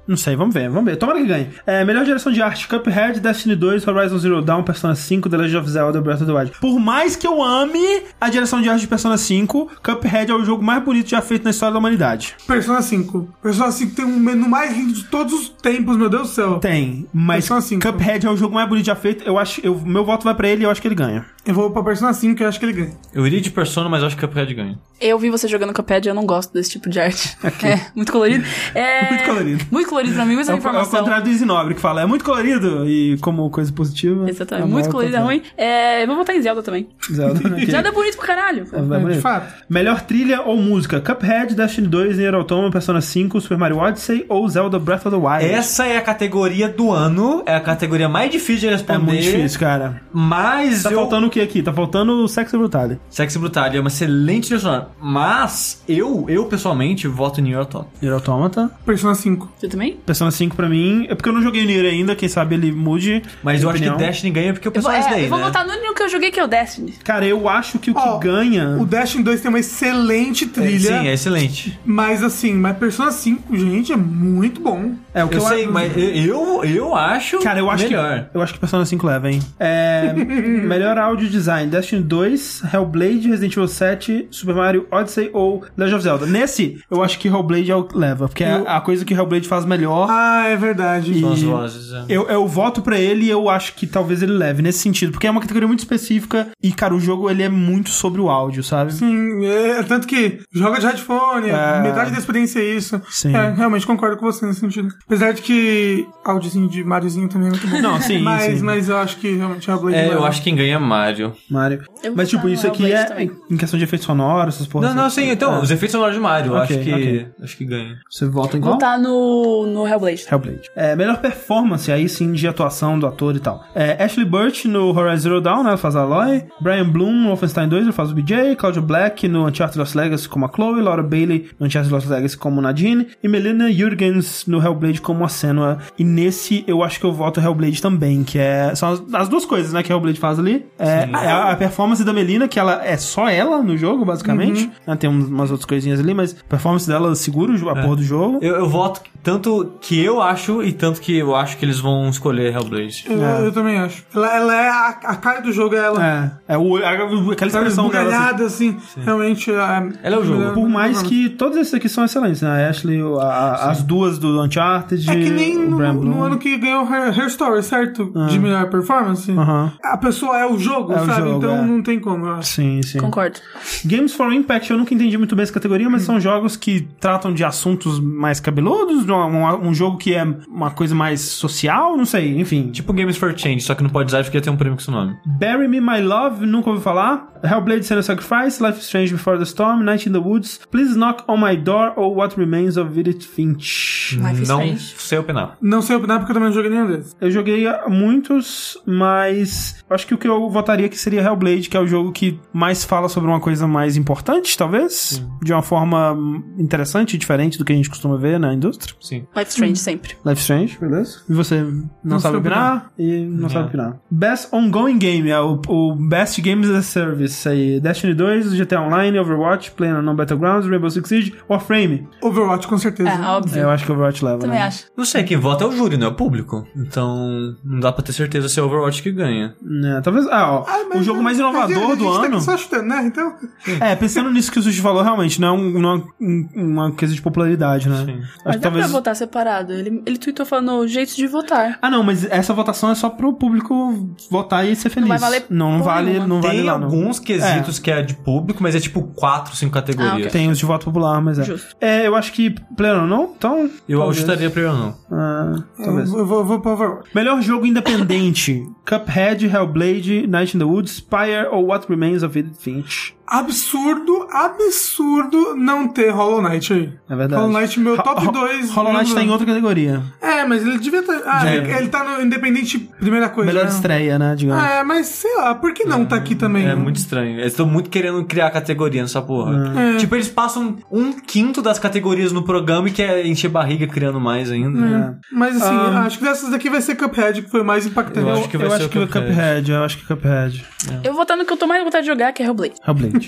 Speaker 1: Não sei, vamos ver, vamos ver. Tomara que ganhe. É, melhor direção de arte: Cuphead, Destiny 2, Horizon Zero Dawn, Persona 5, The Legend of Zelda, Breath of the Wild. Por mais que eu ame a direção de arte de Persona 5, Cuphead é o jogo mais bonito já feito na história da humanidade.
Speaker 4: Persona 5. Persona 5 tem um menu mais lindo de todos os tempos, meu Deus do céu.
Speaker 1: Tem, mas
Speaker 4: Persona 5.
Speaker 1: Cuphead é o jogo mais bonito já feito. Eu acho, eu, meu voto vai pra ele e eu acho que ele ganha.
Speaker 4: Eu vou pra Persona 5 que eu acho que ele ganha.
Speaker 2: Eu iria de Persona, mas eu acho que é Cuphead ganha.
Speaker 3: Eu vi você jogando Cuphead e eu não gosto desse tipo de arte. É, muito colorido. É,
Speaker 1: Muito colorido.
Speaker 3: Muito colorido pra mim, mas é
Speaker 1: É
Speaker 3: uma
Speaker 1: o, é o
Speaker 3: informação.
Speaker 1: contrário do Isinobre, que fala, é muito colorido e como coisa positiva.
Speaker 3: Exatamente.
Speaker 1: é
Speaker 3: muito
Speaker 1: mal,
Speaker 3: colorido é
Speaker 1: contrário.
Speaker 3: ruim. É, eu vou votar em Zelda também.
Speaker 1: Zelda,
Speaker 3: *laughs*
Speaker 1: né?
Speaker 3: Zelda é bonito pra caralho.
Speaker 1: É, vai
Speaker 4: É,
Speaker 1: bonito.
Speaker 4: de fato.
Speaker 1: Melhor trilha ou música? Cuphead, Destiny 2, Nier Automata, Persona 5, Super Mario Odyssey ou Zelda Breath of the Wild?
Speaker 2: Essa é a categoria do ano, é a categoria mais difícil de
Speaker 1: é
Speaker 2: responder.
Speaker 1: muito difícil, cara.
Speaker 2: Mas
Speaker 1: Tá
Speaker 2: eu...
Speaker 1: faltando o que aqui? Tá faltando o Sexo Brutal.
Speaker 2: Sexy Brutal é uma excelente trilha sonora. Mas eu, eu pessoalmente, voto em Nier Automata.
Speaker 1: Nier Automata.
Speaker 4: Persona 5.
Speaker 3: Você também?
Speaker 1: Persona 5 pra mim... É porque eu não joguei o Nier ainda, quem sabe ele mude.
Speaker 2: Mas
Speaker 1: de
Speaker 2: eu acho que
Speaker 1: opinião.
Speaker 2: Destiny ganha porque o
Speaker 3: Eu vou,
Speaker 2: pessoal é isso
Speaker 3: é,
Speaker 2: daí,
Speaker 3: eu vou
Speaker 2: né?
Speaker 3: votar no único que eu joguei, que é o Destiny.
Speaker 1: Cara, eu acho que o que
Speaker 4: Ó,
Speaker 1: ganha...
Speaker 4: O Destiny 2 tem uma excelente trilha.
Speaker 2: Sim, é excelente.
Speaker 4: Mas assim, mas Persona 5, gente, é muito bom.
Speaker 1: É, o que
Speaker 2: Eu,
Speaker 1: eu,
Speaker 2: sei, mas eu, eu, eu acho
Speaker 1: Cara, eu acho
Speaker 2: melhor.
Speaker 1: que. Eu acho que Persona 5 leva, hein?
Speaker 4: *laughs*
Speaker 1: É, melhor áudio design: Destiny 2, Hellblade, Resident Evil 7, Super Mario Odyssey ou Legend of Zelda. Nesse, eu acho que Hellblade é o que leva, porque é a coisa que Hellblade faz melhor.
Speaker 4: Ah, é verdade.
Speaker 1: E-
Speaker 2: São as vozes. é.
Speaker 1: Eu, eu voto pra ele e eu acho que talvez ele leve nesse sentido, porque é uma categoria muito específica e, cara, o jogo ele é muito sobre o áudio, sabe?
Speaker 4: Sim, é, tanto que joga de headphone,
Speaker 1: É.
Speaker 4: metade da experiência é isso.
Speaker 1: Sim.
Speaker 4: É, realmente concordo com você nesse sentido. Apesar de que áudiozinho de Mariozinho também é muito bom.
Speaker 1: Não, *laughs* sim,
Speaker 4: mas,
Speaker 1: sim.
Speaker 4: mas eu acho que realmente é a Blade
Speaker 2: É, eu acho que quem ganha é Mario.
Speaker 1: Mario.
Speaker 3: Eu vou
Speaker 1: Mas, tipo,
Speaker 3: votar no
Speaker 1: isso aqui
Speaker 3: Hellblade
Speaker 1: é
Speaker 3: também.
Speaker 1: em questão de efeitos sonoros, essas porras.
Speaker 2: Não, não, sim, então, os efeitos sonoros de Mario, eu
Speaker 1: É. Ok,
Speaker 2: acho que.
Speaker 1: ok.
Speaker 2: Acho que ganha.
Speaker 1: Você vota em
Speaker 3: Vou
Speaker 1: qual?
Speaker 3: votar no, no Hellblade.
Speaker 1: Hellblade. É, melhor performance, aí sim, de atuação do ator e tal. É, Ashley Burch no Horizon Zero Dawn, né, ela faz a Aloy. Brian Bloom no Wolfenstein 2, ele faz o BJ. Claudia Black no Uncharted Lost Legacy como a Chloe. Laura Bailey no Uncharted Lost Legacy como Nadine. E Melina Jurgens no Hellblade como a Senua. E nesse, eu acho que eu voto Hellblade também, que é... São as, as duas coisas, né, que Hellblade faz ali. É, é a, a performance da Melina, que ela é só ela no jogo, basicamente. Né, tem um- umas outras coisinhas ali, mas a performance dela segura o jo- a porra do jogo.
Speaker 2: Eu, eu voto tanto que eu acho e tanto que eu acho que eles vão escolher Hellblade.
Speaker 4: Eu, eu também acho. Ela, ela é a, a cara do jogo, é ela.
Speaker 1: É, é o, a- aquela
Speaker 4: Sabe,
Speaker 1: expressão dela. assim.
Speaker 4: esbugalhada, assim. Realmente. É,
Speaker 2: Ela é o jogo.
Speaker 1: Por mais que todos esses aqui são excelentes, né? A Ashley, o- a- a- as duas do Uncharted,
Speaker 4: É que nem
Speaker 1: o
Speaker 4: no,
Speaker 1: Bram
Speaker 4: no
Speaker 1: Bloom.
Speaker 4: ano que ganhou Her, Her Story, certo? De melhor performance.
Speaker 1: Aham.
Speaker 4: A pessoa é o jogo,
Speaker 1: Ah. É o
Speaker 4: sabe?
Speaker 1: jogo,
Speaker 4: então
Speaker 1: é.
Speaker 4: não tem como, eu acho.
Speaker 1: Sim, sim.
Speaker 3: Concordo.
Speaker 1: Games for Impact, eu nunca entendi muito bem essa categoria,
Speaker 4: Hum.
Speaker 1: mas são jogos que tratam de assuntos mais cabeludos, um, um- um jogo que é uma coisa mais social, não sei, enfim. Tipo,
Speaker 2: Tipo Games for Change, só que não pode usar porque tem um prêmio com esse nome.
Speaker 1: Bury Me My Love, nunca ouvi falar. Hellblade Senna Sacrifice, Life is Strange Before the Storm, Night in the Woods, Please Knock on My Door ou What Remains of Edith Finch.
Speaker 3: Life is
Speaker 2: não
Speaker 3: Strange.
Speaker 2: sei opinar.
Speaker 4: Não sei opinar porque eu também não joguei nenhum deles.
Speaker 1: Eu joguei muitos, mas acho que o que eu votaria que seria Hellblade, que é o jogo que mais fala sobre uma coisa mais importante, talvez, de uma forma hum, interessante e diferente do que a gente costuma ver na indústria.
Speaker 2: Sim.
Speaker 3: Life is Strange sempre.
Speaker 1: Life is Strange, beleza? E você não, sabe
Speaker 4: sei
Speaker 1: opinar e não sabe opinar. Best Ongoing Game, é o, o Best Games as a Service aí. Destiny 2, GTA Online, Overwatch, PlayerUnknown's Battlegrounds, Rainbow Six Siege, Warframe.
Speaker 4: Overwatch, com certeza.
Speaker 3: É, óbvio.
Speaker 1: Uhum. Eu acho que Overwatch leva,
Speaker 3: Também
Speaker 1: né?
Speaker 3: acho.
Speaker 2: Não sei, quem vota é o júri, não é o público. Então, não dá pra ter certeza se é Overwatch que ganha.
Speaker 1: É, talvez, ah, ó,
Speaker 4: Ah, mas-
Speaker 1: o jogo mais
Speaker 4: mas a
Speaker 1: inovador
Speaker 4: gente
Speaker 1: do
Speaker 4: tá aqui
Speaker 1: ano...
Speaker 4: só chutando, né? Então,
Speaker 1: É, pensando nisso que o Sushi falou, realmente, não é um- não é um- uma coisa de popularidade, né?
Speaker 2: Sim.
Speaker 1: Acho
Speaker 3: Mas
Speaker 1: que
Speaker 3: dá pra
Speaker 1: talvez.
Speaker 3: votar separado. Ele, ele tweetou falando o jeito de votar.
Speaker 1: Ah, não, mas essa votação é só pro público votar e ser feliz.
Speaker 3: vai valer
Speaker 1: Não, não
Speaker 3: porra
Speaker 1: vale,
Speaker 3: nenhuma.
Speaker 1: não vale
Speaker 2: tem
Speaker 1: lá, não.
Speaker 2: alguns quesitos que é de público, mas é tipo 4, 5 categorias.
Speaker 3: Ah, ok.
Speaker 1: Tem os de voto popular, mas é.
Speaker 3: Justo.
Speaker 1: É, eu acho que pleno não, então.
Speaker 2: Eu tá-
Speaker 1: talvez.
Speaker 2: chutaria primeiro não.
Speaker 1: Ah, talvez.
Speaker 4: eu, eu vou, eu vou pra Overwatch.
Speaker 1: Melhor jogo independente: *laughs* Cuphead, Hellblade, Night in the Woods, Spire ou What Remains of Edith Finch.
Speaker 4: Absurdo, absurdo não ter Hollow Knight aí.
Speaker 1: É verdade.
Speaker 4: Hollow Knight, meu
Speaker 1: Ho-
Speaker 4: top
Speaker 1: Ho-
Speaker 4: 2.
Speaker 1: Hollow Knight tá em outra categoria.
Speaker 4: É, É, mas ele devia estar. Ah,
Speaker 2: Devia.
Speaker 4: ele, ele tá no Independente Primeira Coisa.
Speaker 1: é. Melhor
Speaker 4: né?
Speaker 1: estreia, né, digamos.
Speaker 4: Ah, é, mas sei lá, por que não tá aqui também?
Speaker 2: É muito estranho. Eles estão muito querendo criar categoria nessa
Speaker 1: É.
Speaker 2: porra. Tipo, eles passam um quinto das categorias no programa e quer encher barriga criando mais ainda.
Speaker 1: É.
Speaker 4: Mas assim, acho que dessas daqui vai ser Cuphead, que foi o mais impactante.
Speaker 2: Eu acho que
Speaker 1: Ah.
Speaker 2: vai
Speaker 1: eu
Speaker 2: ser
Speaker 1: acho
Speaker 2: o
Speaker 1: que
Speaker 2: Cuphead.
Speaker 1: Cuphead, eu acho que Cuphead.
Speaker 3: Eu vou estar no que eu tô mais com vontade de jogar, que é Hellblade.
Speaker 1: Hellblade.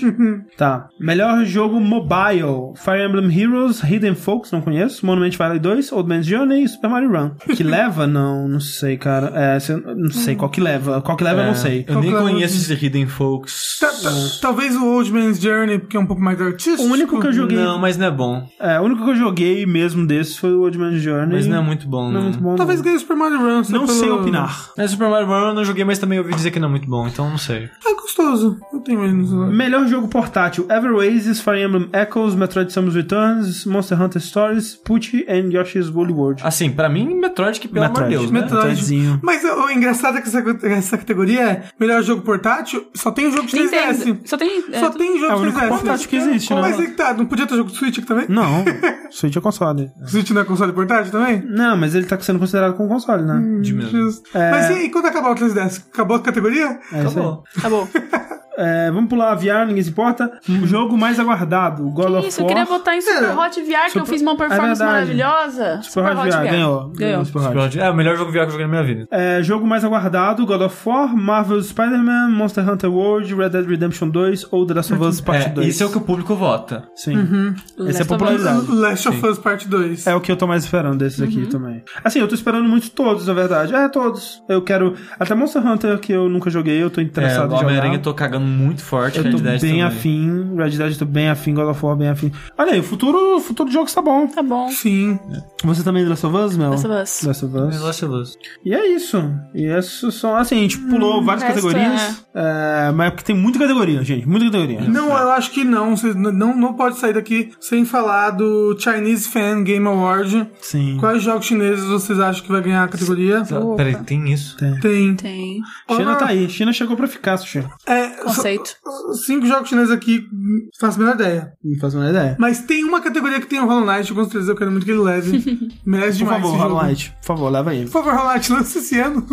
Speaker 1: tá. Melhor jogo mobile: Fire Emblem Heroes, Hidden Folks, não conheço. Monument Valley 2, Old Man's Journey e Super Mario Run. Que leva? Não, não sei, cara. É, se- não sei qual que leva. Qual que leva eu não sei.
Speaker 2: Eu nem
Speaker 4: Qual que é o-
Speaker 2: conheço esse Hidden Folks.
Speaker 4: Ta- ta- Talvez o Old Man's Journey, porque é um pouco mais artístico.
Speaker 1: é. O único que eu joguei.
Speaker 2: Não, mas não é bom.
Speaker 1: É, o único que eu joguei mesmo desse foi o Old Man's Journey.
Speaker 2: Mas não é muito bom.
Speaker 1: Não é
Speaker 2: não.
Speaker 1: muito bom.
Speaker 4: Talvez
Speaker 1: não.
Speaker 4: ganhe o Super Mario Run. só
Speaker 1: Não
Speaker 4: pelo-
Speaker 1: sei opinar.
Speaker 2: Mas Super Mario Bros. eu não joguei, mas também ouvi dizer que não é muito bom, então não sei.
Speaker 4: É gostoso. Eu tenho ele no
Speaker 1: Melhor jogo portátil: Ever Oasis, Fire Emblem Echoes, Metroid Samus Returns, Monster Hunter Stories, Pucci and Yoshi's Woolly World.
Speaker 2: Assim, pra mim, Metroid, que pelo amor de
Speaker 1: Metroid.
Speaker 2: Deus, né?
Speaker 1: Metroid. Metroidzinho.
Speaker 4: Mas o o engraçado é que essa, essa categoria é melhor jogo portátil, só tem jogo de 3DS.
Speaker 3: Nintendo. Só tem. é,
Speaker 4: Só tem jogo
Speaker 1: É o
Speaker 4: de
Speaker 1: único
Speaker 4: 3DS.
Speaker 1: portátil que existe,
Speaker 4: Como
Speaker 1: né?
Speaker 4: Mas é que tá, não podia ter jogo de Switch aqui também?
Speaker 1: Não, Switch é console.
Speaker 4: Switch não é console portátil também?
Speaker 1: Não, mas ele tá sendo considerado como console, né?
Speaker 2: De mesmo.
Speaker 4: Justo. Mas e, e quando acabar o 3DS? Acabou a categoria?
Speaker 1: É isso aí.
Speaker 2: Acabou.
Speaker 3: Tá
Speaker 1: *laughs*
Speaker 3: bom.
Speaker 1: É, vamos pular VR, ninguém se importa. Um jogo mais aguardado, God of
Speaker 3: Isso, eu
Speaker 1: War. É.
Speaker 3: queria botar em Super Hot VR, que eu
Speaker 1: Super-
Speaker 3: fiz uma performance
Speaker 1: É verdade.
Speaker 3: maravilhosa.
Speaker 1: Super Hot VR, ganhou.
Speaker 3: Ganhou.
Speaker 1: Super Hot.
Speaker 2: Metroid- É o melhor jogo VR que eu joguei na minha vida.
Speaker 1: É, jogo mais aguardado, God of War, Marvel Spider-Man, Monster Hunter World, Red Dead Redemption 2 ou The Last of Us Part
Speaker 2: É,
Speaker 1: 2.
Speaker 2: isso é o que o público vota.
Speaker 1: Sim. Esse é
Speaker 3: Last of Us.
Speaker 1: popularizado.
Speaker 4: Last of Us Part 2.
Speaker 1: É o que eu tô mais esperando desses aqui também. Assim, eu tô esperando muito todos, na verdade. É, todos. Eu quero... Até Monster Hunter, que eu nunca joguei, eu tô
Speaker 2: É,
Speaker 1: interessado
Speaker 2: o
Speaker 1: em jogar.
Speaker 2: Homem-Aranha eu tô cagando muito forte.
Speaker 1: Eu tô
Speaker 2: Red Dead
Speaker 1: bem
Speaker 2: também.
Speaker 1: afim, Red Dead eu tô bem afim, God of War bem afim. Olha aí, o futuro, o futuro de jogos tá bom.
Speaker 3: Tá bom.
Speaker 4: Sim.
Speaker 1: Você também é The Last of Us, Mel?
Speaker 3: Last of Us.
Speaker 1: Last of Us.
Speaker 2: Mas Last of Us.
Speaker 1: E é isso. E isso são, assim, a gente pulou várias
Speaker 3: Hum, resto
Speaker 1: categorias. É, mas é porque tem muita categoria, gente. Muita categoria.
Speaker 4: Não, eu acho que não. Você n- não, não pode sair daqui sem falar do Chinese Fan Game Award.
Speaker 1: Sim.
Speaker 4: Quais jogos chineses vocês acham que vai ganhar a categoria?
Speaker 3: Opa.
Speaker 2: Peraí, tem isso?
Speaker 4: Tem.
Speaker 3: Tem.
Speaker 1: China
Speaker 4: Olá.
Speaker 1: tá aí. China chegou pra ficar, Sushi.
Speaker 4: É,
Speaker 3: Conceito.
Speaker 4: só- cinco jogos chineses aqui, hum, faço a menor ideia.
Speaker 1: Não faço a menor ideia.
Speaker 4: Mas tem uma categoria que tem o Hollow Knight, com certeza eu quero muito que ele leve. Merece
Speaker 1: Por
Speaker 4: demais
Speaker 1: favor,
Speaker 4: esse jogo.
Speaker 1: Hollow Knight. Por favor, leva aí.
Speaker 4: Por favor, Hollow Knight, lança esse ano.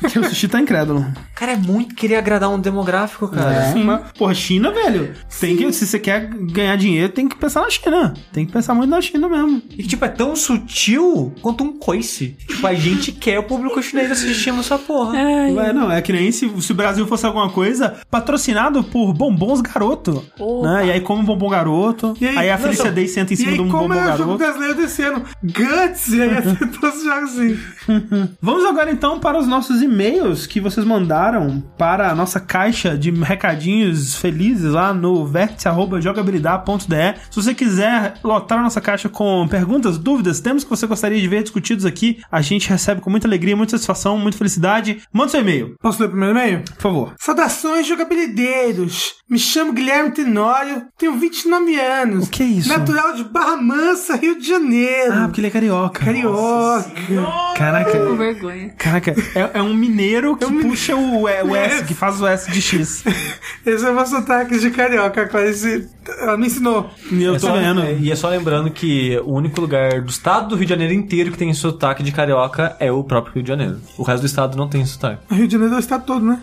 Speaker 1: Porque o Sushi tá incrédulo.
Speaker 2: Cara, é muito querer agradar um demográfico, cara.
Speaker 1: É, mas, porra, China, velho. Tem que, se você quer ganhar dinheiro, tem que pensar na China. Tem que pensar muito na China mesmo.
Speaker 2: E que, tipo, é tão sutil quanto um coice. Tipo, a gente *laughs* quer o público chinês assistindo essa porra.
Speaker 3: Ai.
Speaker 1: Ué, não, *laughs* é que nem se, se o Brasil fosse alguma coisa patrocinado por bombons garoto.
Speaker 3: Opa.
Speaker 1: Né? E aí come um bombom garoto.
Speaker 4: E
Speaker 1: aí, a Felicia
Speaker 4: não,
Speaker 1: Day senta em
Speaker 4: e
Speaker 1: cima
Speaker 4: aí,
Speaker 1: de um
Speaker 4: como
Speaker 1: bombom
Speaker 4: é o
Speaker 1: garoto.
Speaker 4: jogo brasileiro desse ano? Guts! E aí, *laughs* todos os jogos assim.
Speaker 1: Vamos agora então para os nossos e-mails que vocês mandaram para a nossa caixa de recadinhos felizes lá no vértice.jogabilidade.de. Se você quiser lotar a nossa caixa com perguntas, dúvidas, temas que você gostaria de ver discutidos aqui, a gente recebe com muita alegria, muita satisfação, muita felicidade. Manda seu e-mail,
Speaker 4: Posso ler o primeiro e-mail?
Speaker 1: por favor.
Speaker 4: Saudações, jogabilideiros! Me chamo Guilherme Tenório, tenho 29 anos.
Speaker 1: O que é isso?
Speaker 4: Natural de Barra Mansa, Rio de Janeiro.
Speaker 1: Ah, porque ele é carioca.
Speaker 4: Carioca.
Speaker 1: Caraca.
Speaker 3: Com vergonha.
Speaker 1: Caraca, é, é um mineiro que puxa o, é, o S, que faz o S de X.
Speaker 4: Esse é o meu sotaque de carioca, a Clarice. Ela me ensinou.
Speaker 1: E eu
Speaker 2: É
Speaker 1: tô
Speaker 2: só-
Speaker 1: vendo.
Speaker 2: é, E é só lembrando que o único lugar do estado do Rio de Janeiro inteiro que tem sotaque de carioca é o próprio Rio de Janeiro. O resto do estado não tem sotaque.
Speaker 4: O Rio de Janeiro é o estado
Speaker 1: *laughs*
Speaker 4: todo, né?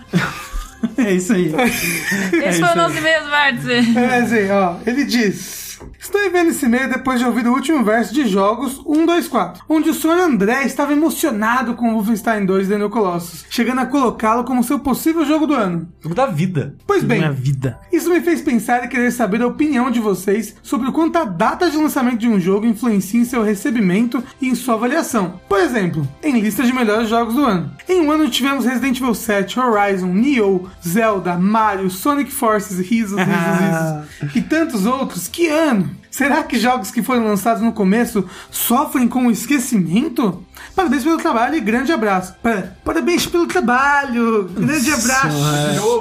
Speaker 1: É isso aí. É
Speaker 3: Esse foi o nosso e-mail, Vértice.
Speaker 4: É, assim, ó, ele diz. Estou vendo esse e-mail depois de ouvir o último verso de Jogos 124, onde o senhor André estava emocionado com o Wolfenstein 2 The New Colossus, chegando a colocá-lo como seu possível jogo do ano.
Speaker 2: Jogo da vida.
Speaker 4: Pois bem,
Speaker 1: Minha vida.
Speaker 4: Isso me fez pensar e querer saber a opinião de vocês sobre o quanto a data de lançamento de um jogo influencia em seu recebimento e em sua avaliação. Por exemplo, em listas de melhores jogos do ano. Em um ano tivemos Resident Evil 7, Horizon, Nioh, Zelda, Mario, Sonic Forces, risos, risos, risos e tantos outros. Que ano! Será que jogos que foram lançados no começo sofrem com o esquecimento? Parabéns pelo trabalho e grande abraço. Pa- Parabéns pelo trabalho! Grande abraço!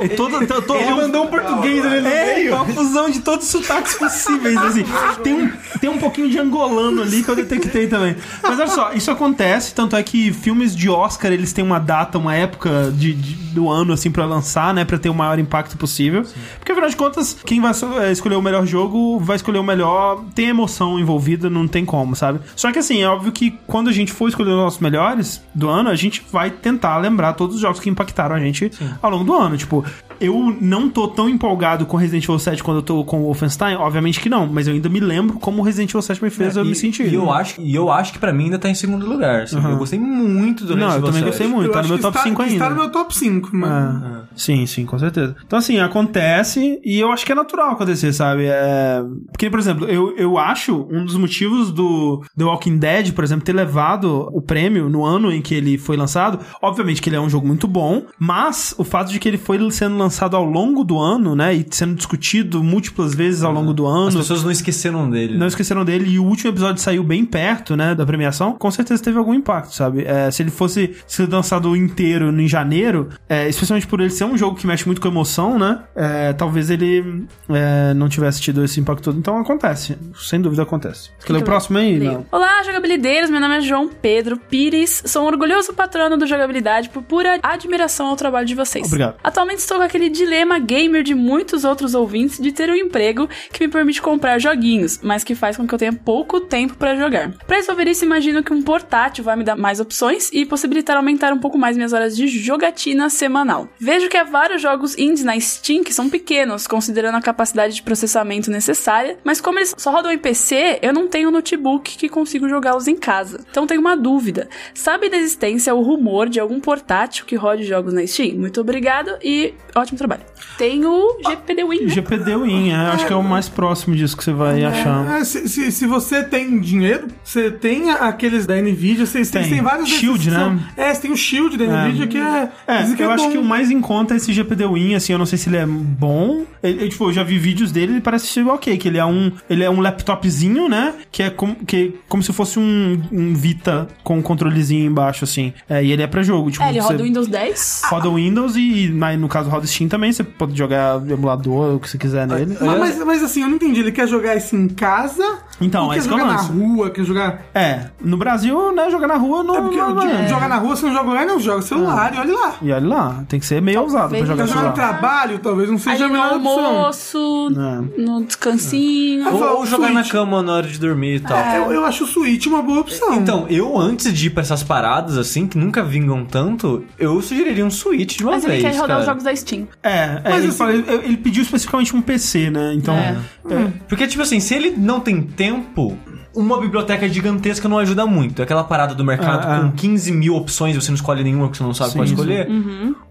Speaker 1: É todo, to- to- ele mandou um português ali no meio. É, Uma fusão de todos os sotaques possíveis, assim. Tem um, tem um pouquinho de angolano ali que eu detectei também. Mas olha só, isso acontece, tanto é que filmes de Oscar, eles têm uma data, uma época de, de- do ano, assim, pra lançar, é, né? Pra ter o maior impacto possível. Porque, afinal de contas, quem vai so- eh, escolher o melhor jogo vai escolher o melhor só tem emoção envolvida, não tem como, sabe? Só que assim, é óbvio que quando a gente for escolher os nossos melhores do ano, a gente vai tentar lembrar todos os jogos que impactaram a gente ao longo do ano. Tipo, eu não tô tão empolgado com Resident Evil 7 quando eu tô com o Wolfenstein, obviamente que não, mas eu ainda me lembro como Resident Evil 7 me fez eu
Speaker 2: É, e,
Speaker 1: me sentir.
Speaker 2: E eu, acho, e eu acho que pra mim ainda tá em segundo lugar. assim. Eu gostei muito do
Speaker 1: Não,
Speaker 2: Resident
Speaker 1: eu também
Speaker 2: Evil
Speaker 1: gostei
Speaker 2: 7.
Speaker 1: muito, tá no
Speaker 4: acho
Speaker 1: meu
Speaker 4: que
Speaker 1: top
Speaker 4: está,
Speaker 1: 5 ainda.
Speaker 4: Está no meu top 5, mano.
Speaker 1: É. Sim, sim, com certeza. Então, assim, acontece e eu acho que é natural acontecer, sabe? É... Porque, por exemplo, eu, eu acho um dos motivos do The Walking Dead, por exemplo, ter levado o prêmio no ano em que ele foi lançado. Obviamente que ele é um jogo muito bom, mas o fato de que ele foi sendo lançado ao longo do ano, né? E sendo discutido múltiplas vezes ao longo do
Speaker 2: As
Speaker 1: ano.
Speaker 2: pessoas não esqueceram dele.
Speaker 1: Não esqueceram dele e o último episódio saiu bem perto, né, da premiação. Com certeza teve algum impacto, sabe? É, se ele fosse ser lançado inteiro em janeiro, é, especialmente por ele ser um jogo que mexe muito com emoção, né? é, talvez ele é, não tivesse tido esse impacto todo. Então acontece, sem dúvida acontece. Quer ler o
Speaker 3: bem.
Speaker 1: próximo aí?
Speaker 3: Leio.
Speaker 1: Não.
Speaker 3: Olá, jogabilideiros. Meu nome é João Pedro Pires. Sou um orgulhoso patrono do jogabilidade por pura admiração ao trabalho de vocês.
Speaker 1: Obrigado.
Speaker 3: Atualmente estou com aquele dilema gamer de muitos outros ouvintes de ter um emprego que me permite comprar joguinhos, mas que faz com que eu tenha pouco tempo para jogar. Para resolver isso, imagino que um portátil vai me dar mais opções e possibilitar aumentar um pouco mais minhas horas de jogatina semanal. Vejo que há vários jogos indies na Steam que são pequenos, considerando a capacidade de processamento necessária, mas como eles só rodam em PC, eu não tenho notebook que consigo jogá-los em casa. Então tenho uma dúvida. Sabe da existência ou rumor de algum portátil que rode jogos na Steam? Muito obrigado e ótimo trabalho. Tem o
Speaker 4: Ah,
Speaker 3: GPD Win, né?
Speaker 1: GPD Win, é, acho que é o mais próximo disso que você vai achar.
Speaker 4: É, se, se, se você tem dinheiro, você tem aqueles da Nvidia, vocês têm,
Speaker 1: Tem.
Speaker 4: tem vários desses
Speaker 1: Shield,
Speaker 4: que são-
Speaker 1: né?
Speaker 4: É, você tem o Shield da Nvidia que é.
Speaker 1: É,
Speaker 4: dizem
Speaker 1: eu acho
Speaker 4: bom.
Speaker 1: que o mais em conta é esse GPD Win, assim, eu não sei se ele é bom. Ele, eu, tipo, eu já vi vídeos dele, ele parece ser ok, que ele é um, ele é um laptopzinho, né? Que é como, que, como se fosse um, um Vita com um controlezinho embaixo, assim. É, e ele é pra jogo, tipo,
Speaker 3: É, ele roda
Speaker 1: você
Speaker 3: o Windows 10.
Speaker 1: roda o Windows e, e, mas no caso, roda o Steam também, você pode jogar o emulador, o que você quiser nele.
Speaker 4: Mas, mas, mas, assim, eu não entendi. Ele quer jogar isso em casa?
Speaker 1: Então,
Speaker 4: ou
Speaker 1: é
Speaker 4: quer
Speaker 1: isso que eu
Speaker 4: jogar na
Speaker 1: lanço.
Speaker 4: rua? Quer jogar.
Speaker 1: É, no Brasil, né, jogar na rua não...
Speaker 4: É porque
Speaker 1: não,
Speaker 4: jo-
Speaker 1: é.
Speaker 4: jogar na rua, você não joga online, não. Joga celular, e olha lá.
Speaker 1: E olha lá, tem que ser meio ousado pra
Speaker 3: Talvez
Speaker 1: jogar
Speaker 4: Quer jogar no
Speaker 1: celular.
Speaker 4: trabalho, talvez não
Speaker 3: Ali
Speaker 4: seja a
Speaker 3: no
Speaker 4: melhor opção.
Speaker 3: um almoço,
Speaker 1: É.
Speaker 3: no descansinho.
Speaker 4: Ah,
Speaker 2: Ou, ou jogar
Speaker 4: Switch.
Speaker 2: na cama na hora de dormir e tal.
Speaker 1: É.
Speaker 4: Eu, eu acho o Switch uma boa opção.
Speaker 2: Então, eu antes de ir pra essas paradas, assim, que nunca vingam tanto, eu sugeriria um Switch de uma
Speaker 3: Mas ele
Speaker 2: vez,
Speaker 3: quer rodar
Speaker 2: cara.
Speaker 3: os jogos da Steam.
Speaker 1: É, é,
Speaker 4: Mas
Speaker 1: ele,
Speaker 4: assim-
Speaker 1: fala- ele- ele pediu especificamente um PC, né? Então,
Speaker 3: É.
Speaker 1: é,
Speaker 2: Porque, tipo assim, se ele não tem tempo, uma biblioteca gigantesca não ajuda muito. Aquela parada do mercado
Speaker 1: Ah, ah.
Speaker 2: com 15 mil opções e você não escolhe nenhuma que você não sabe
Speaker 1: Sim,
Speaker 2: qual
Speaker 1: sim.
Speaker 2: escolher.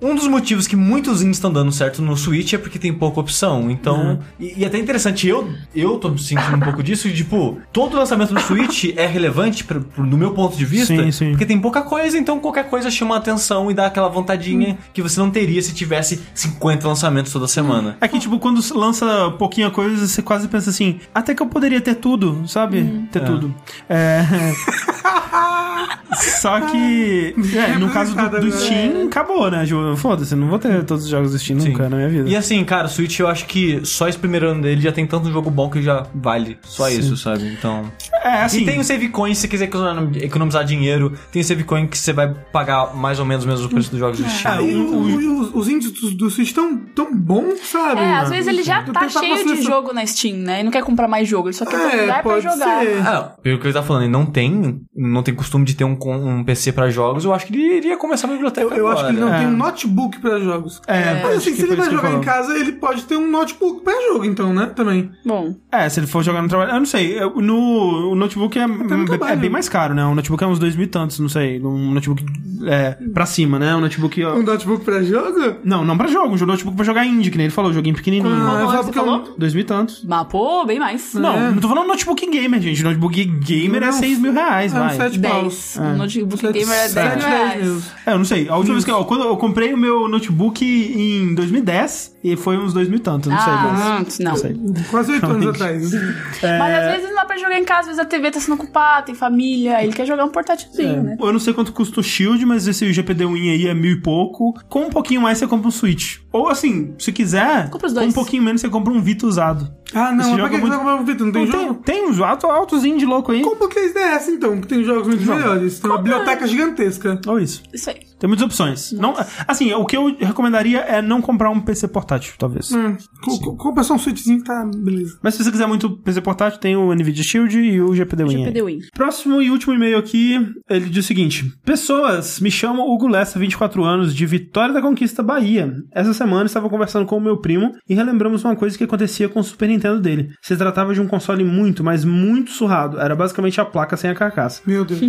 Speaker 2: Um dos motivos que muitos indies estão dando certo no Switch é porque tem pouca opção.
Speaker 1: Né?
Speaker 2: Então, e, e até interessante, eu, eu tô sentindo um pouco disso, e, tipo, todo lançamento do Switch é relevante pra, pro- do meu ponto de vista,
Speaker 1: Sim, sim.
Speaker 2: porque tem pouca coisa, então qualquer coisa chama a atenção e dá aquela
Speaker 1: Hum.
Speaker 2: vontadinha que você não teria se tivesse 50 lançamentos toda semana.
Speaker 1: É que, tipo, quando lança pouquinha coisa, você quase pensa assim, até que eu poderia ter tudo, sabe?
Speaker 4: Uhum.
Speaker 1: Ter tudo.
Speaker 4: *laughs*
Speaker 1: É... Só que, é, no caso do, do Steam, acabou, né? Tipo, foda-se, não vou ter todos os jogos do Steam nunca na minha vida.
Speaker 2: E assim, cara, o Switch eu acho que só esse primeiro ano dele já tem tanto jogo bom que já vale. Só isso, sabe? Então.
Speaker 1: É, assim...
Speaker 2: E tem o Save Coin, se você quiser econom- economizar dinheiro, tem o Save Coin que você vai pagar mais ou menos o mesmo preço dos jogos do Steam.
Speaker 4: Ah, E o- o- os índios do, do Switch estão tão bons, sabe?
Speaker 3: É, às vezes ele já
Speaker 4: Tu
Speaker 3: tá
Speaker 4: tem pra
Speaker 3: cheio
Speaker 4: você
Speaker 3: de
Speaker 4: só-
Speaker 3: jogo na Steam, né? E não quer comprar mais jogo, ele só quer ter um lugar pra
Speaker 4: É, pode
Speaker 3: jogar.
Speaker 4: ser.
Speaker 2: Ah, pelo que ele tá falando, ele não tem, não tem costume de ter um, com- um PC pra jogos, eu acho que ele iria começar a biblioteca.
Speaker 4: Eu acho que ele não
Speaker 1: É.
Speaker 4: tem um notebook pra jogos.
Speaker 1: É,
Speaker 4: Mas
Speaker 1: acho
Speaker 4: assim,
Speaker 1: que
Speaker 4: se ele
Speaker 1: por isso
Speaker 4: vai
Speaker 1: que eu
Speaker 4: jogar em
Speaker 1: falo.
Speaker 4: casa, ele pode ter um notebook pra jogo, então, né? Também.
Speaker 3: Bom,
Speaker 1: É, se ele for jogar no trabalho. Eu não sei. eu- No, o notebook é,
Speaker 4: Tá no trabalho.
Speaker 1: é bem mais caro, né? O notebook é uns dois mil e tantos, não sei. Um notebook é, pra cima, né? Um notebook. ó-
Speaker 4: Um notebook pra jogo?
Speaker 1: Não, não pra jogo. Um notebook pra jogar indie, que nem ele falou, joguinho pequenininho.
Speaker 4: Ah,
Speaker 3: qual
Speaker 4: é
Speaker 3: valor
Speaker 4: só
Speaker 3: você
Speaker 4: porque eu-
Speaker 3: falou?
Speaker 1: Dois mil e tantos.
Speaker 3: Mas, pô, bem mais.
Speaker 1: Não, não tô falando notebook gamer, gente. Notebook gamer é
Speaker 4: É. Não,
Speaker 1: 6 mil reais,
Speaker 4: é um
Speaker 1: vai.
Speaker 4: sete-
Speaker 3: 10.
Speaker 1: É.
Speaker 3: No notebook gamer é 10
Speaker 4: Sete,
Speaker 3: mil
Speaker 4: dez
Speaker 3: reais.
Speaker 4: mesmo.
Speaker 1: É, eu não sei. A última vez que eu, quando eu comprei o meu notebook em 2010 e foi uns dois mil e tanto, não sei. Mas...
Speaker 3: Ah, não.
Speaker 1: Não sei.
Speaker 4: Quase oito anos atrás.
Speaker 3: Mas
Speaker 4: É.
Speaker 3: às vezes não dá pra jogar em casa, às vezes a TV tá sendo ocupada, tem família, aí ele quer jogar um portátilzinho,
Speaker 4: É.
Speaker 3: né?
Speaker 1: É. Eu não sei quanto custa o Shield, mas esse GPD Win aí é mil e pouco. Com um pouquinho mais, você compra um Switch. Ou assim, se quiser,
Speaker 3: Compra os
Speaker 1: com
Speaker 3: dois.
Speaker 1: um pouquinho menos, você compra um Vita usado.
Speaker 4: Ah,
Speaker 1: Esse
Speaker 4: não, mas
Speaker 1: jogo
Speaker 4: pra
Speaker 1: é
Speaker 4: que você
Speaker 1: muito-
Speaker 4: vai comprar um Vita? Não tem
Speaker 1: Então, tem,
Speaker 4: jogo? é
Speaker 1: tem uns alto, altozinho de louco aí.
Speaker 3: é?
Speaker 4: Compra o 3DS, então, que tem jogos muito melhores. Tem uma biblioteca gigantesca.
Speaker 1: Ou isso.
Speaker 3: Isso aí.
Speaker 1: Tem muitas opções. Não, assim, o que eu recomendaria é não comprar um PC portátil, talvez.
Speaker 4: Hum. Co- co- Compra só um suítezinho que tá beleza.
Speaker 1: Mas se você quiser muito PC portátil, tem o Nvidia Shield e o GPD Win. aí.
Speaker 3: GPD Win.
Speaker 1: Próximo e último e-mail aqui, ele diz o seguinte: Pessoas, me chamo Hugo Lessa, 24 anos, de Vitória da Conquista, Bahia. Essa semana estava conversando com o meu primo e relembramos uma coisa que acontecia com o Super Nintendo dele. Se tratava de um console muito, mas muito surrado. Era basicamente a placa sem a carcaça.
Speaker 4: Meu Deus.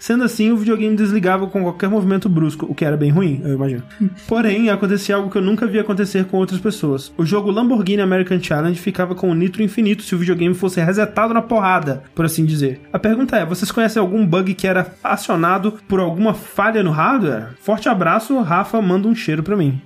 Speaker 1: Sendo assim, o videogame desligava com qualquer movimento brusco, o que era bem ruim, eu imagino. Porém, acontecia algo que eu nunca vi acontecer com outras pessoas. O jogo Lamborghini American Challenge ficava com o nitro infinito se o videogame fosse resetado na porrada, por assim dizer. A pergunta é, vocês conhecem algum bug que era acionado por alguma falha no hardware? Forte abraço, Rafa, manda um cheiro pra mim.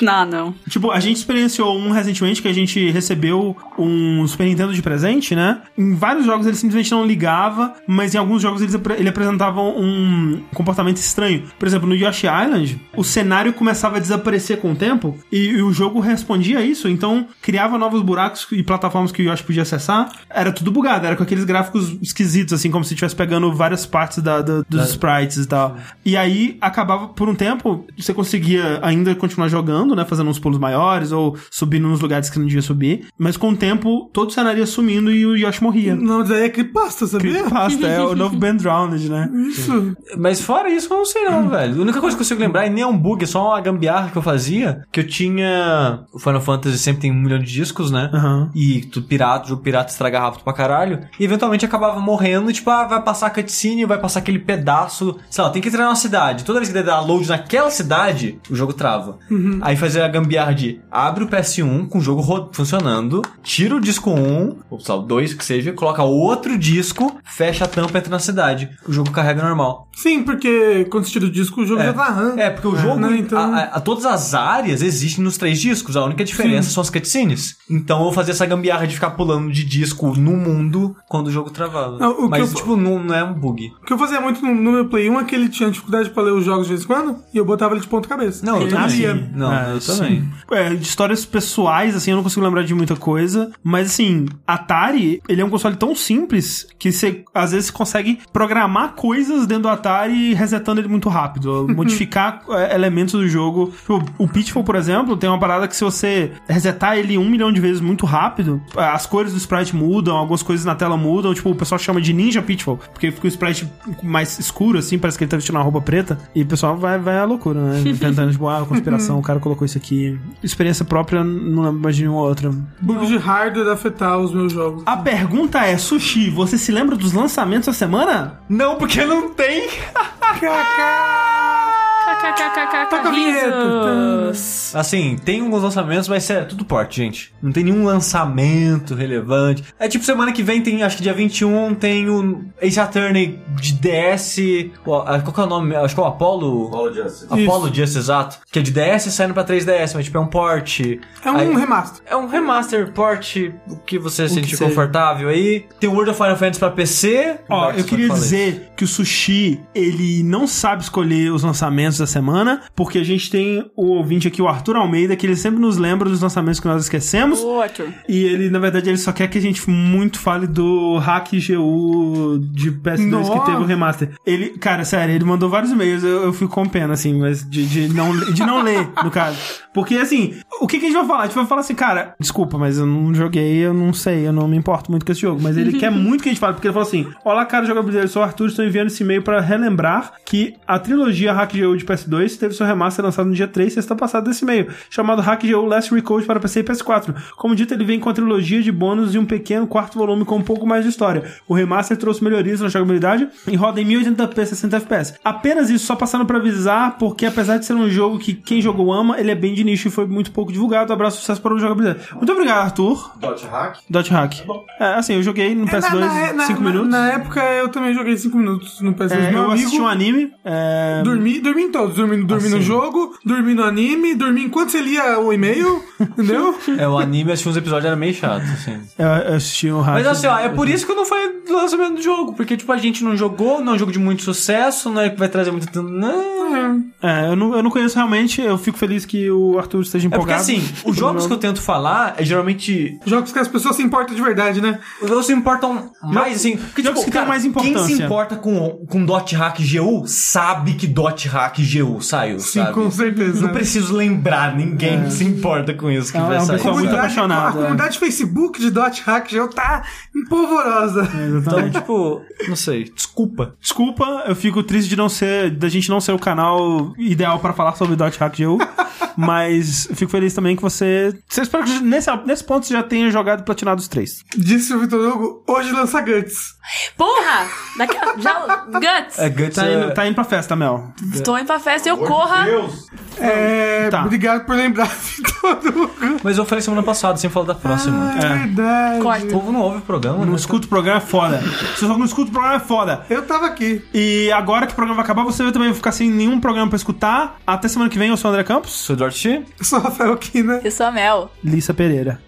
Speaker 3: Não, não.
Speaker 1: Tipo, a gente experienciou um recentemente que a gente recebeu um Super Nintendo de presente, né? Em vários jogos ele simplesmente não ligava, mas em alguns jogos eles apre- ele apresentava um comportamento estranho. Por exemplo, no Yoshi Island, o cenário começava a desaparecer com o tempo e, e o jogo respondia a isso, então criava novos buracos e plataformas que o Yoshi podia acessar. Era tudo bugado, era com aqueles gráficos esquisitos, assim, como se estivesse pegando várias partes da- da- dos sprites e tal. E aí acabava por um tempo, você conseguia ainda continuar jogando, né? Fazendo uns pulos maiores ou subindo nos lugares que não devia subir. Mas com o tempo, todo o cenário ia sumindo e o Yoshi morria.
Speaker 4: Não, daí é creepypasta, sabia?
Speaker 1: Pasta, é o novo Ben Drowned, né?
Speaker 4: Isso.
Speaker 2: Mas fora isso, eu não sei não, velho. A única coisa que eu consigo lembrar, e nem é um bug, é só uma gambiarra que eu fazia, que eu tinha... O Final Fantasy sempre tem um milhão de discos, né?
Speaker 1: Aham.
Speaker 2: E tu pirata, o jogo pirata estraga rápido pra caralho. E eventualmente acabava morrendo, e, tipo, ah, vai passar cutscene, vai passar aquele pedaço. Sei lá, tem que entrar numa cidade. Toda vez que der download naquela cidade, o jogo trava. Aí fazia a gambiarra de abre o PS1 com o jogo ro- funcionando, tira o disco 1, ou sei lá, o 2 que seja, coloca outro disco, fecha a tampa e entra na cidade. O jogo carrega normal.
Speaker 4: Sim, porque quando você tira o disco, o jogo já tá RAM.
Speaker 2: É, porque o jogo,
Speaker 4: Não, então...
Speaker 2: a, a- a- todas as áreas existem nos três discos, a única diferença são as cutscenes. Então eu fazia essa gambiarra de ficar pulando de disco no mundo quando o jogo travava.
Speaker 4: Ah, o que
Speaker 2: Mas,
Speaker 4: eu-
Speaker 2: tipo, não, não é um bug.
Speaker 4: O que eu fazia muito no, no meu Play 1 é que ele tinha dificuldade pra ler os jogos de vez em quando, e eu botava ele de ponta cabeça.
Speaker 2: Não, eu
Speaker 4: Ele
Speaker 2: também.
Speaker 4: abria.
Speaker 2: Não,
Speaker 1: É,
Speaker 2: eu
Speaker 1: sim.
Speaker 2: também.
Speaker 1: É, de histórias pessoais, assim, eu não consigo lembrar de muita coisa. Mas, assim, Atari, ele é um console tão simples que você, às vezes, consegue programar coisas dentro do Atari resetando ele muito
Speaker 2: *laughs*
Speaker 1: rápido. modificar é, elementos do jogo. Tipo, o Pitfall, por exemplo, tem uma parada que se você resetar ele um milhão de vezes muito rápido, as cores do sprite mudam, algumas coisas na tela mudam. Tipo, o pessoal chama de Ninja Pitfall, porque fica o sprite mais escuro, assim, parece que ele tá vestindo uma roupa preta. E o pessoal vai, vai à loucura, né? Tentando, tipo, ah, conspiração, o cara colocou isso aqui. Experiência própria, não lembro mais de nenhuma outra.
Speaker 4: Bug de hardware afetar os meus jogos.
Speaker 1: A pergunta é, Sushi, você se lembra dos lançamentos da semana?
Speaker 2: Não, porque não tem.
Speaker 4: Toca a vinheta.
Speaker 3: KKKKK.
Speaker 2: Assim, tem alguns lançamentos, mas sério, tudo porte, gente. Não tem nenhum lançamento relevante. É tipo semana que vem tem, acho que dia 21 tem o Ace Attorney de DS. ó, Qual que é o nome? Acho que é o Apollo.
Speaker 5: Paulo Justice.
Speaker 4: Isso.
Speaker 2: Apollo Justice, exato. Que é de DS saindo pra 3DS, mas tipo é um port.
Speaker 4: É um
Speaker 2: Aí-
Speaker 4: remaster.
Speaker 2: É um remaster port, o que você se
Speaker 4: que
Speaker 2: sentir
Speaker 4: seja.
Speaker 2: confortável aí. Tem World of Final Fantasy pra PC.
Speaker 1: Ó,
Speaker 2: Marcos,
Speaker 1: eu queria
Speaker 2: falei.
Speaker 1: dizer que o Sushi, ele não sabe escolher os lançamentos da semana, porque a gente tem o ouvinte aqui, o Arthur Almeida, que ele sempre nos lembra dos lançamentos que nós esquecemos.
Speaker 3: Ô, Arthur.
Speaker 1: E ele, na verdade, ele só quer que a gente muito fale do hack GU de PS2
Speaker 4: Nossa.
Speaker 1: que teve o remaster. Ele, cara, sério, ele mandou vários e-mails, eu, eu fico com pena, assim, mas de, de não, de não ler, no caso. Porque, assim, o que, que a gente vai falar? A gente vai falar assim, cara, desculpa, mas eu não joguei, eu não sei, eu não me importo muito com esse jogo. Mas ele quer muito que a gente fale, porque ele falou assim: Olá, cara, jogabilidade, eu sou o Arthur, estou enviando esse e-mail para relembrar que a trilogia Hack GU de PS2 teve seu remaster lançado no dia 3, sexta passada desse e-mail, chamado Hack GU Last Recode para PC e PS4. Como dito, ele vem com a trilogia de bônus e um pequeno quarto volume com um pouco mais de história. O remaster trouxe melhorias na jogabilidade e roda em 1080p 60 FPS. Apenas isso, só passando para avisar, porque apesar de ser um jogo que quem jogou ama, ele é bem de nicho e foi muito pouco divulgado. Abraço, sucesso para o jogabilidade. Muito obrigado, Arthur.
Speaker 5: Dot Hack.
Speaker 1: Dot Hack. É, assim, eu joguei no PS2
Speaker 4: na-
Speaker 1: 5
Speaker 4: na-
Speaker 1: minutos.
Speaker 4: Na época eu também joguei 5 minutos no PS2.
Speaker 1: É,
Speaker 4: meu
Speaker 1: eu
Speaker 4: amigo
Speaker 1: assisti um anime. é,
Speaker 4: dormi, dormi em todos. todos. Dormir, dormir no
Speaker 2: Assim.
Speaker 4: jogo, dormir no anime, dormir enquanto você lia o
Speaker 2: *laughs*
Speaker 4: e-mail, entendeu?
Speaker 2: É, o anime, acho que uns episódios era meio chato, assim.
Speaker 1: Eu, eu assisti um
Speaker 2: Mas
Speaker 1: rádio.
Speaker 2: assim, ó, é por isso que não foi do lançamento do jogo. Porque, tipo, a gente não jogou, não é um jogo de muito sucesso, não é que vai trazer muito. Não.
Speaker 1: É, eu não, eu não conheço realmente, eu fico feliz que o Arthur esteja
Speaker 2: É porque
Speaker 1: empolgado.
Speaker 2: assim, os jogos
Speaker 1: *laughs*
Speaker 2: que eu tento falar é geralmente.
Speaker 4: Jogos que as pessoas se importam de verdade, né?
Speaker 2: Os jogos se importam mais, assim. Porque,
Speaker 1: jogos
Speaker 2: tipo,
Speaker 1: que têm
Speaker 2: cara,
Speaker 1: mais
Speaker 2: Quem se
Speaker 1: importância.
Speaker 2: importa com, com Dot Hack GU sabe que Dot Hack GU saiu,
Speaker 4: Sim,
Speaker 2: sabe?
Speaker 4: com certeza.
Speaker 2: Não preciso lembrar, ninguém se importa com isso que
Speaker 1: É,
Speaker 2: vai
Speaker 1: é um
Speaker 2: sair.
Speaker 1: pessoal muito
Speaker 2: sabe?
Speaker 1: apaixonado,
Speaker 4: a
Speaker 1: é.
Speaker 4: comunidade Facebook de Dot Hack já tá empolvorosa.
Speaker 2: Então, tipo, não sei, desculpa.
Speaker 1: Desculpa, eu fico triste de não ser, da gente não ser o canal ideal pra falar sobre Dot Hack *laughs* GU, mas eu fico feliz também que você. Você espero que nesse, nesse ponto você já tenha jogado e platinado os três.
Speaker 4: Disse o Vitor Hugo, hoje lança Guts.
Speaker 3: Porra! Daqui a...
Speaker 4: *laughs*
Speaker 3: Já... Guts!
Speaker 2: É, Guts
Speaker 1: Tá
Speaker 2: é-
Speaker 1: indo, tá indo pra festa, Mel.
Speaker 3: Tô indo pra festa e eu corra.
Speaker 4: É,
Speaker 1: Tá.
Speaker 4: obrigado por lembrar, *laughs* Vitor Hugo.
Speaker 2: Mas eu falei semana passada, sem falar da próxima.
Speaker 4: Ah, é verdade.
Speaker 2: O
Speaker 3: Corta.
Speaker 2: povo não ouve o programa,
Speaker 1: Não
Speaker 2: né?
Speaker 1: escuta o programa é foda. Se você não escuta o programa é foda.
Speaker 4: Eu tava aqui.
Speaker 1: E agora que o programa vai acabar, você também vai ficar sem nenhum programa pra escutar. Até semana que vem, eu sou o André Campos.
Speaker 2: Sou Eduardo Chi.
Speaker 4: Eu sou o Rafael Kina.
Speaker 3: Eu sou a Mel.
Speaker 1: Lissa Pereira.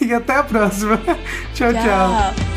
Speaker 4: E até a próxima. *laughs* tchau. tchau.
Speaker 3: Tchau.